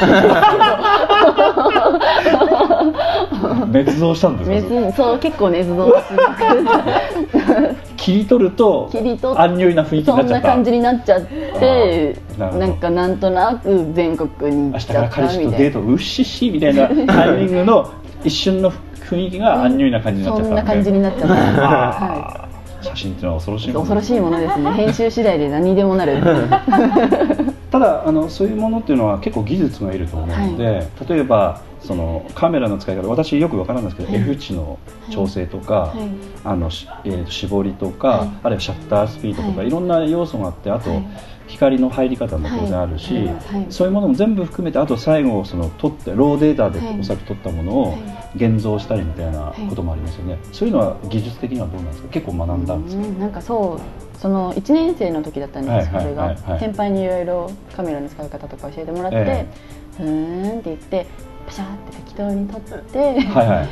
Speaker 3: 滅像したんです
Speaker 6: 別
Speaker 3: よ
Speaker 6: にそう結構ね、捏造する
Speaker 3: 切り取ると
Speaker 6: 切り取っ
Speaker 3: 安ュイな雰囲気に
Speaker 6: そ
Speaker 3: なっ
Speaker 6: ん
Speaker 3: ちゃ
Speaker 6: な
Speaker 3: った
Speaker 6: 感じになっちゃって
Speaker 3: あーなるほど
Speaker 6: なんかなんとなく全国に行
Speaker 3: 明
Speaker 6: っ
Speaker 3: 日
Speaker 6: ち
Speaker 3: か
Speaker 6: ゃ
Speaker 3: ら
Speaker 6: った
Speaker 3: 彼氏
Speaker 6: み
Speaker 3: と
Speaker 6: たい
Speaker 3: デー
Speaker 6: な
Speaker 3: トうっしっしみたい なタイミングの一瞬の雰囲気が安ュイな感じになっ
Speaker 6: そ
Speaker 3: ちゃった
Speaker 6: んな感じになっちゃった、は
Speaker 3: あー写真っていうのは恐ろしい
Speaker 6: い、
Speaker 3: もんね
Speaker 6: 恐ろしいものです ね編集次第で何にでもなる
Speaker 3: ただあのそういうものっていうのは結構技術がいると思うので、例えばそのカメラの使い方私よくわからないんですけど、F 値の調整とか、
Speaker 6: はい
Speaker 3: あのしえーと絞りとか、
Speaker 6: はい
Speaker 3: あるいはシャッタースピードとか、、
Speaker 6: はいい
Speaker 3: ろんな要素があってあと、
Speaker 6: はい
Speaker 3: 光の入り方も当然あるし、
Speaker 6: はいはい
Speaker 3: そういうものも全部含めてあと最後その撮ってローデータで
Speaker 6: はい
Speaker 3: おそらく撮ったものを
Speaker 6: はい
Speaker 3: 現像したりみたいないこともありますよね、そういうのは技術的にはどうなんですか結構学んだんですか、
Speaker 6: うんなんかそうその1年生の時だったんです、
Speaker 3: はいはいはいはい
Speaker 6: それが先輩にいろいろカメラの使い方とか教えてもらって、
Speaker 3: え
Speaker 6: ふーんって言ってパシャーって適当に撮って、
Speaker 3: はいは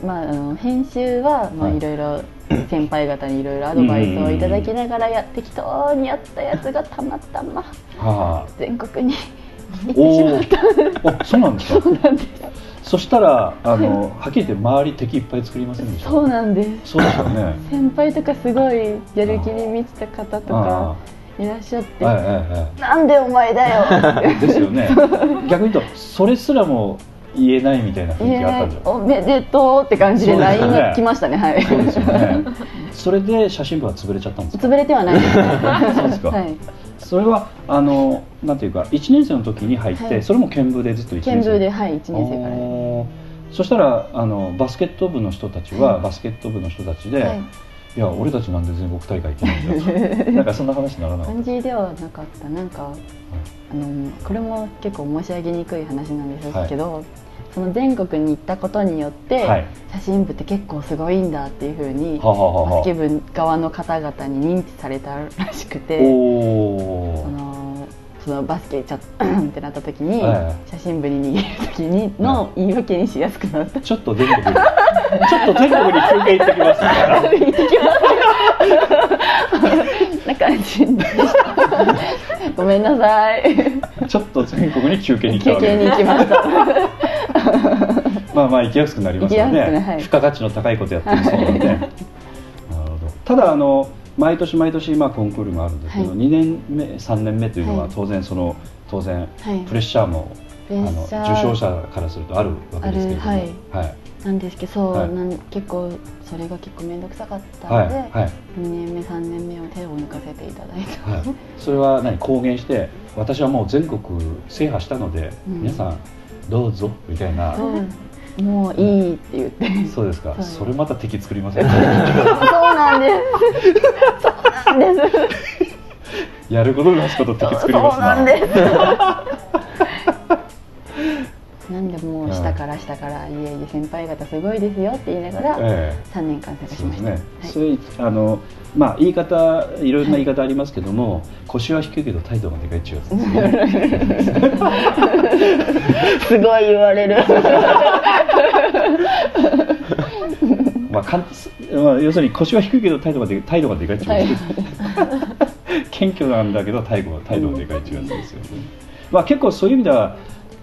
Speaker 3: い
Speaker 6: まあ、あの編集はまあ
Speaker 3: はい
Speaker 6: いろいろ先輩方にいろいろアドバイスをいただきながらや適当にやったやつがたまたま
Speaker 3: はあ
Speaker 6: 全国に 行ってし
Speaker 3: おお
Speaker 6: まっ
Speaker 3: あそうなんですかそうしたらあのはっきり言って周り敵いっぱい作りませんでしたた
Speaker 6: そうなんです
Speaker 3: そうですよね
Speaker 6: 先輩とかすごいやる気に満ちた方とかいらっしゃって
Speaker 3: ああはいはいは
Speaker 6: 「なんでお前だよ!」
Speaker 3: いですよね逆に言うとそれすらも言えないみたいな雰囲気があったんじゃない
Speaker 6: おめでとうって感じで
Speaker 3: そうですね
Speaker 6: LINE が来ましたねはい
Speaker 3: そうですよ ねそれで写真部は潰れちゃったんですか
Speaker 6: 潰れてはないですね
Speaker 3: そうですか、
Speaker 6: はい
Speaker 3: それはあのなんていうか1年生の時に入って、
Speaker 6: はい
Speaker 3: それも剣部でずっと1
Speaker 6: 剣
Speaker 3: 年生
Speaker 6: 舞ではい1年生からで
Speaker 3: おーそしたらあのバスケット部の人たちは、バスケット部の人たちで、
Speaker 6: はい
Speaker 3: い、や俺たちなんで全国大会行けないんだよなんかそんな話にならなかっ
Speaker 6: 感じではなかったなんかあのこれも結構申し上げにくい話なんですけど、その全国に行ったことによって、
Speaker 3: たはい
Speaker 6: 写真部って結構すごいんだっていうふうに
Speaker 3: はあはあはあ
Speaker 6: バ
Speaker 3: は
Speaker 6: スケ部側の方々に認知されたらしく
Speaker 3: あ
Speaker 6: て
Speaker 3: お
Speaker 6: そ
Speaker 3: ー
Speaker 6: のそのバスケちょっとってなった時に、
Speaker 3: え
Speaker 6: 写真部に逃げる時にの言い訳にしやすくなった
Speaker 3: えちょっと全国にちょっと全国に休憩行ってきますから
Speaker 6: 行ってきます。な感じでした。 ごめんなさい。
Speaker 3: ちょっと全国に休憩に
Speaker 6: 休
Speaker 3: 来たわけ
Speaker 6: 憩
Speaker 3: で
Speaker 6: に行きました。
Speaker 3: すまあまあ行きやすくなりますよ
Speaker 6: 行きやす
Speaker 3: ね
Speaker 6: くねはい
Speaker 3: 付加価値の高いことやってるそうなんでなるほどただあの毎年毎年今コンクールがあるんですけど、
Speaker 6: は
Speaker 3: 2年目3年目というの
Speaker 6: は
Speaker 3: はい当然その当然
Speaker 6: はい
Speaker 3: プレッシャーも、
Speaker 6: プレ
Speaker 3: あの
Speaker 6: ッシャー
Speaker 3: 受賞者からするとあるわけですけれども
Speaker 6: あ
Speaker 3: は
Speaker 6: る
Speaker 3: いはい
Speaker 6: なんですけど、そう、
Speaker 3: はい
Speaker 6: なん結構それが結構面倒くさかった
Speaker 3: はい
Speaker 6: ので、
Speaker 3: はい
Speaker 6: 2年目3年目を手を抜かせていただいた。
Speaker 3: はいそれは何公言して私はもう全国制覇したので、
Speaker 6: うん
Speaker 3: 皆さんどうぞみたいな
Speaker 6: そうもういいって言って。
Speaker 3: そうですか
Speaker 6: そう
Speaker 3: それまた敵作りません
Speaker 6: そうなんです。そうなんです。
Speaker 3: やることなすこと敵作りますな
Speaker 6: す。なんでもう下から下から、いえいえ先輩方すごいですよって言いながら
Speaker 3: ええ
Speaker 6: 3年間探し
Speaker 3: そう
Speaker 6: ま
Speaker 3: で
Speaker 6: し
Speaker 3: す
Speaker 6: た。
Speaker 3: ね、そういうあのまあ言い方いろんな言い方ありますけども、腰は低いけど態度がでかいっちゅうやつですね
Speaker 6: すごい言われる。
Speaker 3: まあかん、まあ、要するに腰は低いけど態度がで態度がでかいっちゅうやつですね、謙虚なんだけど態度が態度がでかいっちゅうやつですよね、まあ結構そういう意味では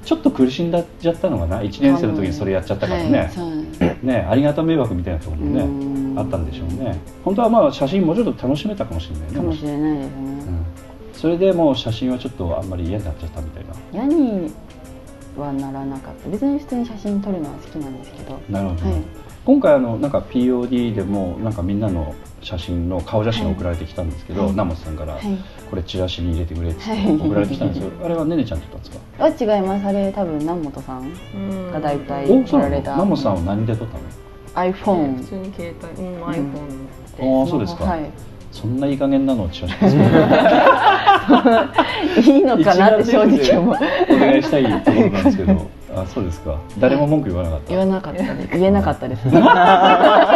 Speaker 3: ちょっと苦しんだっちゃったのかな1年生の時にそれやっちゃったからね、
Speaker 6: はいそうなんです
Speaker 3: ねありがた迷惑みたいなところも
Speaker 6: うん
Speaker 3: ねあったんでしょうね本当はまあ写真もうちょっと楽しめたかもしれないね
Speaker 6: かもしれないです
Speaker 3: う
Speaker 6: ね。
Speaker 3: んそれでもう写真はちょっとあんまり嫌になっちゃったみたいな
Speaker 6: 嫌にはならなかった。別に普通に写真撮るのは好きなんですけど。
Speaker 3: なるほど、
Speaker 6: はい
Speaker 3: 今回あのなんか POD でもなんかみんなの写真の顔写真を送られてきたんですけど、
Speaker 6: はい
Speaker 3: ナモスさんから、
Speaker 6: はい。
Speaker 3: これチラシに入れてくれって
Speaker 6: はい
Speaker 3: 送られてきたんです よ、あれはねねちゃんだったんですか、
Speaker 6: は違います。あれ多分南本さん
Speaker 5: うん
Speaker 6: が大体
Speaker 3: おそ
Speaker 6: 撮
Speaker 3: う
Speaker 6: ら
Speaker 3: な
Speaker 6: れ
Speaker 3: の
Speaker 6: た
Speaker 3: ナモさんは何で撮ったの、
Speaker 5: 普
Speaker 6: iPhone。
Speaker 5: 通に携帯、うん、iPhone
Speaker 3: ああそうですか、
Speaker 6: はい。
Speaker 3: そんないい加減なのをチラシですね
Speaker 6: いいのかなって正直思う。
Speaker 3: お願いしたいところなんですけどあそうですか誰も文句言わなかった、
Speaker 6: 言わなかった です。言えなかったです。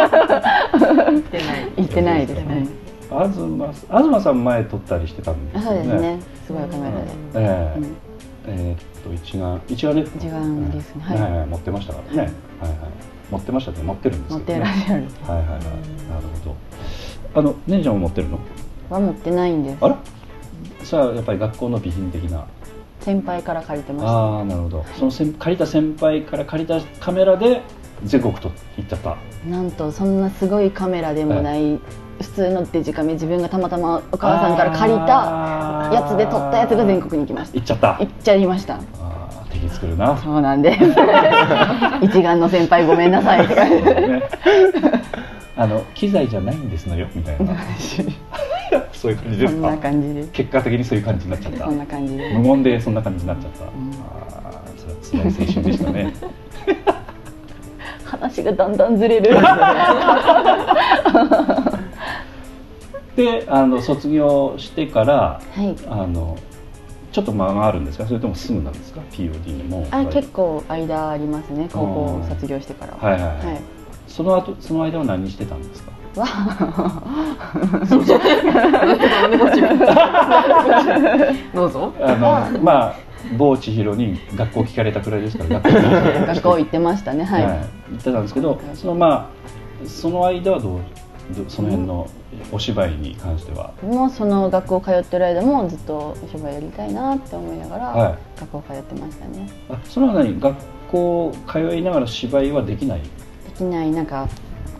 Speaker 5: 来てない
Speaker 6: 言ってないですね。
Speaker 3: 東東さん前撮ったりしてたんです
Speaker 6: そ
Speaker 3: よ
Speaker 6: う
Speaker 3: ね
Speaker 6: ですね。すごいカメラで。
Speaker 3: ええ
Speaker 6: うん
Speaker 3: えーっと一眼一眼レフ
Speaker 6: 一眼ですね
Speaker 3: は
Speaker 6: はいい
Speaker 3: 持ってましたからね、はいはい、持ってましたって持ってるんで
Speaker 6: 持
Speaker 3: すけ
Speaker 6: って
Speaker 3: ど、ね、
Speaker 6: らっしゃる。
Speaker 3: はいはいはいなるほどあのねんちゃんも持ってるの
Speaker 6: は持ってないんです。
Speaker 3: あらそれはやっぱり学校の備品的な
Speaker 6: 先輩から借りてました。
Speaker 3: ああなるほどその先借りた先輩から借りたカメラで全国と行っちゃった
Speaker 6: なんとそんなすごいカメラでもない普通のデジカメ自分がたまたまお母さんから借りたやつで撮ったやつが全国に行きました
Speaker 3: 行っちゃった
Speaker 6: 行っちゃいました
Speaker 3: あー敵作るな
Speaker 6: そうなん です一眼の先輩ごめんな さいとか言って
Speaker 3: ね あの機材じゃないんですのよみたいなそういう感じで
Speaker 6: そ
Speaker 3: す
Speaker 6: ん
Speaker 3: か
Speaker 6: な感じです
Speaker 3: 結果的にそういう感じになっちゃった
Speaker 6: そんな感じです
Speaker 3: 無言でそんな感じになっちゃった、あーそれは辛い青春でしたね
Speaker 6: 話がだんだんずれる
Speaker 3: であの卒業してから
Speaker 6: はい
Speaker 3: あのちょっと間があるんですかそれともすぐなんですか POD にも
Speaker 6: あ結構間ありますね高校を卒業してからは
Speaker 3: はいはいはい、
Speaker 6: はい
Speaker 3: その後その間は何してたんですか
Speaker 5: どうぞ
Speaker 3: あのまあ某千尋に学校聞かれたくらいですから学校に
Speaker 6: 学校行ってましたねはい、
Speaker 3: 行ってたんですけどそのまあその間はどうどその辺のお芝居に関しては、
Speaker 6: もうその学校通ってる間もずっとお芝居やりたいなって思いながら、
Speaker 3: はい
Speaker 6: 学校通ってましたね
Speaker 3: あそれは何学校通いながら芝居はできない
Speaker 6: できないなんか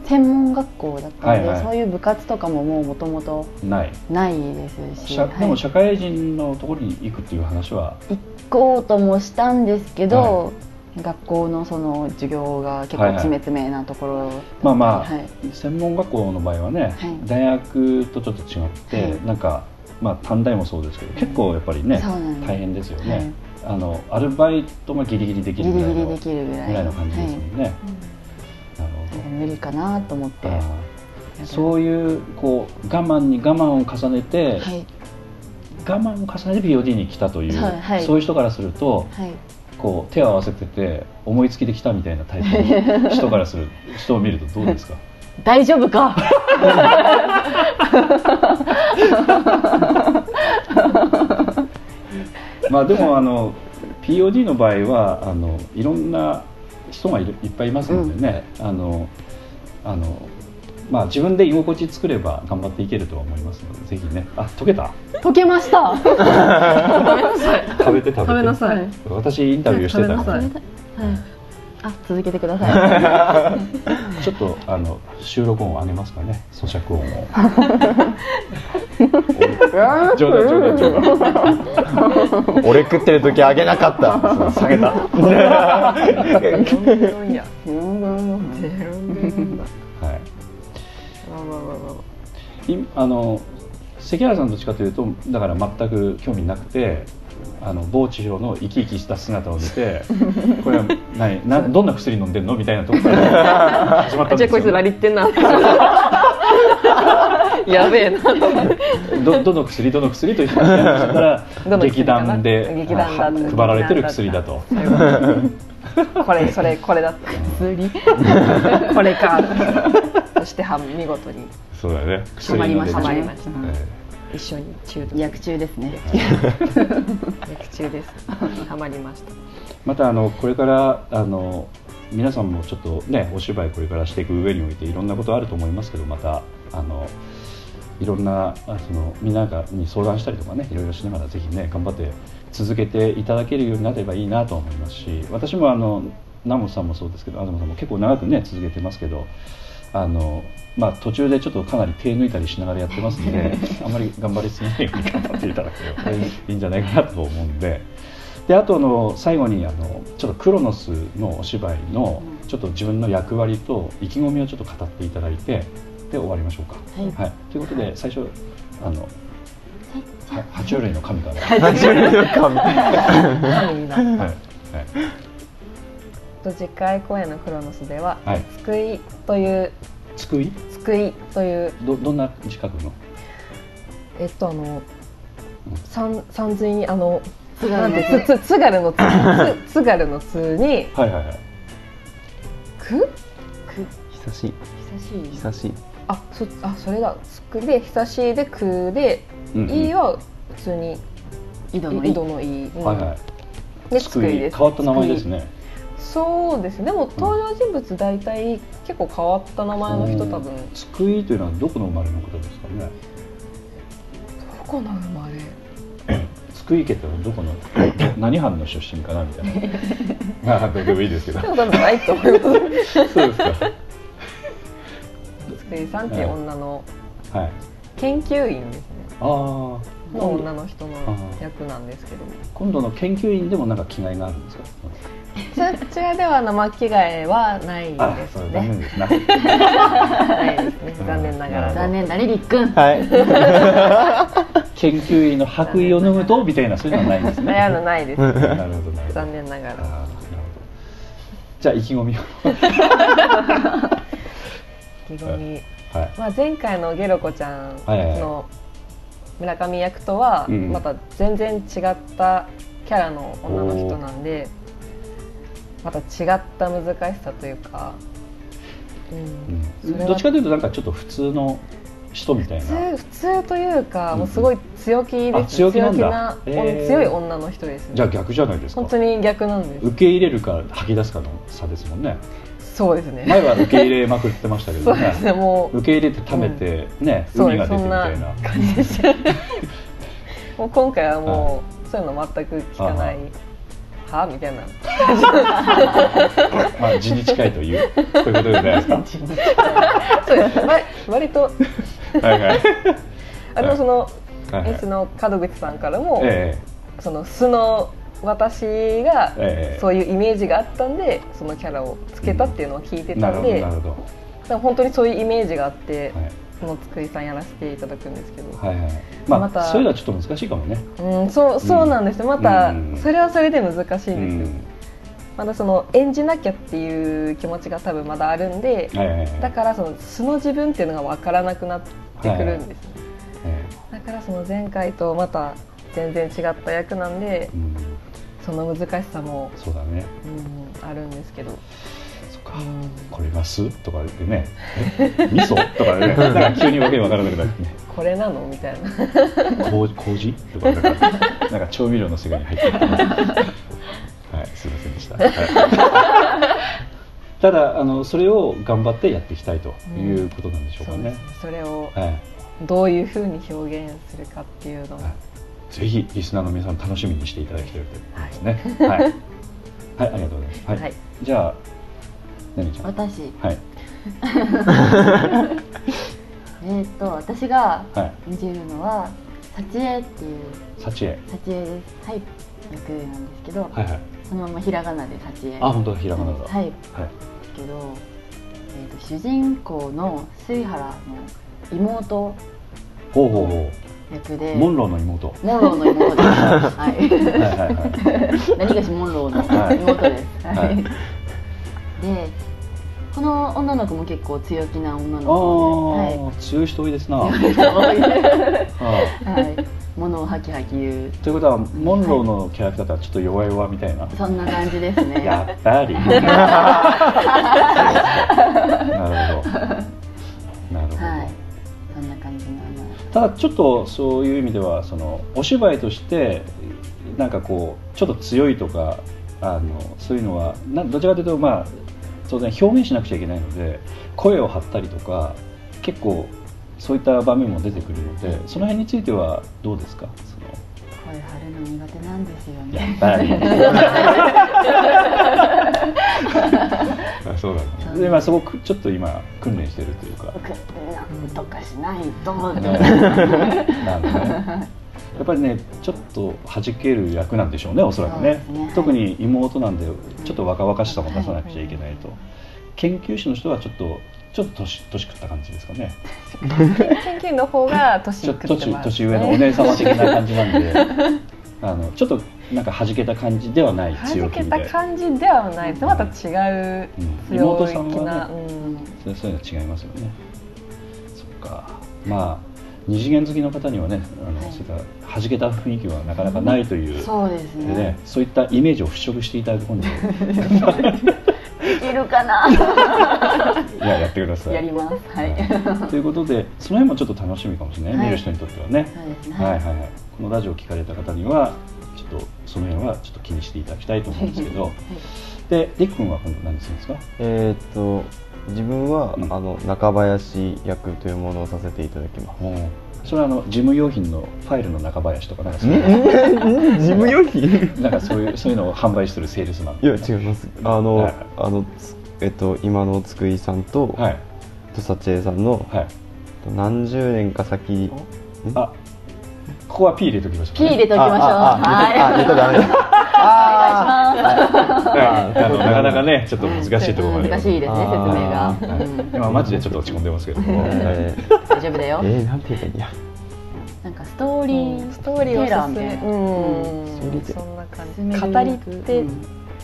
Speaker 6: 専門学校だったので、
Speaker 3: はいはい
Speaker 6: そういう部活とかももうもともと
Speaker 3: ない
Speaker 6: ないですし、
Speaker 3: 社
Speaker 6: はい
Speaker 3: でも社会人のところに行くっていう話は
Speaker 6: 行こうともしたんですけど、学校のその授業が結構
Speaker 3: はいはい
Speaker 6: 詰め詰めなところだったり、
Speaker 3: まあまあ
Speaker 6: はい
Speaker 3: 専門学校の場合はね、
Speaker 6: はい
Speaker 3: 大学とちょっと違って、
Speaker 6: はい
Speaker 3: なんかまあ短大もそうですけど結構やっぱりね
Speaker 6: そうなんです
Speaker 3: 大変ですよね、
Speaker 6: はい
Speaker 3: あのアルバイトがギリギリでき
Speaker 6: ギ
Speaker 3: る
Speaker 6: リ
Speaker 3: ぐら
Speaker 6: ギ
Speaker 3: いの
Speaker 6: リできるぐらい
Speaker 3: ぐらいの感じですも
Speaker 6: はい
Speaker 3: んね、なるほど
Speaker 6: 無理かなと思って
Speaker 3: あーそういうこう我慢に我慢を重ねて、
Speaker 6: はい
Speaker 3: 我慢を重ねて POD に来たという、
Speaker 6: はいはい
Speaker 3: そういう人からすると
Speaker 6: はい
Speaker 3: こう手を合わせてて思いつきで来たみたいなタイプの人からす る人を見るとどうですか
Speaker 6: 大丈夫か
Speaker 3: まあでもあの POD の場合はあのいろんな人がいるいっぱいいますのでね、あのあのまあ自分で居心地作れば頑張っていけるとは思いますのでぜひねあ溶け た
Speaker 6: 溶けました
Speaker 3: 食べて食べて
Speaker 5: 食べなさい
Speaker 3: 私インタビューしてたか
Speaker 5: 食べなさ
Speaker 3: ら
Speaker 5: い
Speaker 6: あ続けてく ださい
Speaker 3: ちょっとあの収録音を上げますかね、咀嚼音 を。冗談冗談冗談。
Speaker 4: 俺食ってる時あげなかった下げた
Speaker 3: はい。いあの関原さんどっちかというとだから全く興味なくて。あの某地方の生き生きした姿を見 てこれは何などんな薬飲んでんのみたいなところ から始まったんで
Speaker 5: じゃ
Speaker 3: す
Speaker 5: あこ
Speaker 3: よ
Speaker 5: いつラリってんな やべえな
Speaker 3: どどの薬どの薬と言ってたら
Speaker 5: どの薬かな
Speaker 3: 劇団で
Speaker 5: 劇団だ
Speaker 3: 配られてる薬だと
Speaker 5: これそれこれだっ た
Speaker 6: 薬
Speaker 5: これかそしては見事に
Speaker 3: そうだね
Speaker 6: ハマりました
Speaker 5: ハマり
Speaker 6: ね
Speaker 5: ました一緒に中毒
Speaker 6: 薬中ですね
Speaker 5: 薬中です ハマりました
Speaker 3: またあのこれからあの皆さんもちょっとねお芝居これからしていく上においていろんなことあると思いますけどまたあのいろんなあそのみんながに相談したりとかねいろいろしながらぜひね頑張って続けていただけるようになればいいなと思いますし私もあの南本さんもそうですけど東さんも結構長くね続けてますけどあの、まあ、途中でちょっとかなり手抜いたりしながらやってますのであんまり頑張りすぎないように頑張っていただければいいんじゃないかなと思うんで。であとあの最後にあのちょっとクロノスのお芝居のちょっと自分の役割と意気込みをちょっと語っていただいてで終わりましょうか。
Speaker 6: はい
Speaker 3: ということで最初あのは爬虫類の神から。
Speaker 5: 神 だ
Speaker 3: はいはい
Speaker 5: と次回公演のクロノスでは
Speaker 3: はい。
Speaker 5: 救いという
Speaker 3: つくい
Speaker 5: 救いという
Speaker 3: どどんな字書くの？
Speaker 5: えっとあの
Speaker 3: うん
Speaker 5: 三三髄にあの
Speaker 6: 津軽
Speaker 5: なん
Speaker 6: の
Speaker 5: てつつ津軽のつつ 津軽のつに
Speaker 3: はいはいはい。
Speaker 5: く
Speaker 4: 久しい
Speaker 6: 久しい
Speaker 4: 久しい
Speaker 5: あそあそれだつくで久しいでくで
Speaker 3: うんうん
Speaker 5: いいは普通に
Speaker 6: 井戸の井
Speaker 5: 井戸のいい、うん
Speaker 3: はいは
Speaker 5: で
Speaker 3: い。つ
Speaker 5: つく
Speaker 3: く
Speaker 5: い
Speaker 3: い
Speaker 5: で
Speaker 3: 変
Speaker 5: す
Speaker 3: わった名前ですね。
Speaker 5: そうですねでも登場人物大体結構変わった名前の人多分ど
Speaker 3: つくいというのはどこの生まれのことですかね。
Speaker 5: この生まれ
Speaker 3: つくい家ってのはどこの何藩の出身かなみたいな。まあどうでもいいですけ ど
Speaker 5: で。も多分ないと 思います
Speaker 3: そうですか。
Speaker 5: つくいさんっていう女の
Speaker 3: はい
Speaker 5: 研究員ですね
Speaker 3: ああ
Speaker 5: の女の人の役なんですけど
Speaker 3: 今度の研究員でもなんか着替えがあるんですか
Speaker 5: そちらでは生着替えはない
Speaker 3: あ
Speaker 5: です
Speaker 3: それダメ
Speaker 5: ね
Speaker 3: ですな
Speaker 5: ないですね残念ながら
Speaker 6: 残念だねりっくん
Speaker 4: はい。
Speaker 3: 研究員の白衣を脱ぐとみたいなそういうのはないんですね
Speaker 5: 悩のないです
Speaker 3: なるほどなるほど
Speaker 5: 残念ながら
Speaker 3: あーなるほどじゃあ意気込みを
Speaker 5: 意気込み
Speaker 3: はい
Speaker 5: まあ、前回のゲロコちゃん
Speaker 3: はいはいはい
Speaker 5: の村上役とは
Speaker 3: うん
Speaker 5: また全然違ったキャラの女の人なんでまた違った難しさというか、うん
Speaker 3: うん
Speaker 5: それは
Speaker 3: どっちかというとなんかちょっと普通の人みたい
Speaker 5: 普
Speaker 3: な
Speaker 5: 通普通というか
Speaker 3: うん
Speaker 5: もうすごい強気です、
Speaker 3: あ強気なんだ
Speaker 5: 強気な
Speaker 3: へー
Speaker 5: 強い女の人ですね
Speaker 3: じゃあ逆じゃないですか
Speaker 5: 本当に逆なんです
Speaker 3: 受け入れるか吐き出すかの差ですもんね
Speaker 5: そうですね
Speaker 3: 前は受け入れまくってましたけ
Speaker 5: そ
Speaker 3: ど
Speaker 5: うです
Speaker 3: ね
Speaker 5: ねもう
Speaker 3: 受け入れて溜めてね
Speaker 5: そう
Speaker 3: 海が出て
Speaker 5: そ
Speaker 3: み
Speaker 5: んな
Speaker 3: たいな
Speaker 5: 感じでしたもう今回はもうそういうの全く聞かないはみたいな
Speaker 3: まあ字に近いというそういうことじゃないです か
Speaker 5: そうですわ割と
Speaker 3: はいはい
Speaker 5: あのその、
Speaker 3: はいはい
Speaker 5: えその門口さんからも、
Speaker 3: え
Speaker 5: その素の私が、
Speaker 3: ええ
Speaker 5: そういうイメージがあったんでそのキャラをつけたっていうのを聞いて
Speaker 3: えな
Speaker 5: た
Speaker 3: るほ
Speaker 5: ん
Speaker 3: ど
Speaker 5: で、
Speaker 3: なるほど
Speaker 5: でも本当にそういうイメージがあって、
Speaker 3: はい
Speaker 5: そのつくいさんやらせていただくんですけど、
Speaker 3: はいはいまあ
Speaker 5: また
Speaker 3: そういうのはちょっと難しいかもね
Speaker 5: うんそうそうなんですねまた、
Speaker 3: うん
Speaker 5: それはそれで難しいんです
Speaker 3: う
Speaker 5: よ、
Speaker 3: ん
Speaker 5: まだその演じなきゃっていう気持ちが多分まだあるんで、
Speaker 3: はいはいはい
Speaker 5: だからその素の自分っていうのが分からなくなってくるんですね、
Speaker 3: え
Speaker 5: だからその前回とまた全然違った役なんで
Speaker 3: えうん
Speaker 5: その難しさも、
Speaker 3: そうだね
Speaker 5: うん、あるんですけど
Speaker 3: そっかこれが酢とかでねえ 味噌と かでねなんか急にわけわからなくなってね
Speaker 5: これなのみたいな
Speaker 3: こう麹とかなんかなんか調味料の世界に入っていってます。はい、すみませんでした。はい ただあのそれを頑張ってやっていきたいということなんでしょうか
Speaker 5: そうで
Speaker 3: ね
Speaker 5: すね。それを
Speaker 3: はい
Speaker 5: どういうふうに表現するかっていうのを
Speaker 3: はぜひリスナーの皆さん楽しみにしていただきたいと思いますね。はい、はい、ありがとうございます。はい、
Speaker 5: はい
Speaker 3: じゃあなみちゃん。は
Speaker 6: 私
Speaker 3: い、
Speaker 6: えっと私が
Speaker 3: はい、
Speaker 6: 演じるのは幸恵っていう
Speaker 3: 幸恵。
Speaker 6: 幸恵ですはい役なんですけど、
Speaker 3: はいはい。
Speaker 6: そのままひらがなで幸恵
Speaker 3: あ、本当だ、ひらがなだ。
Speaker 6: はいで
Speaker 3: はい。
Speaker 6: すけど、えー、と主人公の水原の妹
Speaker 3: ほうほうほ
Speaker 6: 役
Speaker 3: う。
Speaker 6: で
Speaker 3: モンローの妹。は
Speaker 6: モンローの 妹です。はい
Speaker 3: はい はい
Speaker 6: い。何がしモンローの妹です。
Speaker 3: はい
Speaker 6: はい。で、この女の子も結構強気な女の。
Speaker 3: あ
Speaker 6: 子で、
Speaker 3: あ、強い人多いです な。ああ。
Speaker 6: はい。はい。物をハキハキ言う。
Speaker 3: ということはモンローのキャラクターとはちょっと弱々みたいな、
Speaker 6: そんな感じですね。
Speaker 3: やっぱ りな るほどなるほど、
Speaker 6: はい。そんな感じの女の子。
Speaker 3: ただちょっとそういう意味ではそのお芝居としてなんかこうちょっと強いとかあのそういうのはなどちらかというとまあ当然表現しなくちゃいけないので声を張ったりとか結構そういった場面も出てくるのでその辺についてはどうですかその
Speaker 6: 声張るの苦手なんですよ
Speaker 3: や
Speaker 6: ね。
Speaker 3: っぱり。あそうだね。でまあそこちょっと今訓練してるというか。
Speaker 6: なんとかしない と。
Speaker 3: なんでね。やっぱりねちょっと弾ける役なんでしょうねおそらく
Speaker 6: そう
Speaker 3: ね
Speaker 6: ですねはい
Speaker 3: 特に妹なんでちょっと若々しさも出さなくちゃいけないと、研究師の人はちょっとちょっと年年食った感じですかね
Speaker 5: 研究員の方が年
Speaker 3: ちょ
Speaker 5: 食
Speaker 3: っと
Speaker 5: って
Speaker 3: 年
Speaker 5: ます
Speaker 3: 年上のお姉様的な感じなんであのちょっとなんか弾けた感じではない
Speaker 5: は
Speaker 3: 強
Speaker 5: じ
Speaker 3: 気
Speaker 5: け
Speaker 3: み
Speaker 5: た
Speaker 3: いな
Speaker 5: 感じではないですまた違う
Speaker 3: うん
Speaker 5: 強
Speaker 3: 妹
Speaker 5: 気
Speaker 3: さん
Speaker 5: な、
Speaker 3: は
Speaker 5: う
Speaker 3: ね
Speaker 5: ん、
Speaker 3: そうそういうの違いますよねそっかまあ二次元好きの方にはねあの、
Speaker 6: はい
Speaker 3: そういった弾けた雰囲気はなかなかないという、
Speaker 6: そうです
Speaker 3: でね
Speaker 6: ね。
Speaker 3: そういったイメージを払拭していただく 本で
Speaker 6: できるかな。
Speaker 3: いややってください
Speaker 6: やります。はい。
Speaker 3: はいということでその辺もちょっと楽しみかもしれない、
Speaker 6: はい
Speaker 3: 見る人にとってはね
Speaker 6: そうですね。
Speaker 3: はいはいはいこのラジオを聞かれた方にはちょっとその辺はちょっと気にしていただきたいと思うんですけ ど、でりっくんは今度何するんですか
Speaker 4: えーっと自分は、
Speaker 3: うん
Speaker 4: あの中林役というものをさせていただきます。
Speaker 3: それはあの事務用品のファイルの中林とかなんかそういう
Speaker 4: 事務用品？い
Speaker 3: なんかそういうそういうのを販売してるセールスマン
Speaker 4: や違います。あの、
Speaker 3: はい
Speaker 4: あのつえっと今の津久井さんと、
Speaker 3: はい
Speaker 4: とさちえさんの
Speaker 3: はい
Speaker 4: 何十年か先
Speaker 3: あここは P 入れときましょう
Speaker 9: ピー入れときましょう
Speaker 4: あああ
Speaker 9: はい
Speaker 4: 入れとダメだ
Speaker 3: は
Speaker 4: あ
Speaker 3: いあのなかなかねちょっと難しいところまで
Speaker 6: 難しいですね説明が
Speaker 4: あ
Speaker 6: うん
Speaker 3: 今マジでちょっと落ち込んでますけども、
Speaker 4: え
Speaker 6: 大丈夫だよ
Speaker 4: ーえーなんていうかいいや
Speaker 6: なんかストーリー
Speaker 5: ストーリーを
Speaker 6: テラー
Speaker 5: 進
Speaker 6: みた
Speaker 5: め
Speaker 6: いな
Speaker 5: うん、
Speaker 4: うん
Speaker 5: そんな感
Speaker 6: 進める
Speaker 5: じ語り手
Speaker 6: うん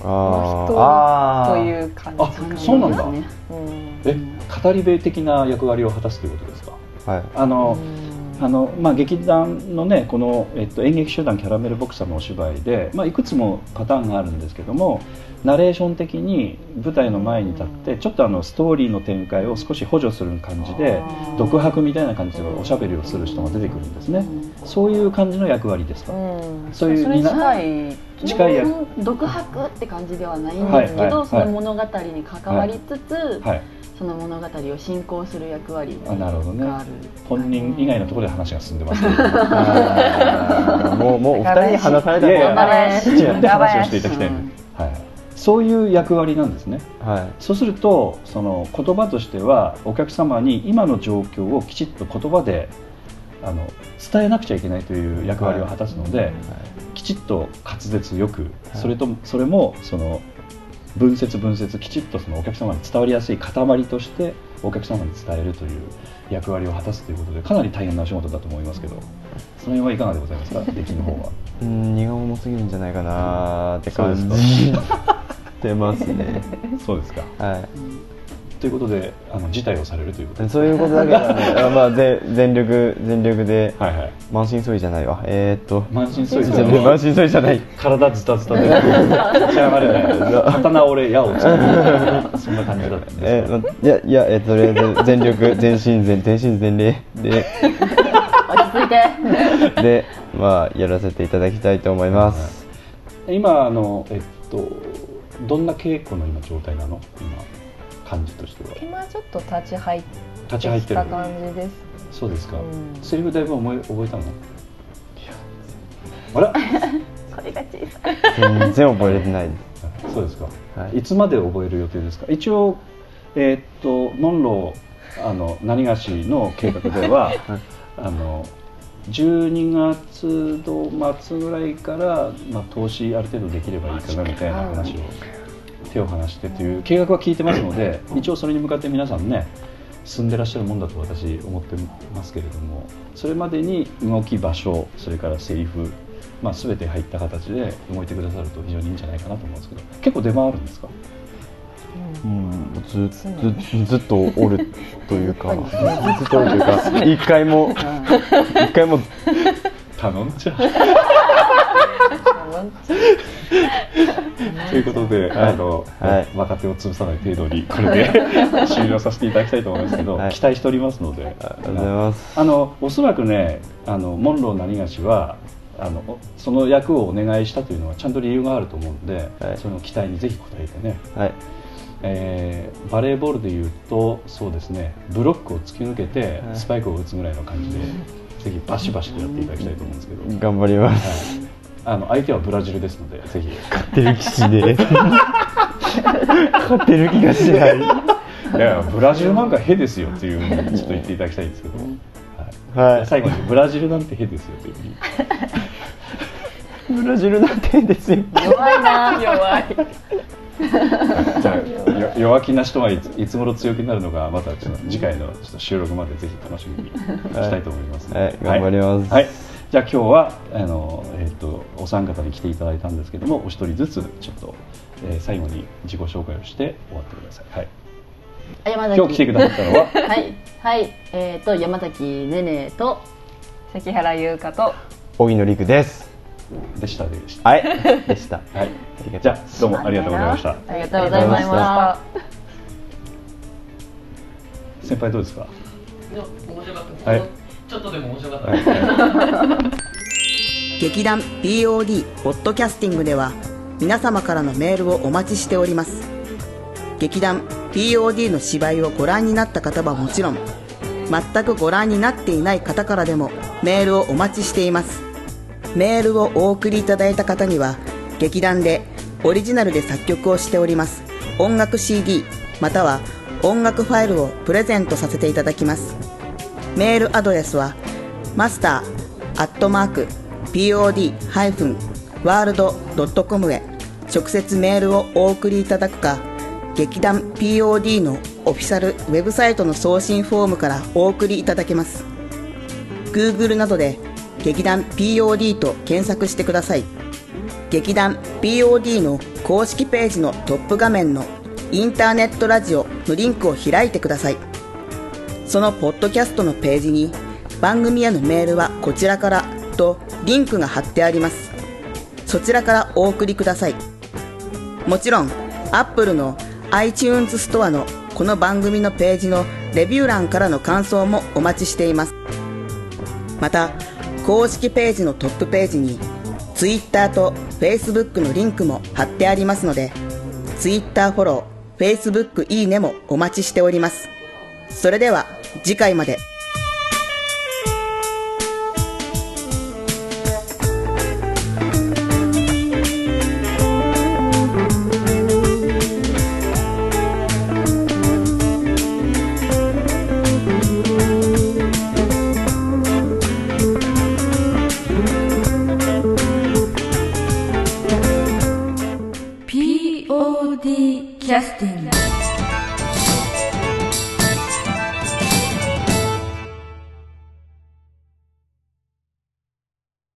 Speaker 4: あーあ
Speaker 5: と
Speaker 4: う
Speaker 5: いう感
Speaker 3: あ
Speaker 5: じかな
Speaker 3: そうなんだ
Speaker 6: ですね
Speaker 5: うん
Speaker 3: え語り部的な役割を果たすということですか
Speaker 4: はい
Speaker 3: あのあのまあ、劇団の,、ねこのえっと、演劇集団キャラメルボクサーのお芝居で、まあ、いくつもパターンがあるんですけどもナレーション的に舞台の前に立ってちょっとあのストーリーの展開を少し補助する感じで独白みたいな感じでおしゃべりをする人が出てくるんですねそういう感じの役割ですか、
Speaker 5: うん
Speaker 3: そういう
Speaker 6: それ
Speaker 3: みんな
Speaker 6: 近い
Speaker 3: 近い役
Speaker 6: 独白って感じではないん
Speaker 3: はい
Speaker 6: ですけど、
Speaker 3: はいはい
Speaker 6: その物語に関わりつつ、
Speaker 3: はい、
Speaker 6: その物語を進行する役割
Speaker 3: あなるほどね
Speaker 6: がある
Speaker 3: 本人以外のところで話が進んで ますけど
Speaker 4: あーもうもうお二人に話された
Speaker 3: いやいや
Speaker 4: 方が
Speaker 3: 違って話をしていただきたいので、はい、そういう役割なんですね
Speaker 4: は
Speaker 3: そうするとその言葉としてはお客様に今の状況をきちっと言葉であの伝えなくちゃいけないという役割を果たすので、きちっと滑舌よく、
Speaker 4: い
Speaker 3: それともそれもその分節分節きちっとそのお客様に伝わりやすい塊としてお客様に伝えるという役割を果たすということでかなり大変なお仕事だと思いますけどその辺はいかがでございます か出来の方は。
Speaker 4: いうん荷が重すぎるんじゃないかなーって感
Speaker 3: そう
Speaker 4: じしてますね
Speaker 3: そうですか
Speaker 4: はい
Speaker 3: ということであの辞退をされるということです。
Speaker 4: そういうことだけどね、あまあ、ぜ全力、全力で、
Speaker 3: はいはい
Speaker 4: 満身創痍じゃないわ、えー、っと、
Speaker 3: 満身創
Speaker 4: 全
Speaker 3: 痍
Speaker 4: 然満身創痍じゃない、
Speaker 3: 体ズタズタで立ち上がれない刀折れ矢をつけるそんな感じだったん
Speaker 4: え
Speaker 3: です
Speaker 4: ーまいや、いや、えーとりあえず全 力、全身全、全身全霊で、
Speaker 6: 落ち着いて
Speaker 4: で、まあ、やらせていただきたいと思います。
Speaker 3: が今あのえっとどんな稽古の今状態なの今感じとしては
Speaker 5: 今ちょっと立ち入っ
Speaker 3: 立ち入っ
Speaker 5: てき
Speaker 3: てる
Speaker 5: た感じです
Speaker 3: そうですか、
Speaker 5: うん
Speaker 3: セリフだいぶ思い覚えたのあら
Speaker 4: 全然覚えれてないで
Speaker 3: そうですか、
Speaker 4: はい
Speaker 3: い、つまで覚える予定ですか一応えっとノンローあの何がしの計画では、あの12月度末ぐらいから、まあ、投資ある程度できればいいかなみたいな話を手を離してという計画は聞いてますので一応それに向かって皆さんね進んでらっしゃるもんだと私思ってますけれどもそれまでに動き場所それからセリフ、まあ、全て入った形で動いてくださると非常にいいんじゃないかなと思うんですけど結構出回るんですか
Speaker 4: す。うん、ずずずっとおるというか、 ずっとおるというか、一回も、一回も、
Speaker 3: 頼んじゃうということで、あの、
Speaker 4: はい
Speaker 3: 若手を潰さない程度にこれ で終了させていただきたいと思いますけど、
Speaker 4: はい
Speaker 3: 期待しておりますので
Speaker 4: ありがとうございます。
Speaker 3: あのおそらくねあのモンロー何がしはあのおその役をお願いしたというのはちゃんと理由があると思うので、
Speaker 4: はい
Speaker 3: その期待にぜひ応えてね、
Speaker 4: はい、
Speaker 3: えーバレーボールでいうとそうですねブロックを突き抜けて
Speaker 4: はい
Speaker 3: スパイクを打つぐらいの感じで、ぜひバシバシとやっていただきたいと思うんですけど、はい、
Speaker 4: 頑張ります。
Speaker 3: あの相手はブラジルですのでぜ ひ
Speaker 4: 勝てる気しねえ 勝てる気がしない。
Speaker 3: いやブラジルなんかへですよっていうふうにちょっと言っていただきたいんですけど、はい
Speaker 4: はい。
Speaker 3: 最後にブラジルなんてへですよというふうに
Speaker 4: ブラジルなんてですよ。
Speaker 6: 弱いな弱い
Speaker 3: じゃあよ弱気な人はいついつ頃強気になるのかまたちょっと次回のちょっと収録までぜひ楽しみにしたいと思います、
Speaker 4: はいはい頑張ります
Speaker 3: はいはいじゃあ今日はあの、えっとお三方に来ていただいたんですけどもお一人ずつちょっと、えー最後に自己紹介をして終わってください、はい、
Speaker 6: あ山崎
Speaker 3: 今日来てくださったのは
Speaker 6: はいはいえっ、と山崎ねねと
Speaker 5: 関原優香と
Speaker 4: 荻野陸です。
Speaker 3: でしたでした
Speaker 4: はい。でした。
Speaker 3: はい
Speaker 4: りがとう
Speaker 3: じゃあどうもありがとうございました
Speaker 6: ありがとうございまし
Speaker 4: ありがとうございま
Speaker 6: た
Speaker 3: 先輩どうですか
Speaker 10: 面白かったです、
Speaker 3: はい
Speaker 10: ちょっとでも面白かったです
Speaker 2: 劇団 POD ポッドキャスティングでは皆様からのメールをお待ちしております劇団 POD の芝居をご覧になった方はもちろん全くご覧になっていない方からでもメールをお待ちしていますメールをお送りいただいた方には劇団でオリジナルで作曲をしております音楽 CD または音楽ファイルをプレゼントさせていただきますメールアドレスはマスターアットマーク pod-world.com へ直接メールをお送りいただくか劇団 POD のオフィシャルウェブサイトの送信フォームからお送りいただけます Google などで劇団 POD と検索してください劇団 POD の公式ページのトップ画面のインターネットラジオのリンクを開いてくださいそのポッドキャストのページに番組へのメールはこちらからとリンクが貼ってありますそちらからお送りくださいもちろん Apple の iTunes ストアのこの番組のページのレビュー欄からの感想もお待ちしていますまた公式ページのトップページに Twitter と Facebook のリンクも貼ってありますので Twitter フォロー Facebook いいねもお待ちしておりますそれでは次回まで
Speaker 1: キャスティング